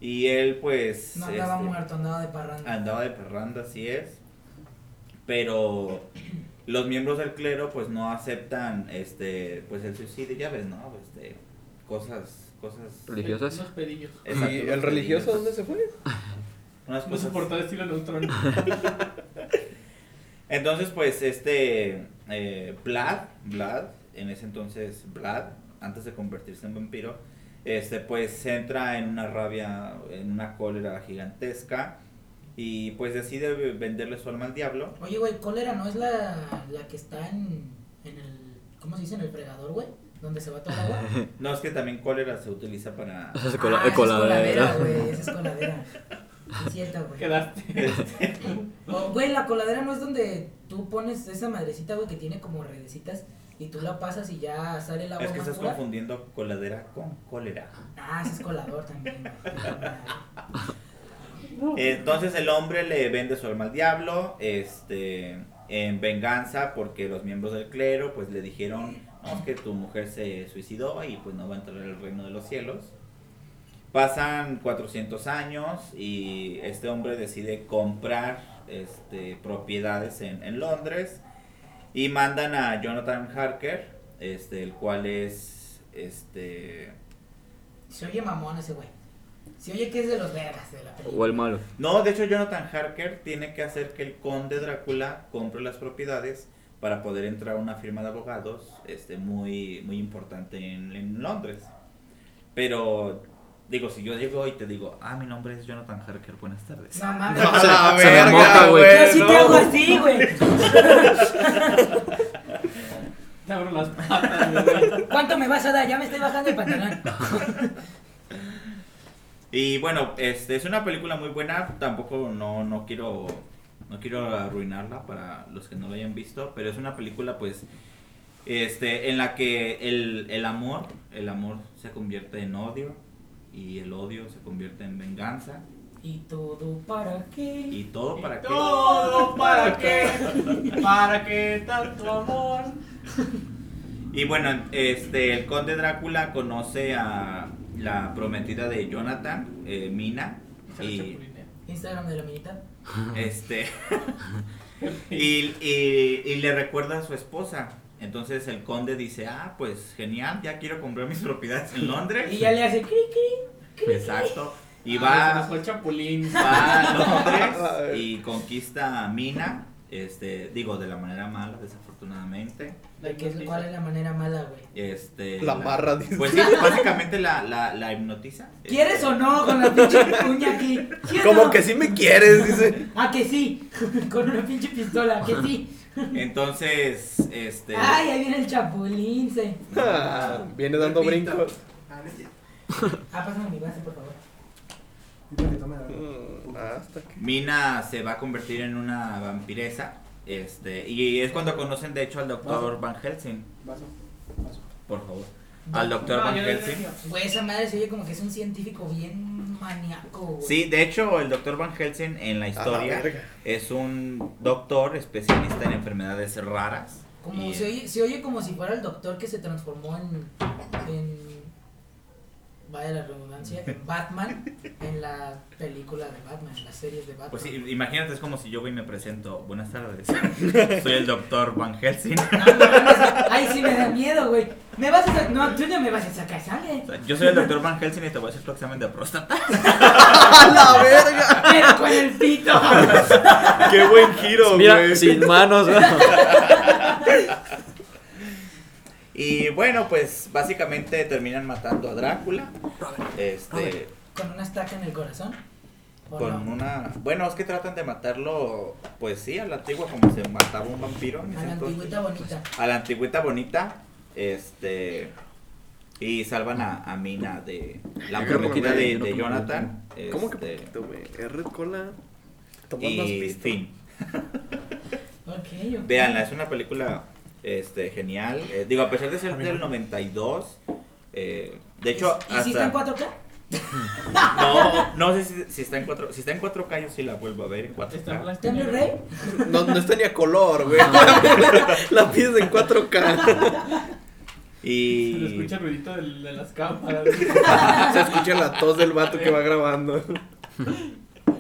S7: y él pues
S1: No andaba
S7: este,
S1: muerto, andaba de parranda.
S7: andaba de parranda, así es. Pero los miembros del clero pues no aceptan este pues el suicidio, ya ves, ¿no? Este, cosas cosas
S4: ¿Religiosas?
S8: Unos pedillos.
S7: Exacto,
S5: ¿Y
S7: los
S5: el religioso
S7: pedillos,
S5: dónde se fue?
S7: unas
S8: No
S7: cosas.
S8: soportó el estilo neutrónico.
S7: Entonces pues este eh, Vlad, Vlad, en ese entonces Vlad, antes de convertirse en vampiro, este, pues entra en una rabia, en una cólera gigantesca y pues decide ve- venderle su alma al diablo.
S1: Oye, güey, cólera no es la, la que está en, en el. ¿Cómo se dice? En el fregador, güey. Donde se va todo el agua.
S7: No, es que también cólera se utiliza para...
S4: Esa es
S1: Ah,
S4: cola-
S1: esa es coladera,
S4: coladera.
S1: güey. Esa es coladera. Es cierto, güey.
S8: Quedaste.
S1: O, Güey, la coladera no es donde tú pones esa madrecita, güey, que tiene como redecitas y tú la pasas y ya sale el agua
S7: Es que
S1: más
S7: estás
S1: pura.
S7: confundiendo coladera con cólera.
S1: Ah, ese es colador también, güey.
S7: Entonces el hombre le vende su alma al diablo, este, en venganza porque los miembros del clero pues le dijeron, no, es que tu mujer se suicidó y pues no va a entrar al reino de los cielos. Pasan 400 años y este hombre decide comprar este, propiedades en, en Londres y mandan a Jonathan Harker, este, el cual es, este,
S1: Se oye mamón ese güey. Se oye que es de los vergas de la película.
S4: O el malo.
S7: No, de hecho Jonathan Harker tiene que hacer que el conde Drácula compre las propiedades para poder entrar a una firma de abogados este, muy, muy importante en, en Londres. Pero, digo, si yo llego y te digo, ah, mi nombre es Jonathan Harker, buenas tardes.
S1: No mames.
S5: A la
S4: Se me
S5: verga,
S4: moca, güey.
S5: güey,
S1: Yo sí te
S5: no.
S1: hago así, güey.
S8: Te abro las patas, güey.
S1: ¿Cuánto me vas a dar? Ya me estoy bajando el pantalón.
S7: Y bueno, este, es una película muy buena, tampoco no, no quiero no quiero arruinarla para los que no lo hayan visto, pero es una película pues este en la que el, el amor, el amor se convierte en odio y el odio se convierte en venganza
S1: ¿Y todo para qué?
S7: y todo para que
S8: Todo para qué. ¿Para qué tanto amor?
S7: Y bueno, este, el conde Drácula conoce a la prometida de Jonathan, eh, Mina,
S8: Se le
S7: y
S8: chapulinea.
S1: Instagram de la minita.
S7: Este. y, y- y le recuerda a su esposa. Entonces el conde dice, ah, pues genial, ya quiero comprar mis propiedades en
S1: Y
S7: Londres.
S1: ya le hace cri cri.
S7: Exacto. Y
S8: Ah, se nos
S7: va,
S8: fue el chapulín.
S7: va a Londres y conquista a Mina. Este, digo, de la manera mala, desafortunadamente.
S1: ¿De qué es- ¿Cuál es la manera mala, güey?
S7: Este,
S5: La amarra, dice.
S7: Pues sí, básicamente la, la, la hipnotiza.
S1: ¿Quieres o no con la pinche cuña aquí? ¿Sí o
S5: Como
S1: no?
S5: que sí me quieres, dice.
S1: Ah, que sí. con una pinche pistola, que sí.
S7: Entonces, este.
S1: Ay, ahí viene el chapulín, se.
S5: Ah, viene dando
S6: Pepito.
S5: brincos.
S6: Ah, no es cierto.
S1: Ah, pásame mi base, por favor.
S6: Dile que tome la-
S5: Mm, hasta aquí.
S7: Mina se va a convertir en una vampiresa. Este, y es cuando conocen de hecho al doctor Van Helsing,
S6: Vaso, vaso.
S7: por favor. Al doctor
S8: No,
S7: Van
S8: yo le
S7: Helsing.
S8: decía.
S1: Güey, esa madre se oye como que es un científico bien maníaco, güey.
S7: Sí, de hecho, el doctor Van Helsing en la
S5: A la
S7: historia
S5: verga.
S7: es un doctor especialista en enfermedades raras.
S1: Como
S7: Y,
S1: se, oye, se oye como si fuera el doctor que se transformó en. en vaya la redundancia, en Batman, en la película de Batman, en las series de Batman.
S7: Pues sí, imagínate, es como si yo voy y me presento. Buenas tardes. Soy el doctor Van Helsing.
S1: No, no, no, ay, sí me da miedo, güey. Me vas a sacar. No, tú no me vas a sacar sangre.
S7: O sea, Yo soy el doctor Van Helsing y te voy a hacer tu examen de próstata.
S5: ¡A la verga!
S1: Pero con el pito.
S5: ¡Qué buen giro,
S4: Mira,
S5: güey!
S4: sin manos.
S7: Y bueno, pues básicamente terminan matando a Drácula. Este.
S1: Con una estaca en el corazón. ¿O
S7: Con
S1: Oh, no?
S7: una. Bueno, es que tratan de matarlo, pues sí, a la antigua, como se mataba un vampiro. en ese
S1: A la
S7: entonces.
S1: antigüita bonita.
S7: A la antigüita bonita. Este. Y salvan a, a Mina de. La
S5: Yo creo que
S7: prometida
S5: me-
S7: de,
S4: yo no
S7: de
S4: tomo
S7: Jonathan.
S5: ¿Cómo que
S7: este,
S5: poquito, güey? R cola. Tomando las
S7: Y
S5: pistas.
S7: fin.
S1: Ok, ok.
S7: Veanla, es una película este, genial. eh, digo, a pesar de ser del 92. eh, de hecho,
S1: ¿Y, y si está en 4K?
S7: No, no sé si, si está en 4K. Si está en 4K, yo sí la vuelvo a ver en 4K.
S8: Está en blanco
S1: ¿Está
S8: y
S1: en
S8: negro.
S1: Blu-ray?
S5: No, no está ni a color, güey.
S6: Ah.
S5: La, la pides en 4K.
S7: Y.
S8: Se le escucha el ruidito del- de las cámaras.
S5: Se escucha la tos del vato que va grabando.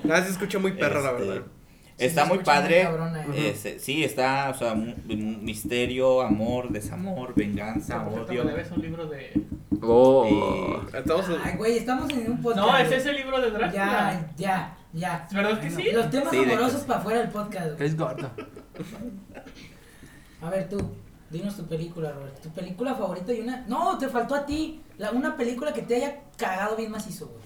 S5: Nada, se escucha muy perra, la
S7: Este,
S5: verdad.
S7: Está
S1: Sí, se escucha
S7: muy
S1: muy
S7: padre.
S1: cabrona, ¿eh?
S7: Este, sí, está, o sea, mu- mu- misterio, amor, desamor, venganza,
S8: Por cierto,
S7: odio.
S8: me debes un libro de.
S4: Oh.
S5: Estamos.
S1: Ay, güey, estamos en un podcast.
S8: No, es
S1: güey.
S8: ese libro de Drácula.
S1: Ya, ya, ya.
S8: ¿Es verdad que sí?
S1: Los temas
S7: Sí, de que
S1: amorosos
S7: sí.
S1: para fuera del podcast, güey.
S6: Es gordo.
S1: A ver, tú, dinos tu película, Robert. Tu película favorita y una. No, te faltó a ti. La, una película que te haya cagado bien macizo, güey.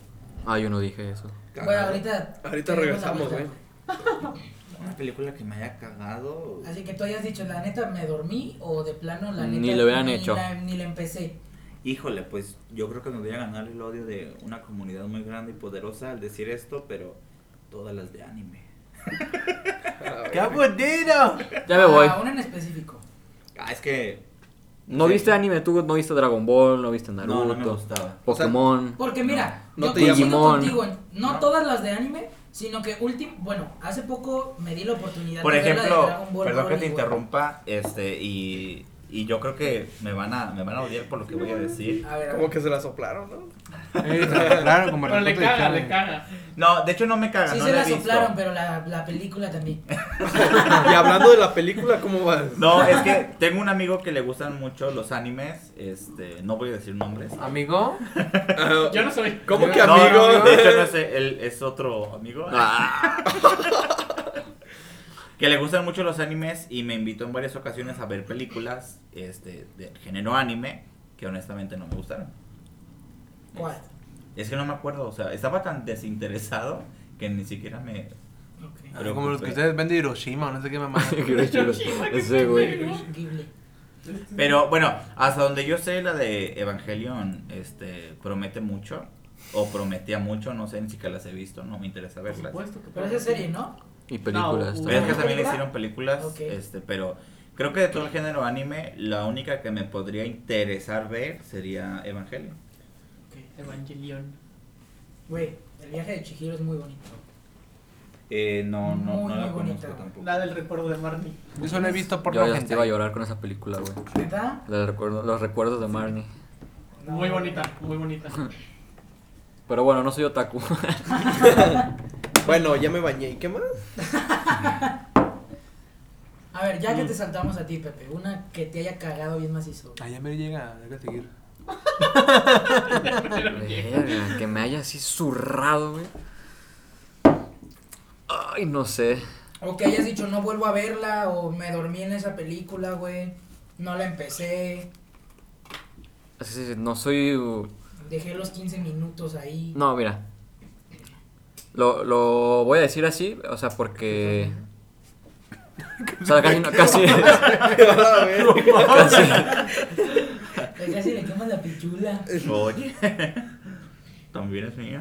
S4: Ah, yo no dije eso.
S1: Bueno, ahorita.
S5: Ahorita
S1: tenemos la
S5: regresamos,
S1: vuelta,
S5: güey.
S7: Una película que me haya cagado.
S1: Así que tú hayas dicho, la neta, me dormí o de plano, la
S4: Ni
S1: neta.
S4: lo hubieran hecho.
S1: La, ni la empecé.
S7: Híjole, pues yo creo que me voy a ganar el odio de una comunidad muy grande y poderosa al decir esto, pero todas las de anime.
S6: ¡Qué bonito!
S4: Ya me voy.
S1: Ah, una en específico.
S7: Ah, es que
S4: No
S7: Sí.
S4: viste anime, tú no viste Dragon Ball, no viste Naruto,
S7: no, no me gustaba.
S4: Pokémon.
S1: Porque mira,
S5: No,
S1: yo
S5: no te
S1: coincido
S4: llama.
S1: contigo, en- no,
S7: No.
S1: todas las de anime, sino que último, bueno, hace poco me di la oportunidad
S7: Por
S1: de ver la de
S7: ejemplo,
S1: Dragon Ball
S7: perdón que te
S1: Broly, güey.
S7: interrumpa, este, y, y yo creo que me van, a, me van a odiar por lo que voy a decir.
S1: A ver, a
S5: Como
S1: ver.
S5: que se la soplaron, ¿no?
S6: claro, como
S3: Pero le
S6: respeto de
S3: caga, le
S6: Chávez.
S3: caga.
S7: No, de hecho no me caga,
S1: Sí
S7: no
S1: se
S7: la
S1: la
S7: he visto.
S1: soplaron, pero la, la película también.
S5: Y hablando de la película, ¿cómo va?
S7: No, es que tengo un amigo que le gustan mucho los animes, este, no voy a decir nombres.
S6: Amigo,
S5: Ah,
S3: Yo no soy.
S5: ¿Cómo que
S7: No,
S5: amigo? Ah.
S7: no, de hecho no es él, es otro amigo. que le gustan mucho los animes y me invitó en varias ocasiones a ver películas este, del género anime que honestamente no me gustaron.
S1: ¿Cuál?
S7: Es que no me acuerdo, o sea, estaba tan desinteresado que ni siquiera me...
S1: Ok.
S7: Pero
S6: como los que
S7: pues,
S6: ustedes ven de Hiroshima, no sé qué mamá.
S4: Ese güey.
S1: Ghibli.
S7: Pero bueno, hasta donde yo sé la de Evangelion este, promete mucho. O prometía mucho, no sé, ni siquiera las he visto, no me interesa
S3: Por
S7: verlas.
S3: supuesto que
S1: Pero esa serie, ¿no?
S4: Y películas.
S3: No,
S7: Pero es
S4: también.
S7: que también le
S1: ¿Película?
S7: hicieron películas,
S1: Ok.
S7: este, pero creo que de todo el género anime, la única que me podría interesar ver sería Evangelion.
S3: Evangelion.
S1: Güey, el viaje de Chihiro es muy bonito.
S7: Eh, no, no,
S1: Muy,
S7: no la
S1: muy
S7: conozco
S1: bonita.
S7: tampoco.
S3: La del recuerdo de Marnie.
S6: Yo solo he visto por
S4: Yo
S6: la
S4: ya te iba a
S6: gente.
S4: llorar con esa película, güey.
S1: ¿Neta?
S4: Los recuerdos, los recuerdos de Marnie.
S1: No.
S3: Muy bonita, muy bonita.
S4: Pero bueno, no soy otaku.
S5: Bueno, ya me bañé. ¿Y qué más?
S1: A ver,
S7: Mm.
S1: ya que te saltamos a ti, Pepe, una que te haya cagado bien macizo.
S6: Allá Ah, me llega, hay que seguir.
S4: Verga, que me haya así zurrado, güey. Ay, no sé.
S1: O que hayas dicho, no vuelvo a verla, o me dormí en esa película, güey. No la empecé,
S4: Es que No soy. uh,
S1: dejé los 15 minutos ahí.
S4: No, mira. Lo, lo voy a decir así, o sea, porque. O sea, casi. no- casi casi-
S1: Ya Casi le quemas la pichula.
S7: Oye, también es mío.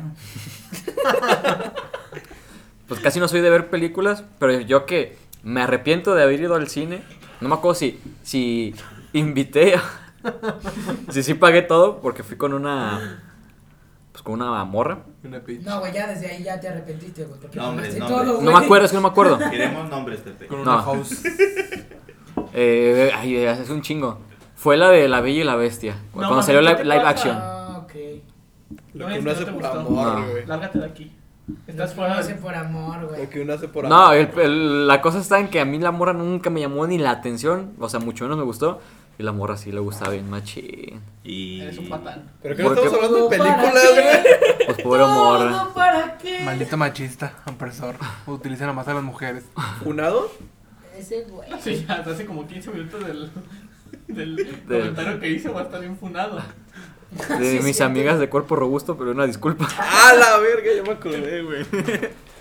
S4: pues casi no soy de ver películas, pero yo que me arrepiento de haber ido al cine. No me acuerdo si, si invité, si sí pagué todo, porque fui con una, pues con una morra.
S6: Una pitch.
S1: No, güey, ya desde ahí ya te arrepentiste, güey. Porque
S7: Nombres,
S1: tomaste
S7: nombres.
S1: todo,
S4: No
S1: güey.
S4: me acuerdo, es que no me acuerdo.
S7: Queremos nombres, Pepe.
S6: Con
S4: No.
S6: una house.
S4: Eh, ay, es un chingo. Fue la de La Bella y la Bestia, cu- cuando salió
S3: ¿qué
S4: li-
S3: te
S4: live
S3: pasa?
S4: action.
S1: Ah, ok.
S3: No, es
S5: Lo que uno
S3: que no
S5: hace
S3: te
S5: por
S3: gustó.
S5: amor,
S4: No.
S5: güey.
S3: Lárgate de aquí.
S1: Lo
S3: Estás
S1: que uno
S3: fuera
S1: hace
S3: de.
S1: por amor, güey.
S5: Lo que uno hace por amor.
S4: No, el- el- la cosa está en que a mí la morra nunca me llamó ni la atención, o sea, mucho menos me gustó. Y la morra sí le gustaba bien machín.
S7: Y...
S3: Eres un patán.
S5: Pero que no
S4: Porque-
S5: estamos hablando de
S1: ¿Para
S5: películas,
S1: qué?
S5: güey.
S4: Pues pobre morra.
S1: ¿Todo para qué?
S6: Maldito machista, opresor. Utiliza nomás a las mujeres.
S5: ¿Funado?
S1: Ese güey.
S3: Sí, hasta hace como 15 minutos del, del,
S4: Del-
S3: comentario que hice va a estar infunado.
S4: De
S1: Sí,
S4: mis
S1: sí,
S4: amigas de cuerpo robusto, pero una disculpa.
S5: ¡A la verga! Yo me acordé, güey.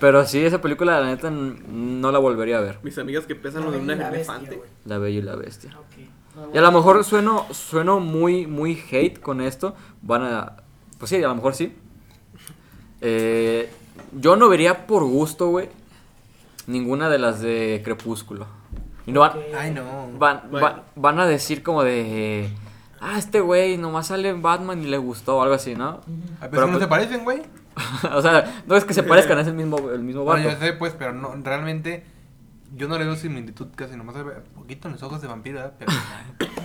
S4: Pero sí, esa película, la neta, n- no la volvería a ver.
S5: Mis amigas que pesan
S1: La
S5: lo de un
S1: Bella y la Bestia,
S5: elefante, güey.
S1: güey.
S4: La Bella y la Bestia.
S1: Ok.
S4: Y a lo mejor sueno, sueno muy, muy hate con esto. Van a. Pues sí, a lo mejor sí. Eh, yo no vería por gusto, güey, ninguna de las de Crepúsculo. Y no van,
S1: Ok.
S6: Ay, no.
S4: van,
S5: Bueno.
S4: van- van a decir como de. Ah, este güey nomás sale en Batman y le gustó o algo así, ¿no?
S1: Ujú.
S6: A
S4: Pero
S6: pesar no
S4: pues-
S6: se parecen, güey.
S4: o sea, no es que se parezcan, es el mismo, el mismo
S6: Bueno,
S4: vato.
S6: ya sé, pues, pero no, realmente yo no le veo similitud casi, nomás se ve poquito en los ojos de vampiro, ¿verdad? Pero,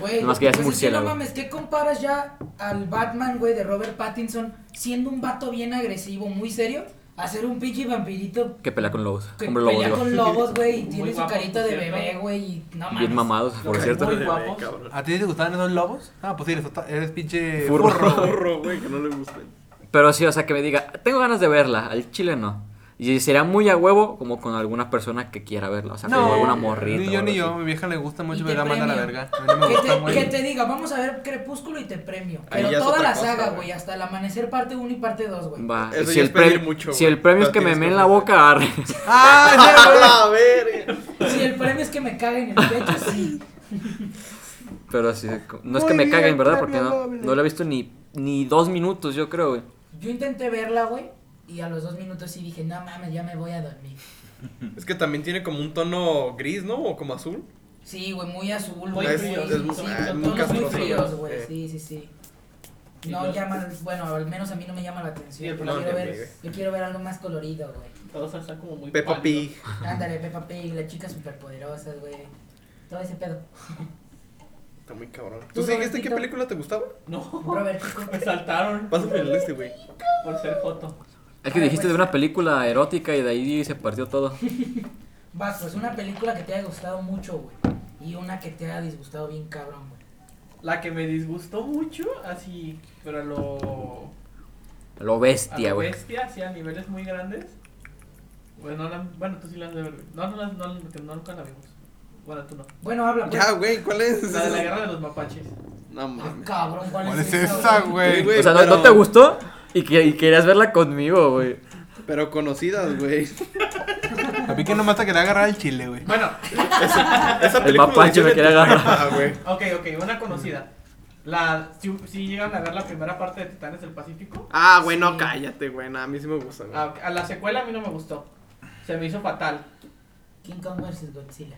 S1: Güey,
S4: Nomás que ya
S1: pues que
S4: es
S1: no
S4: murciélago.
S1: mames, ¿qué comparas ya al Batman, güey, de Robert Pattinson, siendo un vato bien agresivo, muy serio, a ser un pinche vampirito
S4: Que pelea con lobos.
S1: que
S4: Hombre lobo,
S1: pelea
S4: digo.
S1: con lobos, güey, y
S3: Muy
S1: tiene su
S3: guapo,
S1: carita
S3: por
S1: de
S3: cierto.
S1: bebé, güey, y no mames.
S4: Bien mamados, por
S3: Muy
S4: cierto.
S5: Muy
S3: guapos.
S5: cabrón.
S6: ¿A ti te gustaban esos lobos? Ah, pues sí, eres, ota- eres pinche
S4: Furro.
S5: Porro, güey, que no le gusten.
S4: Pero sí, o sea, que me diga, tengo ganas de verla. Al chile no. Y será muy a huevo como con alguna persona que quiera verla, o sea,
S5: No,
S4: como alguna morrita.
S5: Ni
S4: o
S5: yo
S4: algo
S5: ni yo,
S4: así.
S5: mi vieja le gusta
S1: Y
S5: mucho,
S1: te
S5: pero la manda a la
S1: premia.
S5: verga. A mí no me
S1: Que
S5: gusta
S1: te, que
S5: muy.
S1: te diga, vamos a ver Crepúsculo y te premio.
S5: Ahí
S1: Pero
S5: ya es
S1: toda
S5: otra
S1: la
S5: cosa,
S1: saga,
S5: güey.
S1: güey. Hasta el amanecer parte 1 y parte 2, güey.
S4: Va,
S5: Eso
S4: si
S5: ya
S4: el
S5: es pedir
S4: premio,
S5: mucho,
S4: si
S5: güey.
S4: el premio es
S5: Lo
S4: que me
S5: tienes
S4: me
S5: que
S4: en la
S5: ofrecer.
S4: boca, arre.
S5: ¡Ah, la verga!
S1: Si el premio es que me caguen el pecho, sí.
S4: Pero así, no es que me
S5: Muy bien,
S4: caguen, ¿verdad? Porque
S5: premio
S4: no,
S5: Nobel.
S4: no la he visto ni, ni dos minutos, yo creo, güey.
S1: Yo intenté verla, güey. Y a los dos minutos sí dije, no mames, ya me voy a dormir.
S5: Es que también tiene como un tono gris, ¿no? O como azul.
S1: Sí, güey, muy azul,
S3: Muy
S1: güey.
S5: Es-
S1: sí,
S3: frío,
S1: sí,
S5: es-
S1: sí,
S5: ah,
S1: con tonos
S5: muy
S1: muy
S5: castroso,
S1: fríos,
S5: güey.
S1: güey.
S5: Eh.
S1: Sí, sí, sí.
S3: Y
S1: No
S3: luego-
S1: llaman, bueno, al menos a mí no me llama la atención.
S3: el
S1: yo,
S3: problema
S1: quiero
S5: es que
S1: ver, yo quiero ver algo más colorido, güey.
S3: Todos están como muy
S5: Peppa
S3: pálidos.
S5: Pig.
S1: Ándale, Peppa Pig, las chicas superpoderosas, güey. Todo ese pedo.
S5: Está muy cabrón.
S1: ¿Tú,
S5: ¿Tú sí dijiste qué
S1: Robertito?
S5: película te gustaba?
S3: No,
S1: Robertico.
S3: me saltaron
S5: Pásame el este, güey.
S3: por ser joto.
S4: Es que
S1: Ay,
S4: dijiste
S1: pues.
S4: de una película erótica y de ahí se partió todo.
S1: Vas, pues una película que te haya gustado mucho, güey. Y una que te haya disgustado bien cabrón, güey.
S3: La que me disgustó mucho, así, pero a lo,
S4: Lo
S3: a
S4: bestia,
S3: lo
S4: güey.
S3: bestia, así a niveles muy grandes. Bueno, no la- bueno tú sí la has de ver. güey. No, no, la- no, no, no, nunca la vimos. Bueno, tú no.
S1: Bueno, habla, pues.
S5: Ya, güey, ¿cuál es?
S3: La de la guerra de los mapaches.
S5: No
S1: Ah,
S5: mames.
S1: cabrón, ¿cuál,
S2: ¿Cuál es esa, güey?
S5: güey.
S4: O sea, no,
S5: pero-
S4: no te gustó y, que, y querías verla conmigo, güey.
S5: Pero conocidas, güey.
S2: A mí que no mata que le agarrar el chile, güey.
S3: Bueno,
S5: Esa
S4: El mapache me quería agarrar.
S5: Ah, güey.
S3: ok, ok, una conocida. La, si, si llegan a ver la primera parte de Titanes del Pacífico,
S5: Ah, güey, no,
S3: Sí. Ah,
S5: cállate, güey. Nah, a mí sí me gusta, güey.
S3: a, a la secuela a mí no me gustó. Se me hizo fatal.
S1: King Kong vs. Godzilla.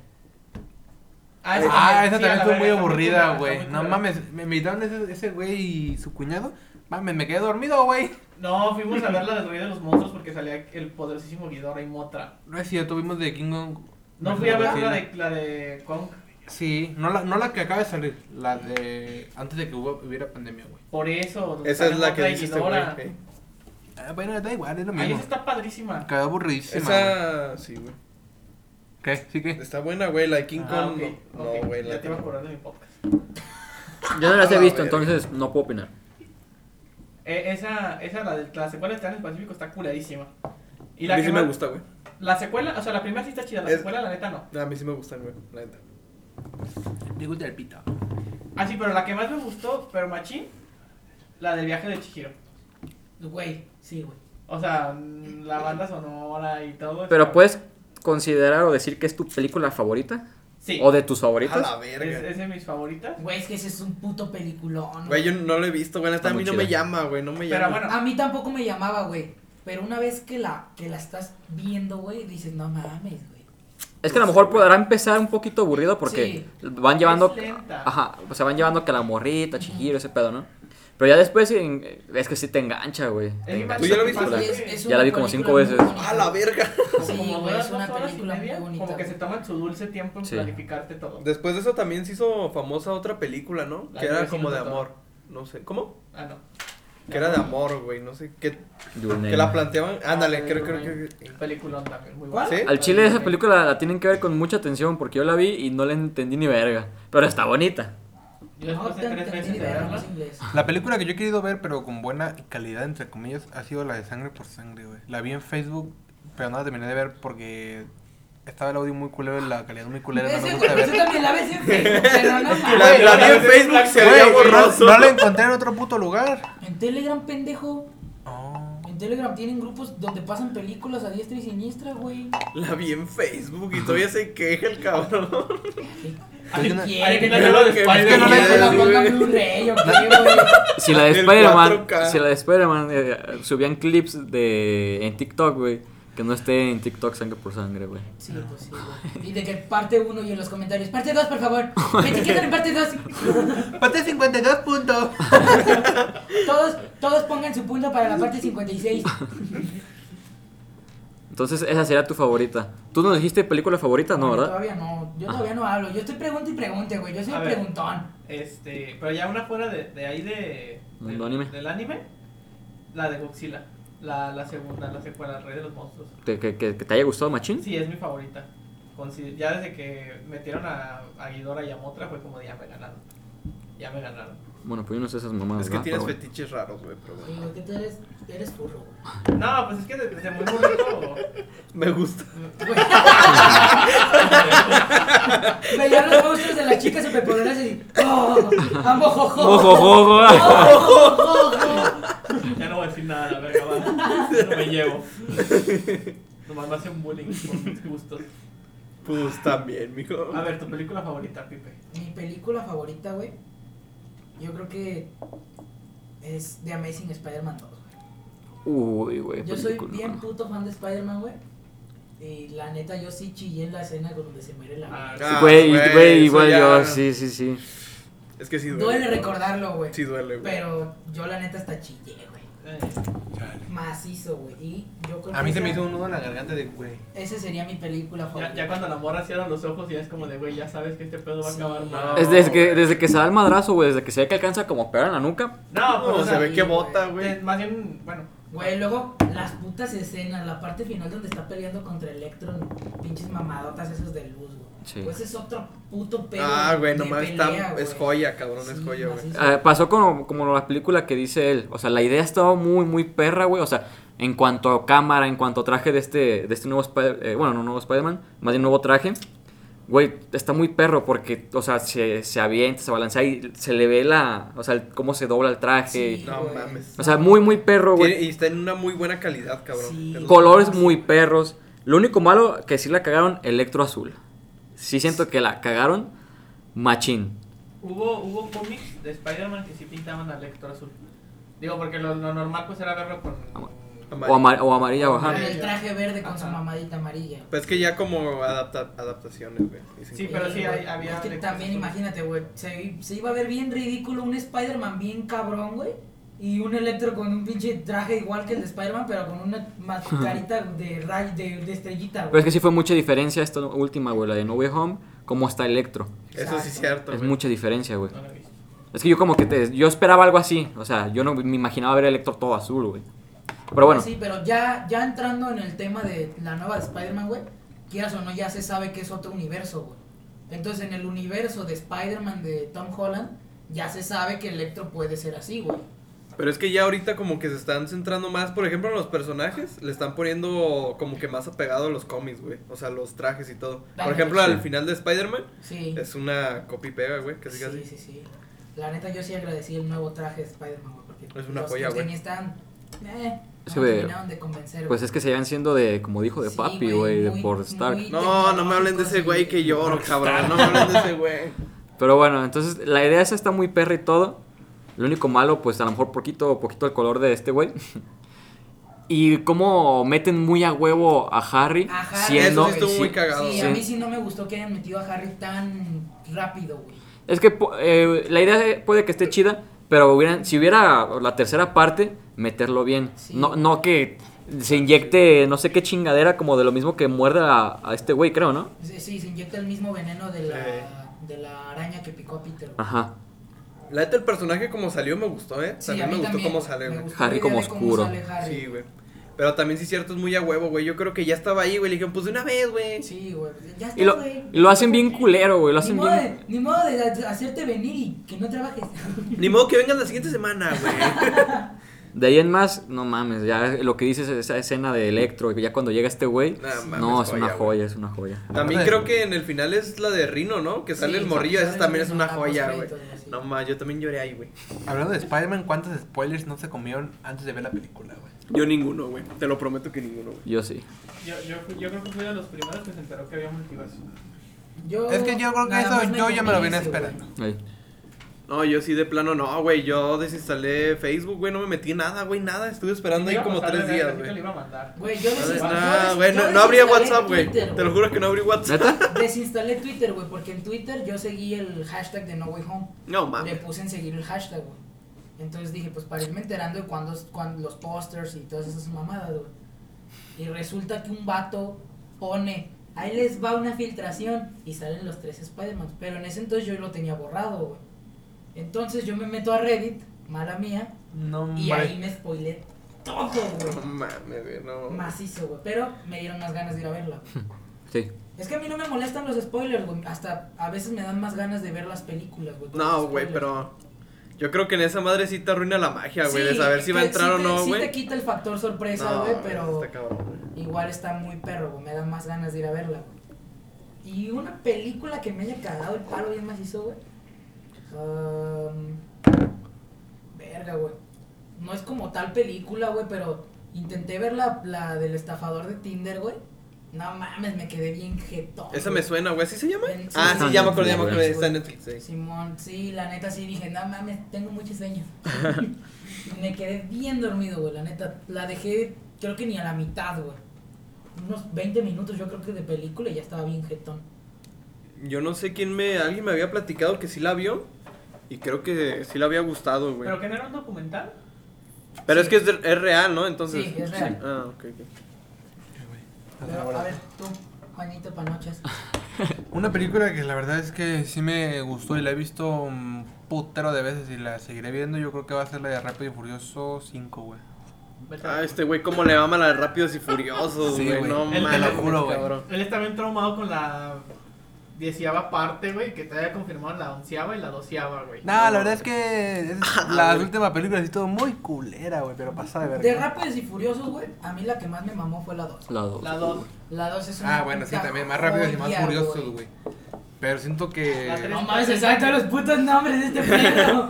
S3: Ah,
S6: Ah,
S3: sí,
S6: esa
S3: a
S6: también
S3: la
S6: estuvo
S3: verga,
S6: muy
S3: está culera,
S6: aburrida,
S3: está muy
S6: güey. No
S3: culera.
S6: mames, me invitaron ese, ese güey y su cuñado. Mames, me quedé dormido, güey.
S3: No, fuimos a ver la del Rey de los Monstruos porque salía el poderosísimo Ghidorah y Motra.
S6: No es cierto, vimos de King Kong.
S3: No fui a ver la de, la de Kong
S6: Sí, no la, no la que acaba de salir, la de antes de que hubo- hubiera pandemia, güey.
S3: por eso. donde
S5: Esa
S3: sale
S5: es la
S3: Mothra
S5: que
S3: y
S5: dice este güey.
S3: Ghidorah.
S5: eh.
S6: Ah, bueno, da igual, es lo
S3: Ay,
S6: mismo.
S3: esa está padrísima.
S6: Quedó aburridísima. güey.
S5: Esa, sí, güey.
S6: ¿Qué? ¿Sí qué?
S5: Está buena, güey, la de King
S3: Ah,
S5: Kong.
S3: ok,
S5: no.
S3: ok,
S5: No, güey,
S3: ya
S5: la
S3: te iba a acordar de mi podcast.
S4: Yo no las
S5: A
S4: he
S5: la
S4: visto,
S5: verga.
S4: entonces no puedo opinar.
S3: Eh, esa, esa, la de la secuela de Titanes del Pacífico está curadísima. Y
S5: A
S3: la
S5: mí
S3: que
S5: sí me
S3: más-
S5: gusta, güey.
S3: La secuela, o sea, la primera sí está chida, la
S5: Es-
S3: secuela la neta no.
S5: A mí sí me gustan, güey, la neta.
S6: Me gusta el pito.
S3: Ah, sí, pero la que más me gustó, pero machín, la del viaje de Chihiro.
S1: Güey, sí, güey.
S3: O sea, mm, la banda sonora y todo.
S4: Pero
S3: está-
S4: puedes considerar o decir que es tu película favorita
S3: Sí.
S4: o de tus
S5: A la
S4: favoritas.
S3: Es,
S5: verga.
S3: es de mis favoritas.
S1: Güey, es que ese es un puto peliculón.
S5: Güey, yo no lo he visto, güey. la
S4: Está
S5: neta, A mí
S4: muy
S5: no me
S4: chida.
S5: llama, güey. No me
S3: Pero
S5: llama.
S3: bueno.
S4: Ah,
S1: A mí tampoco me llamaba, güey. Pero una vez que la, que la estás viendo, güey, dices, no mames, güey.
S4: Es que a lo mejor podrá empezar un poquito aburrido porque
S1: Sí.
S4: van llevando.
S3: Es lenta.
S4: Ajá, o sea, van llevando que la morrita, Chihiro, ese pedo, ¿no? Pero ya después en- es que sí te engancha, güey.
S3: Es
S4: Te engancha
S5: ¿Tú ya
S4: esa
S5: la viste?
S4: película.
S1: Sí, es- es
S4: Ya
S1: una
S4: la vi como
S1: película
S4: cinco
S1: muy
S4: veces.
S1: bonita.
S5: A la verga.
S1: Sí,
S3: como
S1: güey,
S3: duras
S1: es
S3: dos
S1: una
S3: horas y
S1: película muy
S3: media,
S1: bonita.
S3: como que se
S1: güey.
S3: toman su dulce tiempo en
S4: Sí.
S3: planificarte todo.
S5: Después de eso también se hizo famosa otra película, ¿no?
S3: La
S5: que
S3: de
S5: era
S3: Vecino
S5: como de
S3: Totoro.
S5: amor. No sé. ¿Cómo?
S3: Ah, no.
S5: Que era de amor, güey. No sé. Que,
S4: Your Name.
S5: que la planteaban. Ándale,
S3: Ah,
S5: creo, creo
S3: Your
S5: que.
S3: Name. Peliculón también, muy
S1: ¿Cuál?
S3: bueno.
S5: ¿Sí?
S4: Al chile de esa
S3: Sí.
S4: película la tienen que ver con mucha atención porque yo la vi y no la entendí ni verga. Pero está bonita.
S3: Yo después
S1: No te
S3: de tres
S1: entendí
S3: meses
S1: ni
S3: de
S1: verga, no
S3: verla.
S1: es inglés.
S6: La película que yo he querido ver, pero con buena calidad, entre comillas, ha sido la de Sangre por Sangre, güey. La vi en Facebook, pero no la terminé de ver porque estaba el audio muy culero y la calidad muy culera. No me
S1: Ese,
S6: gusta
S1: güey,
S6: ver.
S1: yo también la ves en Facebook, pero no mames.
S5: La, la vi en
S3: Güey,
S5: Facebook, se
S6: Güey,
S5: veía borroso.
S6: no, no la encontré en otro puto lugar.
S1: En Telegram, pendejo.
S6: Oh.
S1: En Telegram tienen grupos donde pasan películas a diestra y siniestra, güey.
S5: La vi en Facebook y todavía se queja el cabrón.
S6: Hay una-
S3: Ahí viene la
S1: que
S3: guerra de
S5: que-
S3: Spider-Man.
S6: que no la-
S1: que la
S5: güey.
S1: pongan Blu-ray o qué, güey.
S4: Si la de
S5: El
S4: Spider-Man,
S5: 4K.
S4: si la de Spider-Man eh, subían clips de en TikTok, güey, que no esté en TikTok sangre por sangre, güey.
S1: Sí, pues sí, güey. Y de que parte uno y en los comentarios, parte dos, por favor. Me etiquetan en parte dos.
S6: Parte 52 puntos.
S1: Todos, todos pongan su punto para la parte 56.
S4: Entonces esa sería tu favorita. Tú nos dijiste película favorita, no, ¿verdad?
S1: Todavía no, yo todavía no hablo. Yo estoy pregunta y pregunte, güey. Yo soy
S3: A ver.
S1: preguntón.
S3: Este, pero ya una fuera de, de ahí de, del-
S4: Mundo anime.
S3: del anime, la de Godzilla, la, la segunda, la secuela, el Rey de los Monstruos.
S4: Te- Que, que- que te haya gustado, machín.
S3: Sí, es mi favorita. Consi- Ya desde que metieron a, a Ghidorah y a Mothra fue como de, ya me ganaron. Ya me ganaron.
S4: Bueno, pues yo no sé esas mamadas.
S5: Es que
S4: ¿verdad?
S5: tienes
S4: Pero
S5: fetiches raros, güey, pero bueno.
S1: Digo, ¿qué tal eres? Eres furro, güey.
S3: No, pues es que desde muy bonito.
S5: Me gusta.
S1: Veía los monstruos de las chicas superpoderosas y. ¡Oh! ¡Amo jojo!
S4: bueno. Ojo, ojo, ojo.
S1: ¡Oh, jojo!
S3: Ya no voy a decir nada, la verga, va. No me llevo. Nomás me hacen bullying por mis gustos.
S5: Pues también, mijo.
S3: A ver, tu película favorita, Pipe.
S1: Mi película favorita, güey. Yo creo que. Es The Amazing Spider-Man 2. güey.
S4: Uy, güey.
S1: Yo soy
S4: película.
S1: bien puto fan de Spider-Man, güey. Y la neta, yo sí chillé en la escena donde se muere la.
S3: Ah,
S5: Ah,
S4: Güey,
S5: güey,
S4: güey,
S5: eso
S4: igual
S5: ya-
S4: yo, sí, sí, sí.
S5: Es que sí duele.
S1: Duele
S5: ¿no?
S1: recordarlo, güey.
S5: Sí duele, güey.
S1: Pero yo la neta hasta chillé, güey.
S3: eh,
S1: Macizo, güey. Y yo creo
S6: A mí
S1: que
S6: se me
S1: esa-
S6: hizo un nudo en la garganta de, güey.
S1: Esa sería mi película
S3: ya,
S1: favorita.
S3: ya cuando la morra cierra los ojos, ya es como de, güey, ya sabes que este pedo va a
S1: Sí.
S3: acabar
S5: No.
S3: mal.
S4: Es desde que, desde que se da el madrazo, güey, desde que se ve que alcanza como a pegar en la nuca.
S3: No, pues
S5: No,
S3: o
S5: se
S3: sea,
S5: ve que
S1: güey.
S5: bota,
S3: te-
S5: güey.
S3: más bien, bueno.
S1: Güey, luego las putas escenas, la parte final donde está peleando contra Electron, pinches mamadotas esos de luz, güey.
S4: Sí.
S1: Pues es otro puto pedo.
S5: Ah, güey,
S1: de
S5: nomás
S1: pelea,
S5: está.
S1: güey.
S5: Es joya, cabrón, es
S1: Sí,
S5: joya, güey.
S1: macizo.
S4: Eh, pasó como, como la película que dice él. O sea, la idea estaba muy, muy perra, güey. O sea, en cuanto a cámara, en cuanto a traje de este, de este nuevo Spider... eh, bueno, no nuevo Spider-Man, más bien nuevo traje. Güey, está muy perro porque, o sea, se, se avienta, se balancea y se le ve la... O sea, el- cómo se dobla el traje.
S1: Sí,
S5: No
S1: güey.
S5: mames.
S4: O sea, muy, muy perro, güey.
S5: Tiene- y está en una muy buena calidad, cabrón.
S1: Sí.
S5: Es lo-
S4: Colores muy perros. Lo único malo que sí la cagaron, Electro Azul. Sí siento que la cagaron, machín.
S3: Hubo, hubo cómics de Spider-Man que sí pintaban al Electro azul. Digo, porque lo, lo normal pues era verlo con...
S4: Ama-
S5: Amar-
S4: O, ama- o amarilla, o
S1: Con
S4: ajá.
S1: el traje verde con su
S3: Ajá.
S1: mamadita amarilla.
S5: Pues es que ya como adapta- adaptaciones, güey. Dicen
S3: Sí,
S5: que-
S3: pero sí, hay-
S1: güey,
S3: había
S1: Eh, Es que
S3: de-
S1: también, imagínate, güey. Se, se iba a ver bien ridículo un Spider-Man bien cabrón, güey. Y un Electro con un pinche traje igual que el de Spider-Man, pero con una mascarita de, ray, de, de estrellita, güey.
S4: Pero es que sí fue mucha diferencia esta última, güey, la de No Way Home, como está Electro.
S5: Eso sí es cierto.
S4: Es
S5: güey.
S4: mucha diferencia, güey.
S3: No lo he visto.
S4: Es que yo como que te, yo esperaba algo así, o sea, yo no me imaginaba ver Electro todo azul, güey. Pero bueno,
S1: Sí, pero ya, ya entrando en el tema de la nueva de Spider-Man, güey, quieras o no, ya se sabe que es otro universo, güey. Entonces, en el universo de Spider-Man de Tom Holland, ya se sabe que Electro puede ser así, güey.
S5: Pero es que ya ahorita como que se están centrando más, por ejemplo, en los personajes, le están poniendo como que más apegado a los cómics, güey. O sea, los trajes y todo. Por
S1: Dale,
S5: ejemplo,
S4: sí.
S5: al final de Spider-Man
S1: Sí.
S5: es una copy pega, güey, casi
S1: sí,
S5: casi.
S1: sí, sí. La neta, yo sí agradecí el nuevo traje de Spider-Man, güey, porque
S5: Es una
S1: los
S5: joya,
S1: que
S5: güey.
S1: tenía estaban, eh,
S4: Es
S1: no
S4: que,
S1: me terminaron de convencer,
S4: pues
S1: güey.
S4: es que se iban siendo de, como dijo, de
S1: Sí,
S4: papi,
S1: güey,
S4: güey, de
S1: muy-
S4: por Stark.
S1: muy-
S5: No, no me hablen de ese güey que lloro, cabrón. No me hablen de ese güey.
S4: Pero bueno, entonces la idea esa está muy perra y todo. Lo único malo, pues a lo mejor poquito, poquito el color de este güey. y cómo meten muy a huevo a Harry,
S1: A Harry,
S4: siendo...
S5: Eso sí estuvo muy cagado.
S1: Sí,
S4: Sí.
S1: a mí sí no me gustó que hayan metido a Harry tan rápido, güey.
S4: Es que po- eh, la idea puede que esté chida, pero hubieran, si hubiera la tercera parte, meterlo bien.
S1: Sí.
S4: No, no que se inyecte no sé qué chingadera como de lo mismo que muerde a, a este güey, creo, ¿no?
S1: Sí, sí, se inyecta el mismo veneno de la, de la araña que picó a Peter. güey.
S4: Ajá.
S5: La neta, el personaje como salió me gustó, eh.
S1: Sí,
S5: También
S1: a
S5: me
S1: mí
S5: gustó
S1: también.
S5: cómo sale,
S1: Me
S5: güey.
S1: gustó
S4: Harry
S1: la idea
S4: como
S1: de cómo
S4: oscuro.
S1: sale Harry.
S5: Sí, güey. Pero también sí es cierto, es muy a huevo, güey. Yo creo que ya estaba ahí, güey. Le dijeron, pues de una vez, güey.
S1: Sí, güey. Ya está,
S4: Y lo,
S1: güey.
S4: y lo hacen bien culero, güey. Lo
S1: ni,
S4: hacen
S1: modo
S4: bien...
S1: de, ni modo de hacerte venir y que no trabajes.
S5: Ni modo que vengan la siguiente semana, güey.
S4: De ahí en más, no mames, ya lo que dices esa escena de Electro, ya cuando llega este güey,
S5: Nah, mames,
S4: no, es una
S5: güey.
S4: joya, es una joya.
S6: Aparte
S5: También
S6: de-
S5: creo que en el final es la de Rino, ¿no? Que sale
S1: Sí,
S5: el morrillo,
S1: sale
S5: esa también es
S1: el
S5: una
S1: Rino,
S5: joya,
S1: los
S5: güey.
S1: créditos, sí.
S5: No más, yo también lloré ahí, güey.
S6: Hablando de Spider-Man, ¿cuántos spoilers no se comieron antes de ver la película, güey?
S5: Yo ninguno, güey. Te lo prometo que ninguno, güey.
S4: Yo sí.
S3: Yo, yo, yo creo que fui de los primeros que se enteró que había multiverso.
S1: Yo,
S6: Es que yo creo que
S1: nada más
S6: eso yo ya me lo vine
S1: convence, güey.
S6: esperando.
S4: Ey.
S5: No, yo sí de plano no, güey. Yo desinstalé Facebook, güey. No me metí en nada, güey. Nada. Estuve esperando ahí
S3: Iba a
S5: como
S3: pasar de
S5: tres
S3: verga,
S5: días,
S3: así que le
S5: güey.
S3: iba a mandar.
S1: Güey, yo
S5: No,
S1: desinst-
S5: nada,
S1: yo
S5: güey,
S1: des-
S5: no,
S1: yo
S5: no abría
S1: desinstalé
S5: WhatsApp, güey.
S1: Twitter,
S5: Te lo juro que no abrí WhatsApp.
S4: ¿Neta?
S1: Desinstalé Twitter, güey, porque en Twitter yo seguí el hashtag de No Way Home.
S5: No,
S1: Le
S5: mames.
S1: puse en seguir el hashtag, güey. Entonces dije, pues para irme enterando de cuándo, cuándo los posters y todas esas mamadas, güey. Y resulta que un vato pone, ahí les va una filtración y salen los tres Spider-Man. Pero en ese entonces yo lo tenía borrado, güey. Entonces yo me meto a Reddit, mala mía,
S6: No,
S1: y ahí
S6: güey.
S1: me spoilé todo, güey.
S5: No mames, güey. No.
S1: Macizo, güey. Pero me dieron más ganas de ir a verla. güey.
S4: Sí.
S1: Es que a mí no me molestan los spoilers, güey. Hasta a veces me dan más ganas de ver las películas, güey. con
S5: No,
S1: los
S5: güey,
S1: spoilers.
S5: pero. Yo creo que en esa madre sí te arruina la magia, güey, de
S1: Sí,
S5: saber si va a
S1: que
S5: entrar
S1: sí
S5: o
S1: te-
S5: no,
S1: Sí
S5: güey.
S1: te quita el factor sorpresa,
S5: No,
S1: güey,
S5: güey,
S1: pero
S5: está cabrón, güey.
S1: igual está muy perro, güey. Me dan más ganas de ir a verla, güey. Y una película que me haya cagado el palo bien macizo, güey. Um, verga, güey. No es como tal película, güey, pero intenté ver la, la del estafador de Tinder, güey. No mames, me quedé bien jetón.
S5: Esa
S1: güey.
S5: me suena, güey, ¿así se llama?
S1: En-
S5: Ah, sí, ya me acordé, ya
S4: Netflix,
S5: me acordé,
S1: güey.
S5: está en Netflix, sí.
S1: Simón, sí, la neta sí dije, no mames, tengo muchos sueños. me quedé bien dormido, güey, la neta. La dejé, creo que ni a la mitad, güey. Unos 20 minutos, yo creo que de película y ya estaba bien jetón.
S5: Yo no sé quién me, alguien me había platicado que sí la vio y creo que sí la había gustado, güey.
S8: ¿Pero
S5: Pero,
S8: que no era un documental?
S5: es que es, de- es real, ¿no? Entonces.
S1: Sí, es real.
S5: Ah, ok, ok.
S1: Pero, a ver, tú, Juanito Panochas.
S6: Una película que la verdad es que sí me gustó y la he visto un putero de veces y la seguiré viendo. Yo creo que va a ser la de Rápido y Furioso 5, güey.
S8: Vete a-
S5: Ah, este güey cómo le ama a las Rápidos y Furiosos,
S6: Sí,
S5: güey,
S6: güey.
S5: no
S8: Te lo
S5: mames,
S6: juro, güey.
S5: cabrón.
S8: Él está bien traumado con la décima parte, güey, que te haya confirmado la onceava y la doceava, güey.
S6: No, la verdad es que es la última película así todo muy culera, güey, pero pasa de verga.
S1: De Rápidos y Furiosos, güey, a mí la que más me mamó fue la 2.
S4: La dos.
S8: La dos.
S1: La 2 es una
S6: Ah, bueno, sí,
S1: puta
S6: también más rápidos y más
S1: joya,
S6: furiosos, güey. Pero siento
S8: La tres.
S6: que...
S1: No mames, se saben todos los putos nombres de este pedo.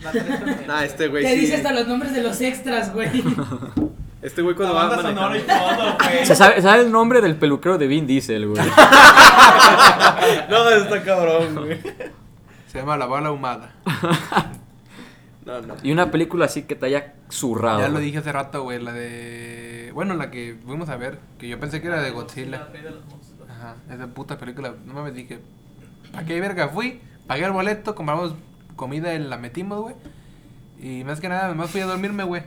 S8: La tres también.
S5: Ah, este güey
S1: Te
S5: sí.
S1: dice hasta los nombres de los extras, güey.
S5: Este güey
S8: La
S5: cuando va
S8: banda sonora y
S5: manejando.
S8: todo, güey.
S4: Se sabe, sabe el nombre del peluquero de Vin Diesel, güey.
S5: No, está cabrón, güey.
S6: Se llama La Bala Humada.
S5: No, no.
S4: Y una película así que te haya zurrado.
S6: Ya lo
S4: güey.
S6: dije hace rato, güey, la de... Bueno, la que fuimos a ver, que yo pensé que era de Godzilla.
S8: Rey de los monstruos.
S6: Ajá, esa puta película, no mames, dije, ¿para qué verga fui? Pagué el boleto, compramos comida y la metimos, güey. Y más que nada, nomás fui a dormirme, güey.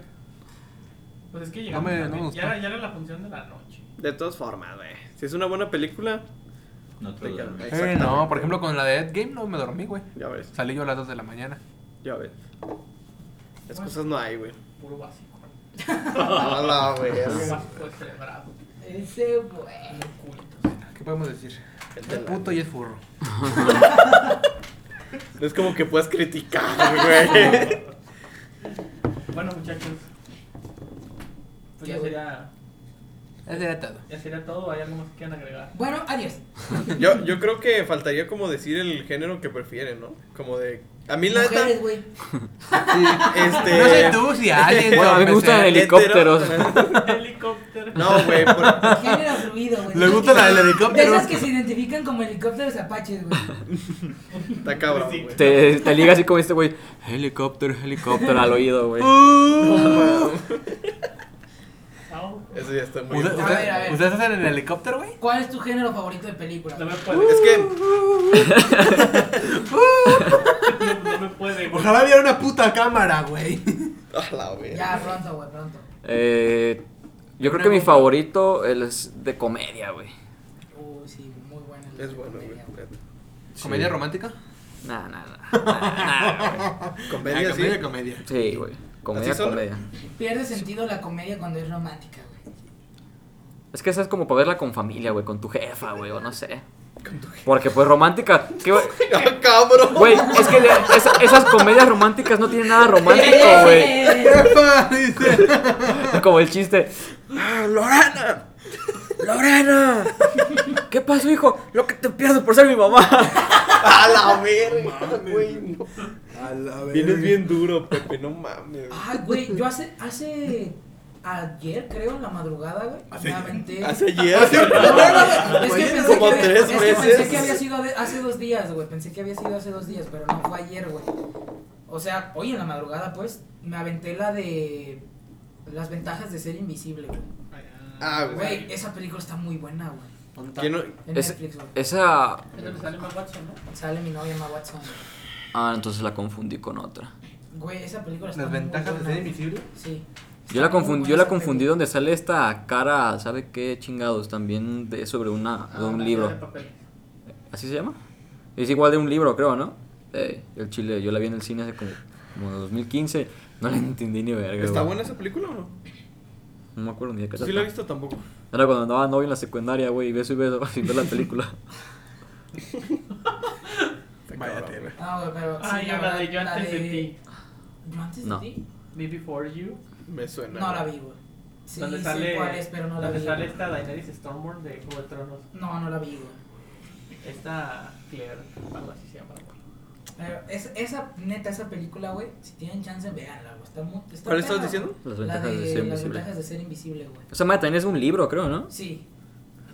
S8: Pues es que
S6: No
S8: llegamos.
S6: me- no me
S8: también.
S6: gustó.
S8: ya, era, ya era la función de la noche.
S5: De todas formas, güey. Si es una buena película,
S7: No te
S5: Te
S7: lo
S5: quedas-
S7: duermes.
S6: Eh,
S5: Exactamente.
S6: no, por ejemplo, con la de Ed Game no me dormí, güey.
S5: ya ves,
S6: Salí yo a las 2 de la mañana.
S5: ya ves. Las cosas no hay, güey.
S8: Puro básico.
S5: Hola, güey.
S8: Puro básico de celebrado.
S1: Ese, güey.
S8: Cultos.
S6: ¿Qué podemos decir?
S5: El de
S6: Es
S5: la-
S6: puto y es furro.
S5: No es como que puedas criticar, güey.
S8: Bueno, muchachos. Pues
S1: Qué
S8: ya
S1: bueno.
S8: sería,
S6: Ese era todo.
S8: ya sería todo. ¿Hay algo más que quieran agregar?
S1: Bueno, adiós.
S5: Yo, yo creo que faltaría como decir el género que prefieren, ¿no? Como de. A mí la neta.
S1: Mujeres, güey.
S5: Este.
S6: No sé tú si alguien.
S4: Bueno, a mí me gustan
S6: el...
S4: helicópteros.
S8: Helicóptero.
S5: No, güey. por-
S1: Género fluido, güey.
S6: Le gusta la del
S1: De
S6: helicóptero.
S1: esas que se identifican como helicópteros apaches, güey.
S5: Está cabrón,
S8: Sí.
S5: güey.
S4: Te, te liga así como este güey. Helicóptero, helicóptero al oído, güey.
S6: Uh.
S8: Au.
S5: Eso ya está muy.
S6: ¿Usted-
S1: A ver, a ver.
S6: usted- ¿Ustedes hacen en el helicóptero, güey?
S1: ¿Cuál es tu género favorito de película?
S8: No me
S1: güey?
S8: puede.
S5: Es que.
S8: No, no me puede. güey.
S6: Ojalá hubiera una puta cámara, güey.
S5: Hola, güey.
S1: Ya, pronto, güey, pronto.
S4: Eh, yo creo que mi favorito es de comedia, güey.
S1: Uy, sí, muy buena. la
S5: Es bueno, güey.
S1: comedia,
S6: ¿Comedia
S4: Sí.
S6: romántica?
S4: Nah, nah, nah, nah, nah, güey.
S5: Comedia,
S6: Ah,
S5: sí.
S6: comedia, comedia.
S4: Sí, güey. Comedia,
S5: ¿Así son?
S4: comedia.
S1: Pierde sentido la comedia cuando es romántica, güey.
S4: Es que esa es como para verla con familia, güey, con tu jefa, güey, o no sé. Porque pues romántica. ¿qué, güey?
S5: Ah, cabrón.
S4: Güey, es que de- esa- esas comedias románticas no tienen nada romántico, güey.
S1: ¡Eh!
S4: Como el chiste. "Ah, Lorena. Lorena. ¿Qué pasó, hijo? Lo que te pierdo por ser mi mamá.
S5: A la verga, güey. no.
S6: A la
S5: Vienes bien duro, Pepe. No mames. güey.
S1: Ay, Ah, güey, yo hace, hace, ayer creo, en la madrugada, güey, me aventé.
S5: Ah, Hace ayer.
S1: No, no, no, es que pensé
S5: como
S1: que había-
S5: tres
S1: es que
S5: meses.
S1: pensé que había sido de- hace dos días, güey. Pensé que había sido hace dos días, pero no fue ayer, güey. O sea, hoy en la madrugada, pues, me aventé la de las ventajas de ser invisible, güey.
S5: Ah, güey.
S1: Güey, esa película está muy buena, güey.
S5: ¿Quién no-
S1: En
S4: Es-
S1: Netflix, güey.
S4: Esa.
S8: Es lo que sale más Watson, ¿no?
S1: Sale mi novia Emma Watson.
S4: Ah, entonces la confundí con otra.
S1: Güey, esa película está
S6: Las
S1: muy
S6: ventajas de
S1: buena,
S6: ser
S1: güey.
S6: invisible.
S1: Sí.
S4: Yo la
S1: Está muy
S4: confundí,
S1: buena
S4: yo la
S1: esa
S4: confundí
S1: película.
S4: donde sale esta cara, ¿sabe qué chingados? También de sobre una
S5: Ah,
S4: de un libro.
S8: De papel.
S4: ¿Así se llama? Es igual de un libro, creo, ¿no? Eh, el chile, yo la vi en el cine hace como, como 2015. No la entendí ni verga.
S5: ¿Está
S4: güey.
S5: buena esa película o no?
S4: No me acuerdo ni de qué
S5: Yo Sí,
S4: trata.
S5: la he visto tampoco.
S4: Era cuando andaba novio en la secundaria, güey, y beso y beso, sin ver la película.
S5: Está cabrón, güey.
S1: No, güey, pero.
S8: Ah,
S1: sí,
S8: yo Ah, la de yo
S1: verdad,
S8: antes de
S1: de-
S8: ti.
S1: ¿Yo antes de
S4: No.
S1: ti?
S8: Me Before You.
S5: Me suena.
S1: No la vi, güey. Sí,
S8: donde
S1: sé
S8: sale,
S1: cuál es, pero no la
S8: donde
S1: vi.
S8: sale esta Daenerys Stormborn de Juego de Tronos.
S1: No, no la vi, güey.
S8: Esta Claire, algo así se llama.
S1: Pero es- esa, neta, esa película, güey, si tienen chance, véanla, güey. Está muy, está
S5: ¿Cuál estás
S1: perra,
S5: diciendo?
S4: Las
S1: güey. La
S4: ventajas de ser
S1: Las
S4: invisible.
S1: ventajas de ser invisible, güey.
S4: O sea, madre, también es un libro, creo, ¿no?
S1: Sí,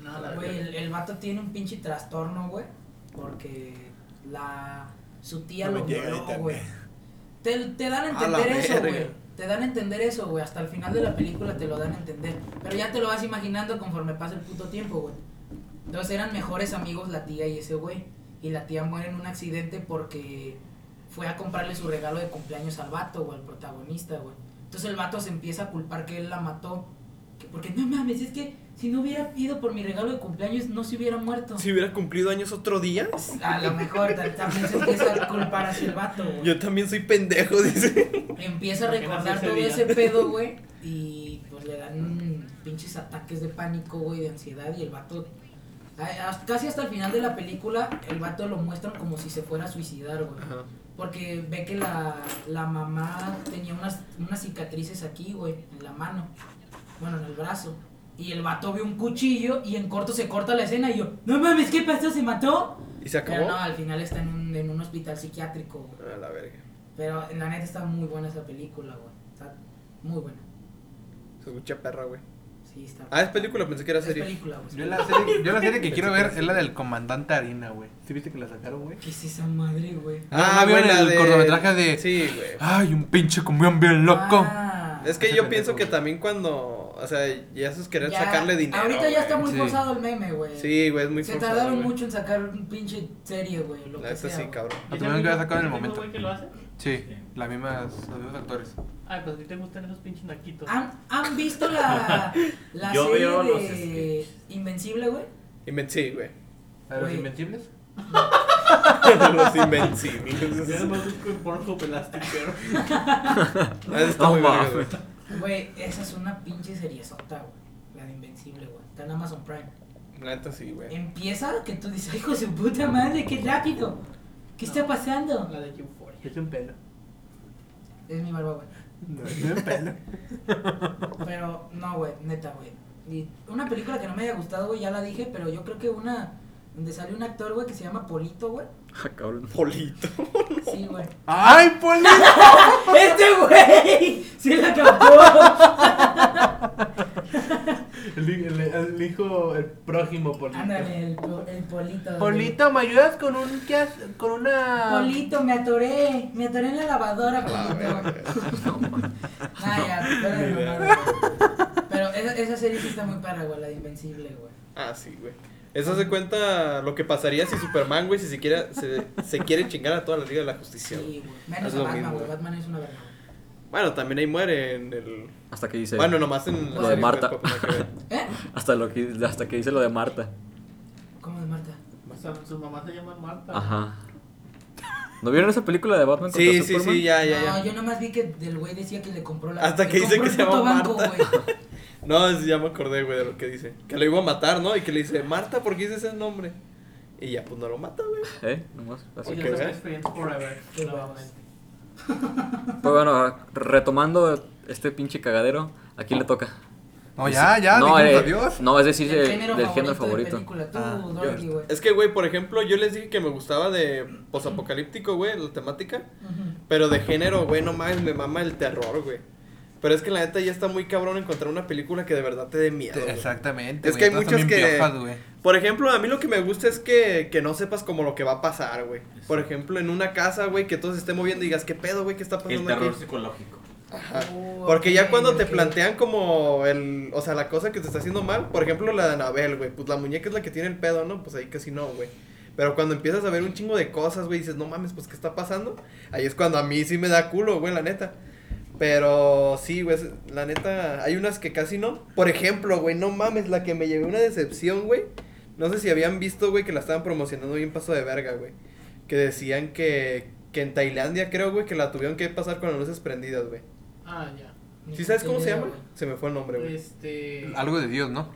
S8: No, la
S1: Güey,
S8: verdad.
S1: el, el vato tiene un pinche trastorno, güey. Porque la. Su tía
S9: No me
S1: lo
S9: llega
S1: violó,
S9: ahorita,
S1: güey. Te, te dan a
S5: A la
S1: entender eso,
S5: verga.
S1: güey. Te dan a entender eso, güey. Hasta el final de la película te lo dan a entender. Pero ya te lo vas imaginando conforme pasa el puto tiempo, güey. Entonces eran mejores amigos la tía y ese güey. Y la tía muere en un accidente porque fue a comprarle su regalo de cumpleaños al vato, güey, al protagonista, güey. Entonces el vato se empieza a culpar que él la mató. que porque no mames, es que si no hubiera ido por mi regalo de cumpleaños, no se hubiera muerto.
S5: Si hubiera cumplido años otro día,
S1: A lo mejor ta- también se empieza a culpar así el vato, güey.
S5: yo también soy pendejo, dice.
S1: Empieza a
S8: Porque nació
S1: recordar
S8: ese
S1: todo
S8: día.
S1: ese pedo, güey. Y pues le dan mm, pinches ataques de pánico, güey, de ansiedad. Y el vato, a- a- casi hasta el final de la película, el vato lo muestran como si se fuera a suicidar, güey.
S5: Ajá.
S1: Porque ve que la, la mamá tenía unas, unas cicatrices aquí, güey, en la mano. Bueno, en el brazo. Y el vato ve un cuchillo y en corto se corta la escena. Y yo, no mames, ¿qué pasó? ¿Se mató?
S5: Y se
S1: Pero
S5: acabó.
S1: no, al final está en un, en un hospital psiquiátrico. güey.
S5: A la verga.
S1: Pero en la neta está muy buena esa película, güey. Está muy buena.
S5: Se escucha perra, güey.
S1: Sí, está.
S5: Ah, es película, pensé que era
S1: Es
S5: serie.
S1: película, güey.
S6: Yo la serie, yo la serie que quiero ver es la del comandante Harina, güey. ¿Sí viste que la sacaron, güey?
S1: ¿Qué es esa madre, güey?
S6: Ah,
S5: güey,
S6: vieron
S5: la
S6: el
S5: de-
S6: cortometraje de-
S5: Sí, güey.
S6: Ay, un pinche camión bien loco.
S1: Ah.
S5: Es que
S6: Ese
S5: yo
S6: pendejo,
S5: pienso que
S6: güey.
S5: también cuando. O sea, ya eso es querer
S1: Ya-
S5: sacarle dinero.
S1: Ahorita ya está muy
S6: Sí.
S1: forzado el meme, güey.
S5: Sí, güey, es muy
S1: Se
S5: forzado,
S1: tardaron
S5: güey.
S1: mucho en sacar un pinche serie, güey. Lo
S5: La
S1: que sea,
S5: neta sí,
S1: güey.
S5: cabrón.
S6: Ah,
S8: ¿Es
S6: tuvieron
S8: el
S6: que haber
S8: mismo-
S6: sacado en el
S8: es mismo
S6: momento.
S8: güey que lo hace?
S6: Sí, las mismas, los mismos actores.
S8: Ay, pues a ti te gustan esos pinches naquitos.
S1: ¿Han, han visto la, la
S7: Yo
S1: serie
S7: veo los
S1: de Invencible, güey?
S5: Inven- Sí, güey.
S6: ¿A los
S1: Güey.
S6: Invencibles?
S5: Los
S8: Yo
S5: invencibles.
S8: nomás busco en Pornhub Elasticero.
S5: Ah, está muy
S4: No
S5: verga,
S4: mames.
S5: güey.
S1: Güey, esa es una pinche seriezota, güey. La de Invencible, güey. Está en Amazon Prime.
S5: La neta sí, güey.
S1: Empieza que tú dices, hijo de su puta madre, qué rápido. ¿Qué está pasando?
S8: La de Euphoria.
S6: Es un pelo.
S1: Es mi barba, güey.
S6: No, es un pelo.
S1: Pero no, güey, neta, güey. Y una película que no me haya gustado, güey, ya la dije, pero yo creo que una donde sale un actor, güey, que se llama Polito, güey.
S4: Ah, cabrón.
S5: Polito.
S1: Sí, güey.
S6: ¡Ay, poli!
S1: ¡Este güey! ¡Se la capó!
S6: El, el- el hijo, el prójimo polito.
S1: Ándale, el, po- el Polito. güey.
S6: Polito, ¿me ayudas con un qué has- con una.
S1: Polito, me atoré. Me atoré en la lavadora, Polito. güey. Ah, ya, fuera de mamada, güey. Pero esa, esa serie sí está muy para, güey, la de Invencible, güey.
S5: Ah, sí, güey. Eso se cuenta lo que pasaría si Superman, güey, si se quiere, se, se quiere chingar a toda la Liga de la Justicia. güey.
S1: Sí, güey. Menos
S5: Es
S1: a
S5: lo
S1: Batman,
S5: mismo,
S1: güey.
S5: güey.
S1: Batman es una verga. güey.
S5: Bueno, también ahí muere en el.
S4: Hasta que dice.
S5: Bueno, nomás
S1: Lo
S5: en la
S1: de
S5: serie,
S4: Marta.
S5: pues, nada que ver.
S1: ¿Eh?
S4: hasta, lo que, hasta que dice lo de Marta.
S1: ¿Cómo de Marta?
S8: O sea, sus mamás se llaman
S5: Ah.
S8: Marta.
S4: Ajá. ¿No vieron esa película de Batman
S5: Sí,
S4: contra
S5: sí,
S4: Superman?
S5: sí, ya, ya, ya.
S1: No, yo nomás vi que del güey decía que le compró la.
S5: Hasta
S1: le
S5: que dice
S1: compró
S5: que
S1: el
S5: se
S1: puto
S5: llama
S1: banco,
S5: Marta.
S1: güey.
S5: No, sí, ya me acordé, güey, de lo que dice. Que lo iba a matar, ¿no? Y que le dice, Marta, ¿por qué dices ese nombre? Y ya, pues no lo mata, güey.
S4: ¿Eh? Nomás, así.
S8: Y
S5: Ok,
S8: ya son
S5: ¿eh?
S8: mis friends forever.
S1: Qué
S8: nuevamente.
S4: Pues bueno, retomando este pinche cagadero, ¿a quién le toca?
S6: No, ya, ya,
S4: no,
S6: dijimos
S4: eh,
S6: adiós.
S4: no, es decir,
S1: Del
S4: eh, del género
S1: De
S4: favorito.
S1: película. Tú,
S6: Ah,
S1: Dorothy, güey.
S5: Es que, güey, por ejemplo, yo les dije que me gustaba de posapocalíptico, güey, la temática.
S1: Ujú.
S5: Pero de género, güey, no mames, me mama el terror, güey. Pero es que la neta ya está muy cabrón encontrar una película que de verdad te dé miedo. güey.
S6: Exactamente.
S5: Es
S6: güey,
S5: que hay
S6: todas
S5: muchas
S6: son bien
S5: que-
S6: piojas, güey.
S5: Por ejemplo, a mí lo que me gusta es que, que no sepas como lo que va a pasar, güey. Por ejemplo, en una casa, güey, que todo se esté moviendo y digas, ¿qué pedo, güey? ¿Qué está
S7: El
S5: pasando aquí?
S7: terror psicológico.
S5: Ajá.
S1: Oh,
S5: Porque
S1: ok,
S5: ya cuando te
S1: ok.
S5: plantean como el, o sea, la cosa que te está haciendo mal, por ejemplo, la de Anabel, güey, pues la muñeca es la que tiene el pedo, ¿no? Pues ahí casi no, güey. Pero cuando empiezas a ver un chingo de cosas, güey, dices, no mames, pues, ¿qué está pasando? Ahí es cuando a mí sí me da culo, güey, la neta. Pero sí, güey, es- la neta, hay unas que casi no. Por ejemplo, güey, no mames, la que me llevé una decepción, güey. No sé si habían visto, güey, que la estaban promocionando bien paso de verga, güey. Que decían que, que en Tailandia, creo, güey, que la tuvieron que pasar con las luces prendidas, güey.
S8: Ah, ya.
S5: ¿Sí sabes cómo se
S1: Ni
S5: llama?
S1: idea, güey.
S5: Se me fue el nombre, güey.
S8: Este.
S6: Algo de Dios, ¿no?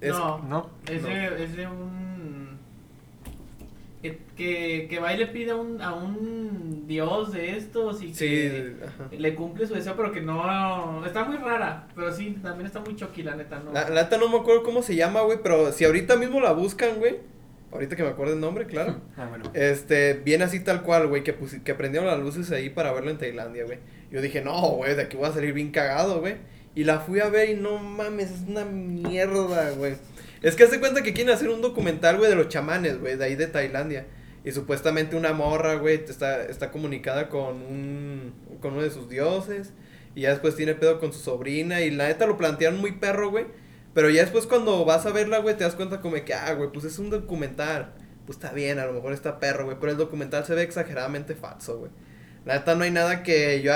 S5: Es-
S8: No,
S6: ¿No?
S8: Es,
S5: No.
S8: De, es de un.
S3: que, que, que va y le pide a un, a un dios de estos y que
S5: Sí, ajá.
S3: le cumple su deseo, pero que no... Está muy rara, pero sí, también está muy choqui, la neta, ¿no?
S5: La la neta no me acuerdo cómo se llama, güey, pero si ahorita mismo la buscan, güey. Ahorita que me acuerdo el nombre, claro.
S6: Ah, bueno.
S5: Este, viene así tal cual, güey, que, pusi- que prendieron las luces ahí para verlo en Tailandia, güey. Yo dije, no, güey, de aquí voy a salir bien cagado, güey. Y la fui a ver y no mames, es una mierda, güey. Es que hace cuenta que quieren hacer un documental, güey, de los chamanes, güey, de ahí de Tailandia. Y supuestamente una morra, güey, te está, está comunicada con, un, con uno de sus dioses. Y ya después tiene pedo con su sobrina. Y la neta lo plantearon muy perro, güey. Pero ya después cuando vas a verla, güey, te das cuenta como de que, ah, güey, pues es un documental. Pues está bien, a lo mejor está perro, güey. Pero el documental se ve exageradamente falso, güey. La neta no hay nada que yo...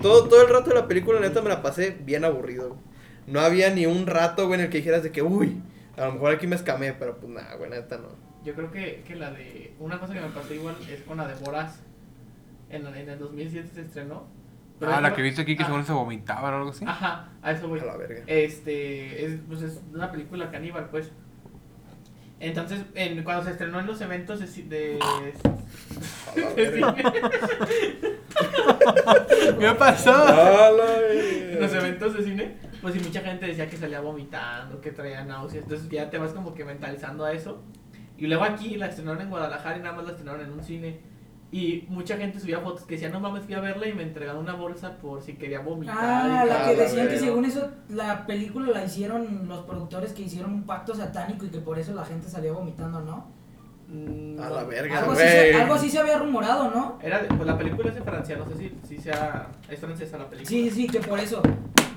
S5: Todo, todo el rato de la película, la neta, me la pasé bien aburrido, güey. No había ni un rato, güey, en el que dijeras de que, uy, a lo mejor aquí me escamé, pero pues nada, güey, la neta no.
S3: Yo creo que, que la de. Una cosa que me pasó igual es con la de Boraz. En, en el 2007 se estrenó. pero
S6: Ah,
S3: es
S6: la
S3: igual-
S6: que viste aquí que
S3: ah,
S6: según se vomitaban o algo así.
S3: Ajá, a eso voy.
S5: A la verga.
S3: Este, es, pues es una película caníbal, pues. Entonces, en, cuando se estrenó en los eventos de. ci- de-
S5: A la verga.
S3: ¿Qué pasó?
S5: A la
S3: En los
S5: verga.
S3: eventos de cine, pues sí, mucha gente decía que salía vomitando, que traía náuseas. Entonces ya te vas como que mentalizando a eso. Y luego aquí la estrenaron en Guadalajara y nada más la estrenaron en un cine. Y mucha gente subía fotos que decía, no mames, fui a verla y me entregaron una bolsa por si quería vomitar.
S1: Ah,
S3: y
S1: la
S5: Ah,
S1: que
S5: la
S1: decían que
S5: veo.
S1: según eso la película la hicieron los productores que hicieron un pacto satánico y que por eso la gente salía vomitando, ¿no?
S3: Mm,
S5: A
S3: no.
S5: la verga,
S1: Algo así,
S5: güey.
S1: se, algo así se había rumorado, ¿no?
S3: Era de- pues la película es de Francia, no sé si, si sea... Es francesa la película.
S1: Sí, sí, que por eso.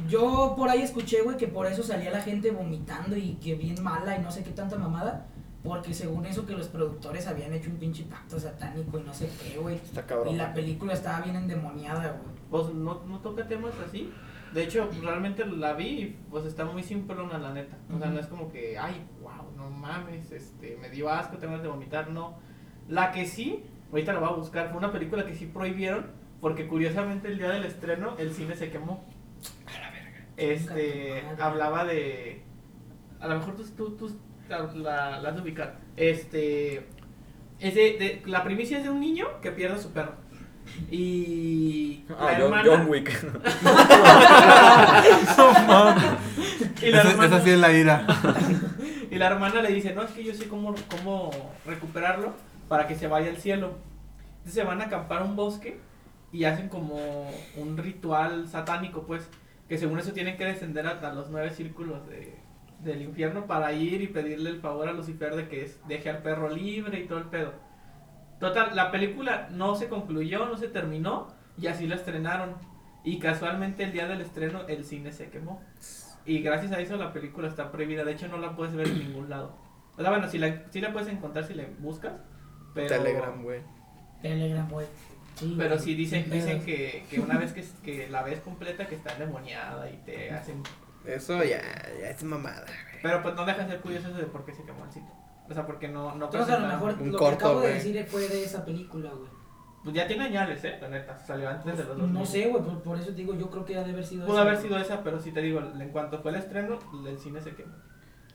S1: Yo por ahí escuché, güey, que por eso salía la gente vomitando y que bien mala y no sé qué tanta mamada. Porque según eso que los productores habían hecho un pinche pacto satánico y no sé qué, güey.
S5: Está
S1: Y
S5: cabrón.
S1: la película estaba bien endemoniada, güey.
S3: Pues no, no toca temas así. De hecho, realmente la vi y pues está muy simplona, la neta. O sea,
S1: Ujú.
S3: no es como que, ay, wow, no mames, este, me dio asco, tengo ganas de vomitar, no. La que sí, ahorita la voy a buscar, fue una película que sí prohibieron porque curiosamente el día del estreno el cine se quemó. Este,
S1: Chinga tu madre.
S3: hablaba de... A lo mejor tú, tú, tú la, la- la has de ubicar. Este, es de, de- la primicia es de un niño que pierde a su perro. Y la
S4: Ah, John,
S3: hermana-
S4: John Wick.
S3: Y la,
S6: Esa,
S3: hermana,
S6: esa sí es la ira.
S3: y la hermana le dice, no, es que yo sé cómo, cómo recuperarlo para que se vaya al cielo. Entonces se van a acampar a un bosque y hacen como un ritual satánico, pues, que según eso tienen que descender hasta los nueve círculos de- del infierno para ir y pedirle el favor a Lucifer de que es- deje al perro libre y todo el pedo. Total, la película no se concluyó, no se terminó y así la estrenaron. Y casualmente el día del estreno el cine se quemó. Y gracias a eso la película está prohibida. De hecho, no la puedes ver en ningún lado. O sea, bueno, si la, sí la puedes encontrar si le buscas. Pero,
S5: Telegram, güey.
S1: Telegram, güey. Sí,
S3: Pero
S1: güey,
S3: sí dicen,
S1: sin pedos.
S3: dicen que, que una vez que, que la ves completa que está endemoniada y te hacen...
S5: Eso ya, ya es mamada, güey.
S3: Pero pues no deja de ser curioso de por qué se quemó el sitio. O sea, porque no... no
S1: Entonces Pues a lo
S3: presentaron-
S1: mejor
S5: Un
S1: lo
S5: corto,
S1: que acabo
S5: güey.
S1: de decir fue de esa película, güey.
S3: Pues ya tiene añales, ¿eh? La neta. Salió antes de los dos.
S1: No sé, güey, por, por eso te digo, yo creo que ha de haber sido
S3: Pudo
S1: esa,
S3: haber
S1: güey.
S3: sido esa, pero sí te digo, en cuanto fue el estreno, el cine se quemó.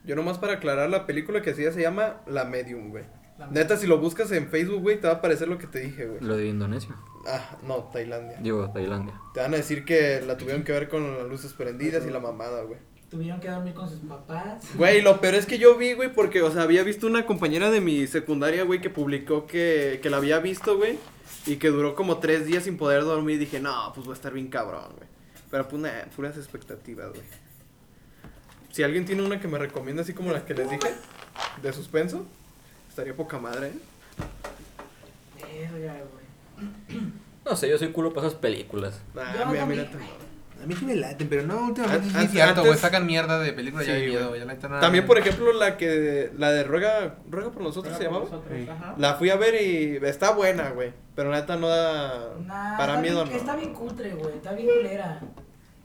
S5: Yo nomás para aclarar, la película que hacía se llama La Medium, güey.
S3: La
S5: Neta, si lo buscas en Facebook, güey, te va a aparecer lo que te dije, güey.
S4: Lo de Indonesia.
S5: Ah, no, Tailandia.
S4: Digo, Tailandia.
S5: Te van a decir que la tuvieron que ver con las luces prendidas y la mamada, güey.
S1: Tuvieron que dormir con sus papás.
S5: Güey, lo peor es que yo vi, güey, porque, o sea, había visto una compañera de mi secundaria, güey, que publicó que, que la había visto, güey, y que duró como tres días sin poder dormir. Y dije, no, pues va a estar bien cabrón, güey. Pero pues, nah, puras expectativas, güey. Si alguien tiene una que me recomienda, así como las que les dije, de suspenso, estaría poca madre, ¿eh?
S1: Verga, güey.
S4: No sé, yo soy culo para esas películas.
S5: Nah,
S1: Yo
S5: Ah, mira,
S1: también,
S5: mira,
S1: güey.
S6: A mí sí me laten, pero no, últimamente
S5: An-
S6: sí
S5: an-
S6: es cierto, güey.
S5: antes-
S6: Sacan mierda de películas ya
S5: Sí,
S6: de miedo,
S5: güey.
S6: ya la neta nada.
S5: También, por ejemplo, la que, la de Ruega, Ruega por nosotros
S3: Era
S5: se
S3: por
S5: llamaba.
S3: nosotros,
S6: Sí.
S3: ajá.
S5: La fui a ver y está buena, güey. Pero la neta no da.
S1: Nah,
S5: para
S1: está
S5: miedo
S1: bien,
S5: no.
S1: Está bien cutre, güey, está bien culera.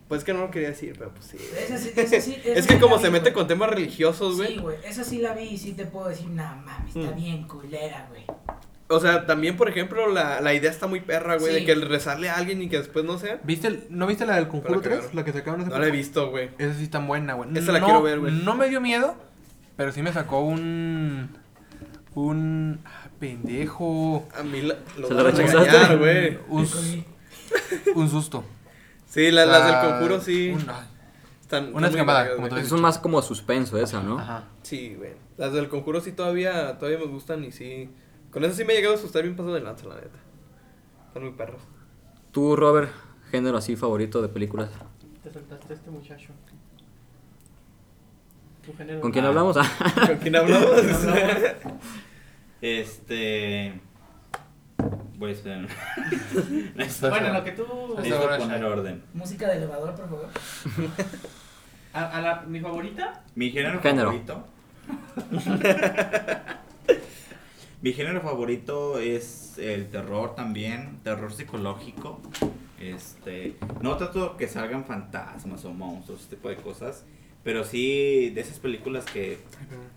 S5: Pues que no lo quería decir, pero pues sí.
S1: Esa sí- esa sí- esa
S5: es
S1: sí
S5: que
S1: la
S5: como
S1: vi,
S5: se mete
S1: güey.
S5: con temas religiosos, güey.
S1: Sí, güey, esa sí la vi y sí te puedo decir, nah, mames, está
S5: Mm.
S1: bien culera, güey.
S5: O sea, también, por ejemplo, la, la idea está muy perra, güey,
S1: Sí.
S5: de que el rezarle a alguien y que después no sea.
S6: ¿Viste el- ¿No viste la del Conjuro
S5: Pero la
S6: 3?
S5: cagaron.
S6: La que sacaron hace
S5: No la he
S6: poco.
S5: visto, güey.
S6: Esa sí está buena, güey.
S5: Esa la
S6: No-
S5: quiero ver, güey.
S6: No me dio miedo, pero sí me sacó un. Un. ah, Pendejo.
S5: A mí la- lo
S4: Se
S5: van
S4: la
S5: a
S4: rechazaste.
S5: regañar, güey.
S6: Un, s- un susto.
S5: Sí, las, las del
S6: Ah,
S5: conjuro sí.
S6: un- ay,
S5: están,
S6: una
S5: están muy
S6: escamada,
S5: vergas,
S6: como
S5: güey.
S6: tú
S4: Son más como suspenso esa, ¿no?
S6: Ajá.
S5: Sí, güey. Las del conjuro sí todavía, todavía me gustan y sí. Con eso sí me he llegado a asustar bien pasado de lanza, la neta. Están muy perros.
S4: Tú, Robert, género así favorito de películas.
S3: Te saltaste a este muchacho. Tu género. Ah.
S4: ¿Con
S6: Ah.
S4: quién hablamos? Ah,
S5: ¿Con quién hablamos?
S7: Este. Pues. eh, necesito
S3: Bueno, lo que tú.
S6: Ahí está,
S7: poner
S6: bueno,
S7: orden.
S1: Música de elevador, por favor.
S3: A, a la, mi favorita.
S7: Mi género,
S4: Género.
S7: favorito. Mi género favorito es el terror también, terror psicológico. Este, no tanto que salgan fantasmas o monstruos, ese tipo de cosas, pero sí de esas películas que,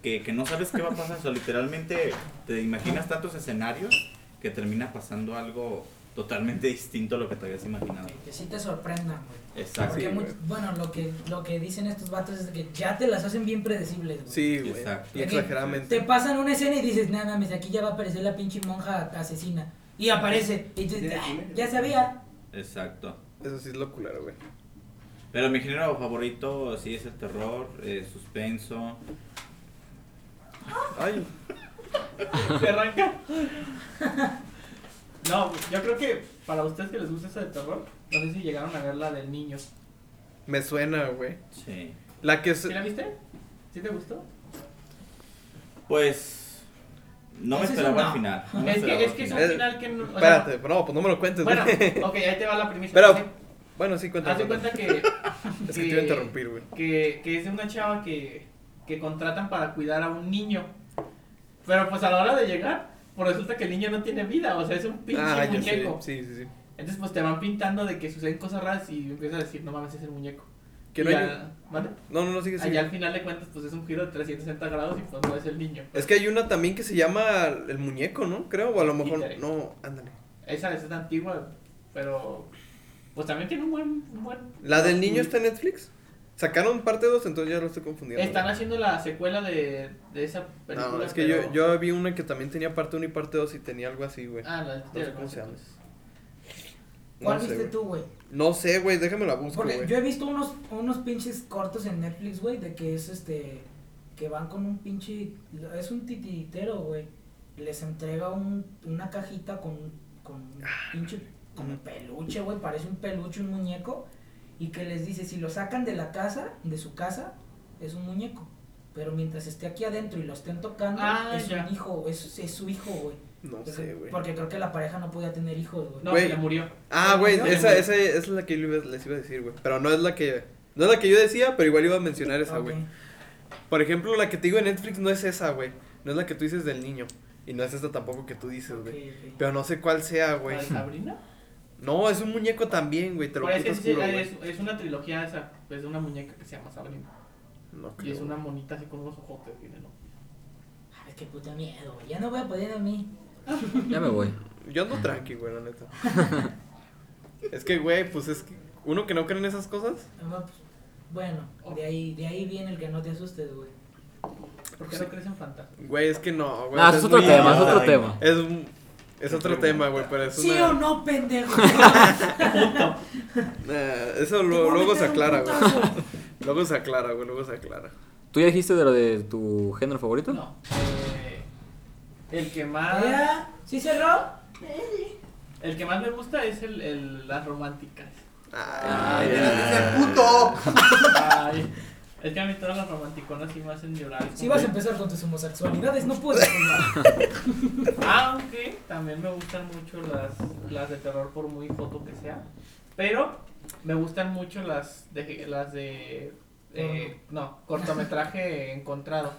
S7: que, que no sabes qué va a pasar. O sea, literalmente te imaginas tantos escenarios que termina pasando algo totalmente distinto a lo que te habías imaginado.
S1: Que sí te sorprendan, güey.
S7: Exacto.
S1: Porque
S5: Ah, Sí,
S1: mu-
S5: güey.
S1: bueno, lo que, lo que dicen estos vatos es de que ya te las hacen bien predecibles, güey.
S5: Sí, güey.
S7: Exacto.
S5: Y
S1: Te
S5: exageradamente.
S1: pasan una escena y dices, nada mames, aquí ya va a aparecer la pinche monja asesina. Y aparece. Y dices, "Ah, ya sabía.
S7: Exacto.
S5: Eso sí es lo culero, güey.
S7: Pero mi género favorito sí es el terror, eh, suspenso.
S5: Ay,
S3: Se arranca. No, yo creo que para ustedes que les gusta esa de terror, no sé si llegaron a ver la del niño.
S5: me suena, güey.
S7: Sí.
S5: La que es.
S3: ¿Sí la viste? ¿Sí te gustó?
S7: Pues no me
S1: Ese es
S7: esperaba
S1: un
S7: al final. no me
S3: es
S7: esperaba
S3: que es,
S7: al
S3: que es un
S7: final.
S5: final.
S3: final que no. o sea,
S5: Espérate, no, pues no me lo cuentes, güey.
S3: bueno, ok, ahí te va la premisa.
S5: Pero-
S3: Haz de-
S5: Bueno, sí, cuenta.
S3: haz de
S5: cuenta.
S3: cuenta que.
S5: Es que te iba a interrumpir, güey.
S3: que, que es de una chava que, que contratan para cuidar a un niño. Pero pues a la hora de llegar, pues resulta que el niño no tiene vida, o sea, es un pinche
S5: Ah, ya sé.
S3: muñeco.
S5: Sí, sí, sí.
S3: Entonces pues te van pintando de que suceden cosas raras y empiezas a decir, no mames, es el muñeco.
S5: Que
S3: Y
S5: no hay-
S3: ya- ¿vale?
S5: No, no, no, sigue,
S3: Allá
S5: sigue.
S3: al final de cuentas pues es un giro de 360 grados y pues no es el niño.
S5: Es que hay una también que se llama El Muñeco, ¿no? Creo, o a lo mejor.
S3: Títere.
S5: No, ándale.
S3: Esa es tan antigua, pero pues también tiene un buen... un buen-
S5: ¿La del niño está en Netflix? Sacaron parte 2, entonces ya lo estoy confundiendo.
S3: Están haciendo la secuela de, de esa película.
S5: No, es que
S3: pero-
S5: yo, yo vi una que también tenía parte 1 y parte 2 y tenía algo así, güey.
S3: Ah, la
S5: No sé cómo se llama.
S1: ¿Cuál
S5: No sé,
S1: viste
S5: güey.
S1: tú, güey?
S5: No sé, güey, déjame la busco,
S1: Porque
S5: güey.
S1: yo he visto unos, unos pinches cortos en Netflix, güey, de que es este. que van con un pinche. es un titiritero, güey. Les entrega un, una cajita con, con un
S5: Ah,
S1: pinche. como peluche, güey. Parece un peluche, un muñeco. Y que les dice: si lo sacan de la casa, de su casa, es un muñeco. Pero mientras esté aquí adentro y lo estén tocando,
S3: Ah,
S1: es
S3: ya.
S1: un hijo, es, es su hijo, güey.
S5: No sé, güey.
S1: Porque creo que la pareja no podía tener hijos, güey.
S3: No,
S5: Güey.
S3: se le murió.
S5: Ah, güey,
S1: No,
S5: esa,
S3: güey.
S5: esa, esa es la que yo iba- les iba a decir, güey. Pero no es la que. No es la que yo decía, pero igual iba a mencionar esa,
S1: Ok.
S5: güey. Por ejemplo, la que te digo en Netflix no es esa, güey. No es la que tú dices del niño. Y no es esta tampoco que tú dices,
S1: Ok, ah.
S5: güey.
S1: ok.
S5: Pero no sé cuál sea, güey.
S3: ¿La de Sabrina?
S5: No, es un muñeco también, güey. Te lo
S3: Pues es,
S5: puto
S3: que sí,
S5: oscuro,
S3: es,
S5: güey.
S3: es una trilogía esa, es de una muñeca que se llama Sabrina.
S5: No
S3: Y es
S5: creo.
S3: una monita así con unos ojotes, tiene, ¿no?
S1: Ay, qué puto miedo, güey. Ya no voy a poder a mí.
S4: ya me voy.
S5: Yo ando tranqui, güey, la neta. es que, güey, pues es que uno que no cree en esas cosas.
S1: Mamá, pues, Bueno, de ahí, de ahí viene el que no te asustes, güey.
S3: ¿Por qué no crecen fantasmas?
S5: Güey, es que
S6: Pues
S5: no, güey.
S4: Ah,
S5: o sea,
S4: es otro
S5: muy-
S4: tema, es
S5: no,
S4: otro
S5: güey.
S4: tema.
S5: Es, un- es otro tema, güey, pero es una.
S1: ¿Sí o no, pendejo?
S5: Nah, eh, eso
S1: Te
S5: lo-
S1: voy a
S5: luego
S1: meter
S5: se
S1: un
S5: aclara, güey.
S1: putazo.
S5: Luego se aclara, güey, luego se aclara.
S4: ¿Tú ya dijiste de lo de tu género favorito?
S3: No. eh, el que más.
S1: Ah, ¿Ya? ¿Sí cerró?
S3: El que más me gusta es el, el- las románticas.
S5: Ay,
S3: Ay, es que a mí todas las romanticonas sí me hacen llorar. es
S1: Sí
S3: como-
S1: vas a empezar con tus homosexualidades, no puedes. Eh, güey.
S3: Aunque también me gustan mucho las, las de terror por muy foto que sea. Pero me gustan mucho las de las de eh, no, cortometraje encontrado.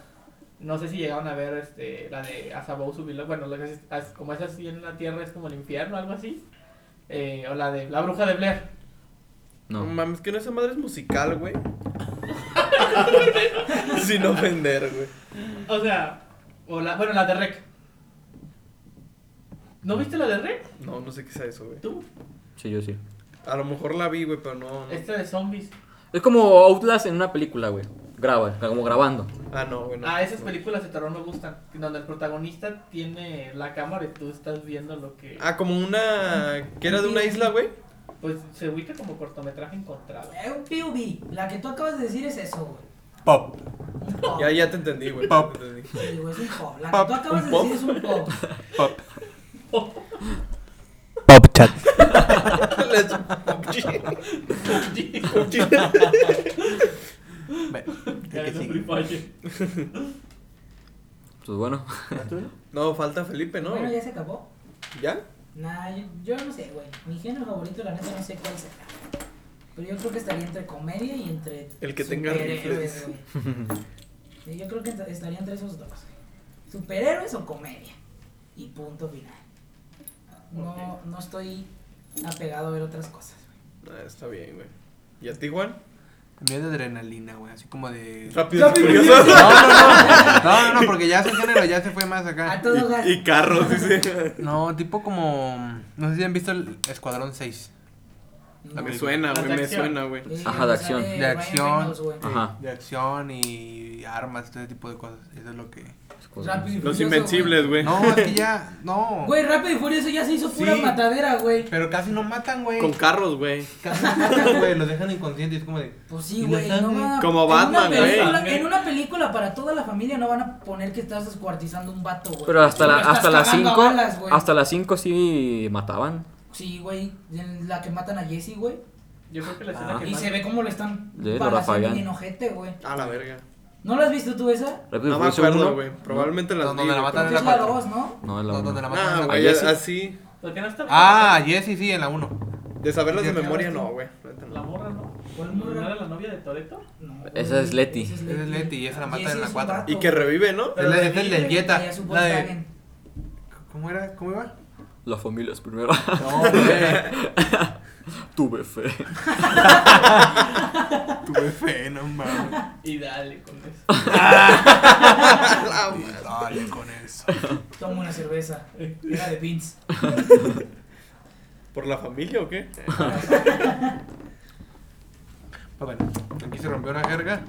S3: No sé si llegaron a ver este la de Asabou subirlo, bueno, la que es- as- como es así en la tierra es como el infierno, algo así. Eh, o la de La bruja de Blair.
S5: no
S4: No.
S5: mames, que no esa madre es musical, güey. Sin ofender, güey.
S3: O sea, o la, bueno, la de Rec. ¿No viste la de Rec?
S5: No, no sé qué sea eso, güey.
S3: ¿Tú?
S4: Sí, yo sí.
S5: A lo mejor la vi, güey, pero no. no.
S3: Esta de zombies.
S4: Es como Outlast en una película, güey. Graba, como grabando.
S5: Ah, no, güey. no.
S8: Ah, esas películas de terror me gustan. Donde el protagonista tiene la cámara y tú estás viendo lo que.
S5: Ah, como una. que era de una isla, güey.
S8: Pues se ubica como cortometraje encontrado.
S1: Es un POV. La que tú acabas de decir es eso, güey.
S9: Pop.
S1: Un pop.
S5: Ya, ya te entendí, güey.
S9: Pop.
S5: ya te entendí.
S1: Sí, güey, es un pop. La
S9: Pop,
S1: que tú acabas
S9: un
S1: de
S9: pop.
S1: decir es un pop.
S9: Pop. Pop chat.
S5: Les- Pupchi. Pupchi. Pupchi.
S8: Ya es un Free Fire.
S4: Pues bueno,
S5: No, falta Felipe, ¿no?
S1: Bueno, ya se acabó.
S5: ¿Ya?
S1: Nah, yo, yo no sé, güey. Mi género favorito, la neta, no sé cuál será. Pero yo creo que estaría entre comedia y entre.
S5: El que tenga
S1: superhéroes, güey. Sí, Yo creo que ent- estaría entre esos dos: superhéroes o comedia. Y punto final. No, no estoy apegado a ver otras cosas.
S5: Ah, está bien, güey. ¿Y a ti, Juan?
S6: También de adrenalina, güey. Así como de.
S5: Rápido y furioso.
S6: No, no, no. No, no, no, porque ya ese género ya se fue más
S1: A
S6: acá.
S1: todo gas.
S5: Y, y carros, dice.
S6: No, tipo como. No sé si han visto el Escuadrón 6.
S1: No. Eh,
S5: Me suena, güey, me suena, güey.
S1: Sí,
S4: Ajá, de acción. Ah,
S1: sale
S6: De
S1: Ryan
S6: acción.
S1: Reynolds, güey.
S4: ajá.
S6: De acción y armas, todo ese tipo de cosas. Eso es lo que.
S4: pues, cosas.
S1: Rápido y
S5: Los
S1: Furioso,
S5: invencibles, güey.
S6: No, es que ya. No.
S1: Güey, Güey, rápido y furioso ya se hizo pura
S6: Sí.
S1: matadera, güey.
S6: Pero casi no matan, güey.
S5: Con carros, güey.
S6: Casi no matan, güey. Los dejan inconscientes. Es como de.
S1: Pues sí,
S6: Y
S1: güey.
S6: los
S1: No
S6: hacen
S1: van a-
S5: como
S1: en una
S5: Batman, güey.
S1: película- En una película para toda la familia no van a poner que estás descuartizando un vato, güey.
S4: Pero hasta, la,
S1: Lo estás
S4: hasta las
S1: cagando a
S4: 5
S1: balas, güey.
S4: hasta las 5 sí mataban.
S1: Sí, güey. en La que matan a Jesse, güey.
S8: Yo creo que la escena
S4: Ah.
S8: que
S1: Y
S8: más-
S1: se ve cómo le están
S4: Sí, lo
S1: palaciando
S4: rafaguean.
S1: bien ojete, güey.
S5: A la verga.
S1: ¿No la has visto tú esa?
S4: Rápido y
S5: No me
S4: Furioso
S5: acuerdo,
S4: uno.
S5: güey. Probablemente las
S6: Donde
S5: vi,
S6: la
S5: güey,
S6: matan en
S5: pero-
S1: Es la
S6: cuatro.
S1: 2, ¿no?
S4: No, es la
S6: No, donde la
S4: uno.
S5: Ah,
S6: matan.
S4: ¿A
S5: güey,
S4: Jesse?
S5: así.
S8: ¿Por qué no está
S6: Ah, Jesse, sí, en la 1.
S5: De saberlas
S6: Sí,
S5: de memoria,
S1: claro,
S5: no,
S1: sí.
S5: güey. la neta,
S8: La
S5: no.
S8: morra, ¿no?
S1: ¿Cuál
S8: ¿No
S1: morra?
S8: era la novia de Toreto?
S1: No, güey.
S4: Esa es Letty.
S1: Esa
S6: Esa es Letty y esa la matan
S1: Jesse
S6: en la
S1: es un
S6: cuatro.
S1: vato,
S5: Y que
S1: güey.
S5: revive, ¿no?
S6: Es la- es el del
S1: Revive,
S6: Jetta,
S1: traía su
S6: la de-
S1: Volkswagen.
S6: ¿Cómo era? ¿Cómo iba?
S4: Las familias primero.
S6: No, güey.
S4: Tuve fe.
S6: Tuve fe, no mames.
S8: Y dale con eso.
S6: Y Dale con eso.
S1: Toma una cerveza. Era de Vince.
S5: ¿Por la familia o qué?
S6: Pues bueno, aquí se rompió una jerga.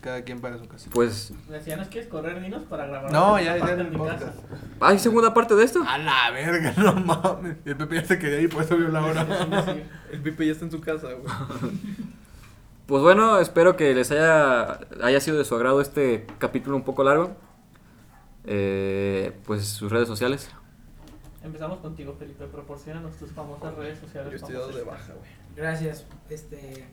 S6: Cada quien para su casa.
S4: Pues,
S8: Me decía, ¿no quieres correr, dinos, para grabar?
S6: No,
S8: esta
S6: ya, ya
S8: parte
S6: en
S8: en
S6: el
S8: mi casa?
S6: podcast.
S4: ¿hay segunda parte de esto?
S6: A la verga, no mames. El Pepe ya se quería ir, por eso vio la hora.
S8: Sí, sí, sí.
S5: El Pipe ya está en su casa, güey.
S4: Pues bueno, espero que les haya, haya sido de su agrado este capítulo un poco largo. Eh, pues sus redes sociales.
S8: Empezamos contigo, Felipe. Proporcionanos tus famosas redes sociales.
S5: Yo estoy dado
S8: famosas.
S5: de baja, güey.
S1: Gracias. Este,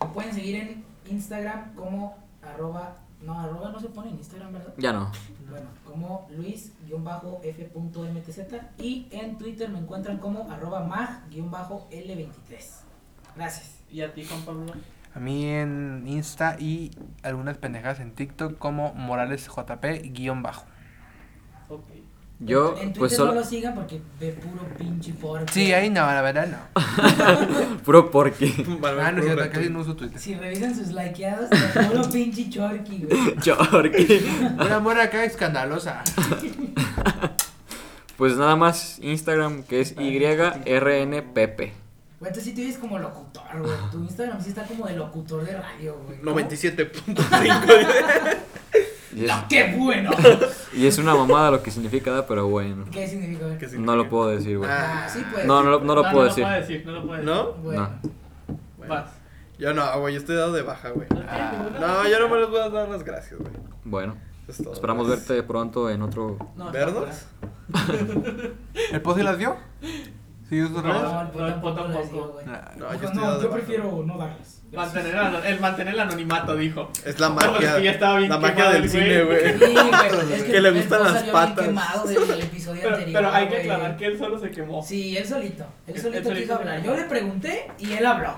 S1: me pueden seguir en Instagram como arroba, no, arroba no se pone en Instagram, ¿verdad?
S4: Ya no.
S1: Bueno, como luis-f.mtz y en Twitter me encuentran como arroba mag-l23. Gracias.
S8: Y a ti, Juan Pablo.
S6: A mí en Insta y algunas pendejadas en TikTok como MoralesJP-bajo.
S8: Ok.
S4: Yo,
S1: en Twitter
S4: pues
S1: no
S4: solo.
S1: lo sigan porque ve puro pinche porno.
S6: Sí, ahí no, la verdad no.
S4: Puro porque.
S5: Van a ver
S6: Ah, no es
S5: puro
S6: cierto,
S5: reto.
S6: casi no uso Twitter.
S1: Si revisan sus likeados, ve puro pinche chorqui, güey.
S4: Chorqui.
S6: Una mora acá escandalosa.
S4: Pues nada más, Instagram que es YRNPP.
S1: Güey, tú sí te ves como locutor, güey. Tu Instagram sí está como de locutor de radio, güey.
S5: 97.5.
S4: Y es,
S1: ¡Ah, ¡Qué bueno!
S4: y es una mamada lo que significa, ¿verdad? pero bueno.
S1: ¿Qué significa? güey?
S5: ¿Qué
S4: No lo
S5: significa?
S4: puedo decir, güey.
S5: Ah,
S1: Ah, sí, pues.
S4: No, no, lo- no lo
S8: no
S4: puedo decir.
S8: No lo puedo decir, no lo puedo decir.
S5: ¿No?
S1: Bueno,
S5: Bueno,
S8: Vas.
S5: yo no, güey, yo estoy dado de baja, güey.
S8: No tienes
S6: Ah.
S8: ninguna-
S5: No, yo no me les voy a dar las gracias, güey.
S4: Bueno,
S5: Eso es todo.
S4: esperamos verte pronto en otro.
S8: No, está
S5: ¿Verdos?
S6: ¿El post se las dio? ¿Sí, uso
S8: No,
S6: otra vez?
S4: Ah,
S8: no,
S1: no, el
S8: tampoco
S1: puto
S8: lo
S1: tampoco.
S8: digo,
S1: güey.
S6: Nah.
S5: Ah, No, yo
S1: Pues
S5: estoy
S1: no,
S5: dado
S1: yo
S5: de baja. güey.
S1: prefiero no darles.
S8: fuera. Mantener el, ano- el mantener el anonimato, dijo.
S5: Es la
S8: No, es
S5: magia.
S8: que ya estaba bien
S5: la magia
S8: quemado
S5: del
S8: el
S5: cine,
S1: Sí,
S5: güey.
S1: güey, es
S5: Que le
S1: el
S5: gustan
S1: Pozo
S5: las
S1: salió
S5: patas.
S1: Bien quemado del, del episodio
S8: Pero,
S1: anterior.
S8: pero hay que
S1: güey.
S8: aclarar que él solo se quemó.
S1: Sí, él solito. Él
S8: Él-
S1: solito
S8: él solito
S1: quiso
S8: se
S1: hablar.
S8: quemó.
S1: Yo le pregunté y él habló.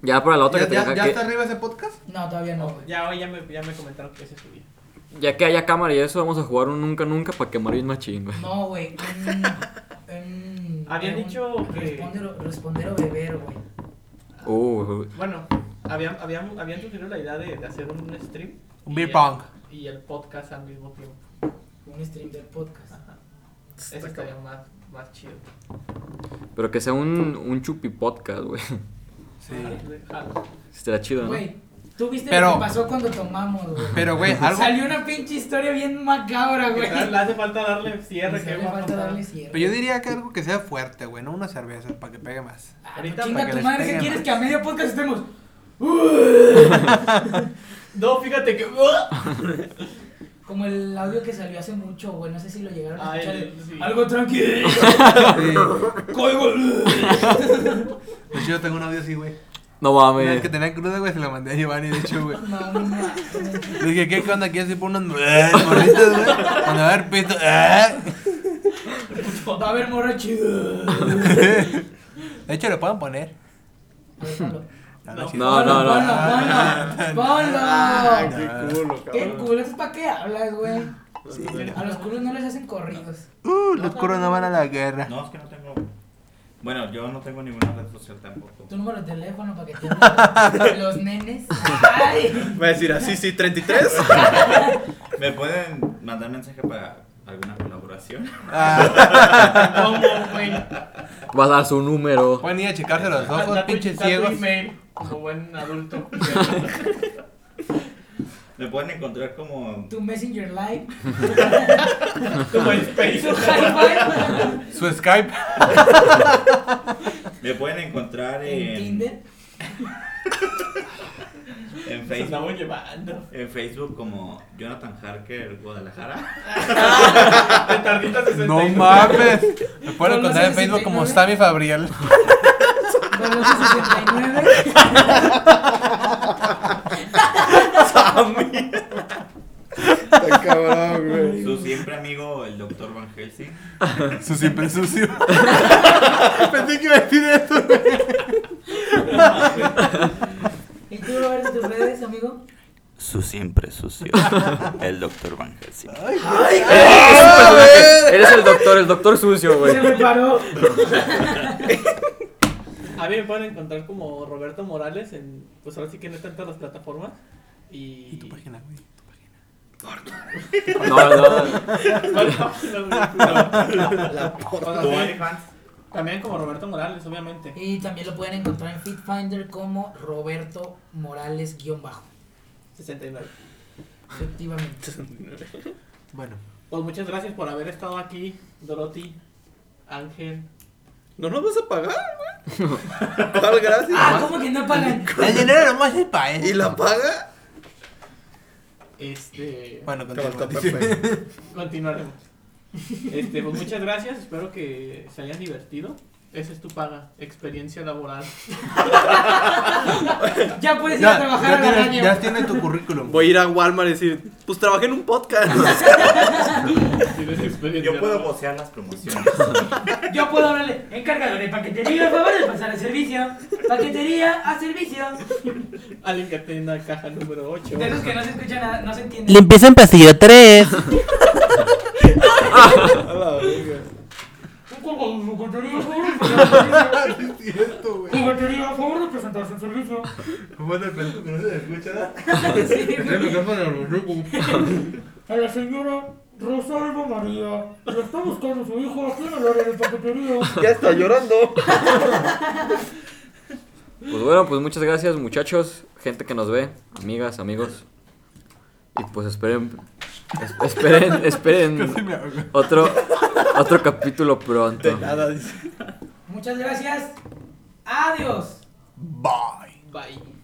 S4: Ya para la otra
S6: ¿Ya,
S4: que,
S6: ya-
S4: tenga-
S6: ya
S4: que-
S6: está arriba ese podcast?
S1: No, todavía no, güey.
S8: Ya hoy ya me, ya me comentaron que ese subía.
S4: ya que haya cámara y eso, vamos a jugar un nunca nunca para quemar bien machín, güey.
S1: No, güey. en- en-
S8: Habían
S1: en-
S8: dicho que-
S1: Responder, o- responder o beber, güey.
S4: Uh,
S8: Bueno, habían, habían, habían sugerido la idea de, de hacer un stream.
S6: Un
S8: y
S6: beer
S8: el-
S6: pong.
S8: Y el podcast al mismo tiempo.
S1: Un stream del podcast.
S8: Ajá.
S5: Está
S8: Eso estaría
S5: cabrón.
S8: más, más chido.
S4: pero que sea un, un chupi podcast, güey.
S6: Sí.
S8: Jalo.
S4: Estará chido, ¿no?
S1: Güey, Tú viste
S10: Pero-
S1: lo que pasó cuando tomamos, güey.
S10: Pero, güey, algo.
S1: Salió una pinche historia bien macabra, Ah, güey.
S3: Le hace falta darle cierre.
S1: Hace
S3: Que vamos a
S1: falta
S3: contar.
S1: darle Ah, cierre.
S6: Pero yo diría que algo que sea fuerte, güey, no una cerveza para que pegue más.
S1: Ah,
S3: Ahorita
S1: chinga
S6: para que
S1: tu
S6: les
S1: madre, ¿qué
S6: peguen,
S1: quieres
S6: ¿no?
S1: que a medio podcast estemos?
S3: No, fíjate que.
S1: Como el audio que salió hace mucho, güey. No sé si lo llegaron a
S3: Ay,
S1: escuchar.
S3: sí.
S1: Algo tranquilo.
S6: De hecho, Pues yo tengo un audio así, güey.
S4: No
S6: Una vez
S4: mames.
S6: que tenía cruda, güey, se la mandé a Giovanni, de hecho, güey.
S1: No, no.
S6: Le dije, ¿qué qué onda? ¿Quieres ir por unos morritos, güey? Cuando va a haber pito. eh.
S1: Va a haber morra chido.
S6: De hecho, lo pueden poner.
S1: A ver, ponlo.
S6: No, no, es cierto.
S4: No, no,
S1: Ponlo,
S4: no.
S1: ponlo,
S5: Ah,
S1: ponlo.
S5: qué culo,
S1: Ponlo. ¿Qué
S5: cabrón.
S1: culo es para qué hablas, güey? A los culos no les hacen corridos.
S6: Uh, los curos no van a la guerra.
S7: No, es que no tengo. Bueno, yo no tengo ninguna red social tampoco.
S1: Tu número de teléfono para que te hablen los nenes. Ay.
S5: Va a decir así, sí, 33.
S7: ¿Me pueden mandar mensaje para alguna colaboración?
S6: Ah,
S3: ¿Cómo, güey?
S4: Vas a dar su número.
S6: pueden ir a checarse los ojos,
S3: Da tu-
S6: pinches
S3: da tu
S6: ciegos.
S3: Ah, email como buen adulto.
S7: Me pueden encontrar como
S1: Tu messenger live.
S3: Como el
S1: Tu
S3: Facebook.
S1: hi-fi.
S6: Su Skype.
S7: Me pueden encontrar
S1: En
S7: en,
S1: Tinder.
S7: en
S3: Se andamos
S7: Facebook.
S3: llevando.
S7: En Facebook como Jonathan Harker Guadalajara.
S3: Te tarditas 69.
S6: No mames. Me pueden
S1: Con los
S6: encontrar en Facebook
S1: 69.
S6: como Sammy Fabriel.
S1: Goloso 69.
S5: Está cabrón, güey.
S7: Su siempre amigo, el doctor Van Helsing.
S6: Su siempre sucio.
S5: Pensé que iba a decir eso.
S1: ¿Y tú, Robert, en tus redes, amigo?
S7: Su siempre sucio, el doctor Van Helsing.
S4: Eres el doctor, el doctor sucio, güey.
S1: Se preparó.
S3: A mí me pueden encontrar como Roberto Morales en. Pues ahora sí que no están todas las plataformas. Y.
S6: Y tu página, güey.
S4: No, no.
S3: ¿Cuál página, güey?
S7: ¿Tu OnlyFans?
S3: También como Roberto Morales, obviamente.
S1: Y también lo pueden encontrar en FitFinder como Roberto Morales-bajo.
S3: 69.
S1: Efectivamente.
S6: Bueno.
S3: Pues muchas gracias por haber estado aquí, Dorothy, Ángel.
S5: ¿No nos vas a pagar, güey? ¿Cuál gracias?
S1: Ah, ¿cómo que no pagan?
S6: El dinero nomás es para
S5: ¿Y la paga?
S3: Este.
S6: Bueno,
S5: Te faltó
S6: continúa.
S5: Pepe.
S3: Continuaremos. Este, pues muchas gracias, espero que se hayan divertido. Esa es tu paga, experiencia laboral.
S1: Ya puedes ir a
S6: Ya,
S1: trabajar a
S6: ya,
S1: la
S6: tienes, ya
S1: radio.
S6: tienes tu currículum.
S5: Voy a ir a Walmart y decir, pues trabajé en un podcast.
S3: Tienes experiencia
S7: Yo puedo
S3: laboral.
S7: vocear las promociones.
S1: Yo puedo hablarle. Encargado de paquetería, por favor, de pasar al servicio. Paquetería a servicio.
S3: Alguien que tenga caja número 8.
S1: De esos que no se escucha nada, no se entiende.
S11: Limpieza en pasillo 3.
S1: Paquetería, por favor, de presentarse al servicio.
S6: Bueno, el peluco que no se escucha.
S1: A la señora Rosalba María. Lo está buscando su hijo aquí en el área de paquetería.
S5: ya está llorando.
S4: Pues bueno, pues muchas gracias, muchachos, gente que nos ve, amigas, amigos. Y pues esperen. es- Esperen, esperen otro, otro capítulo pronto.
S5: Nada, dice.
S1: Muchas gracias. Adiós.
S6: Bye.
S3: Bye.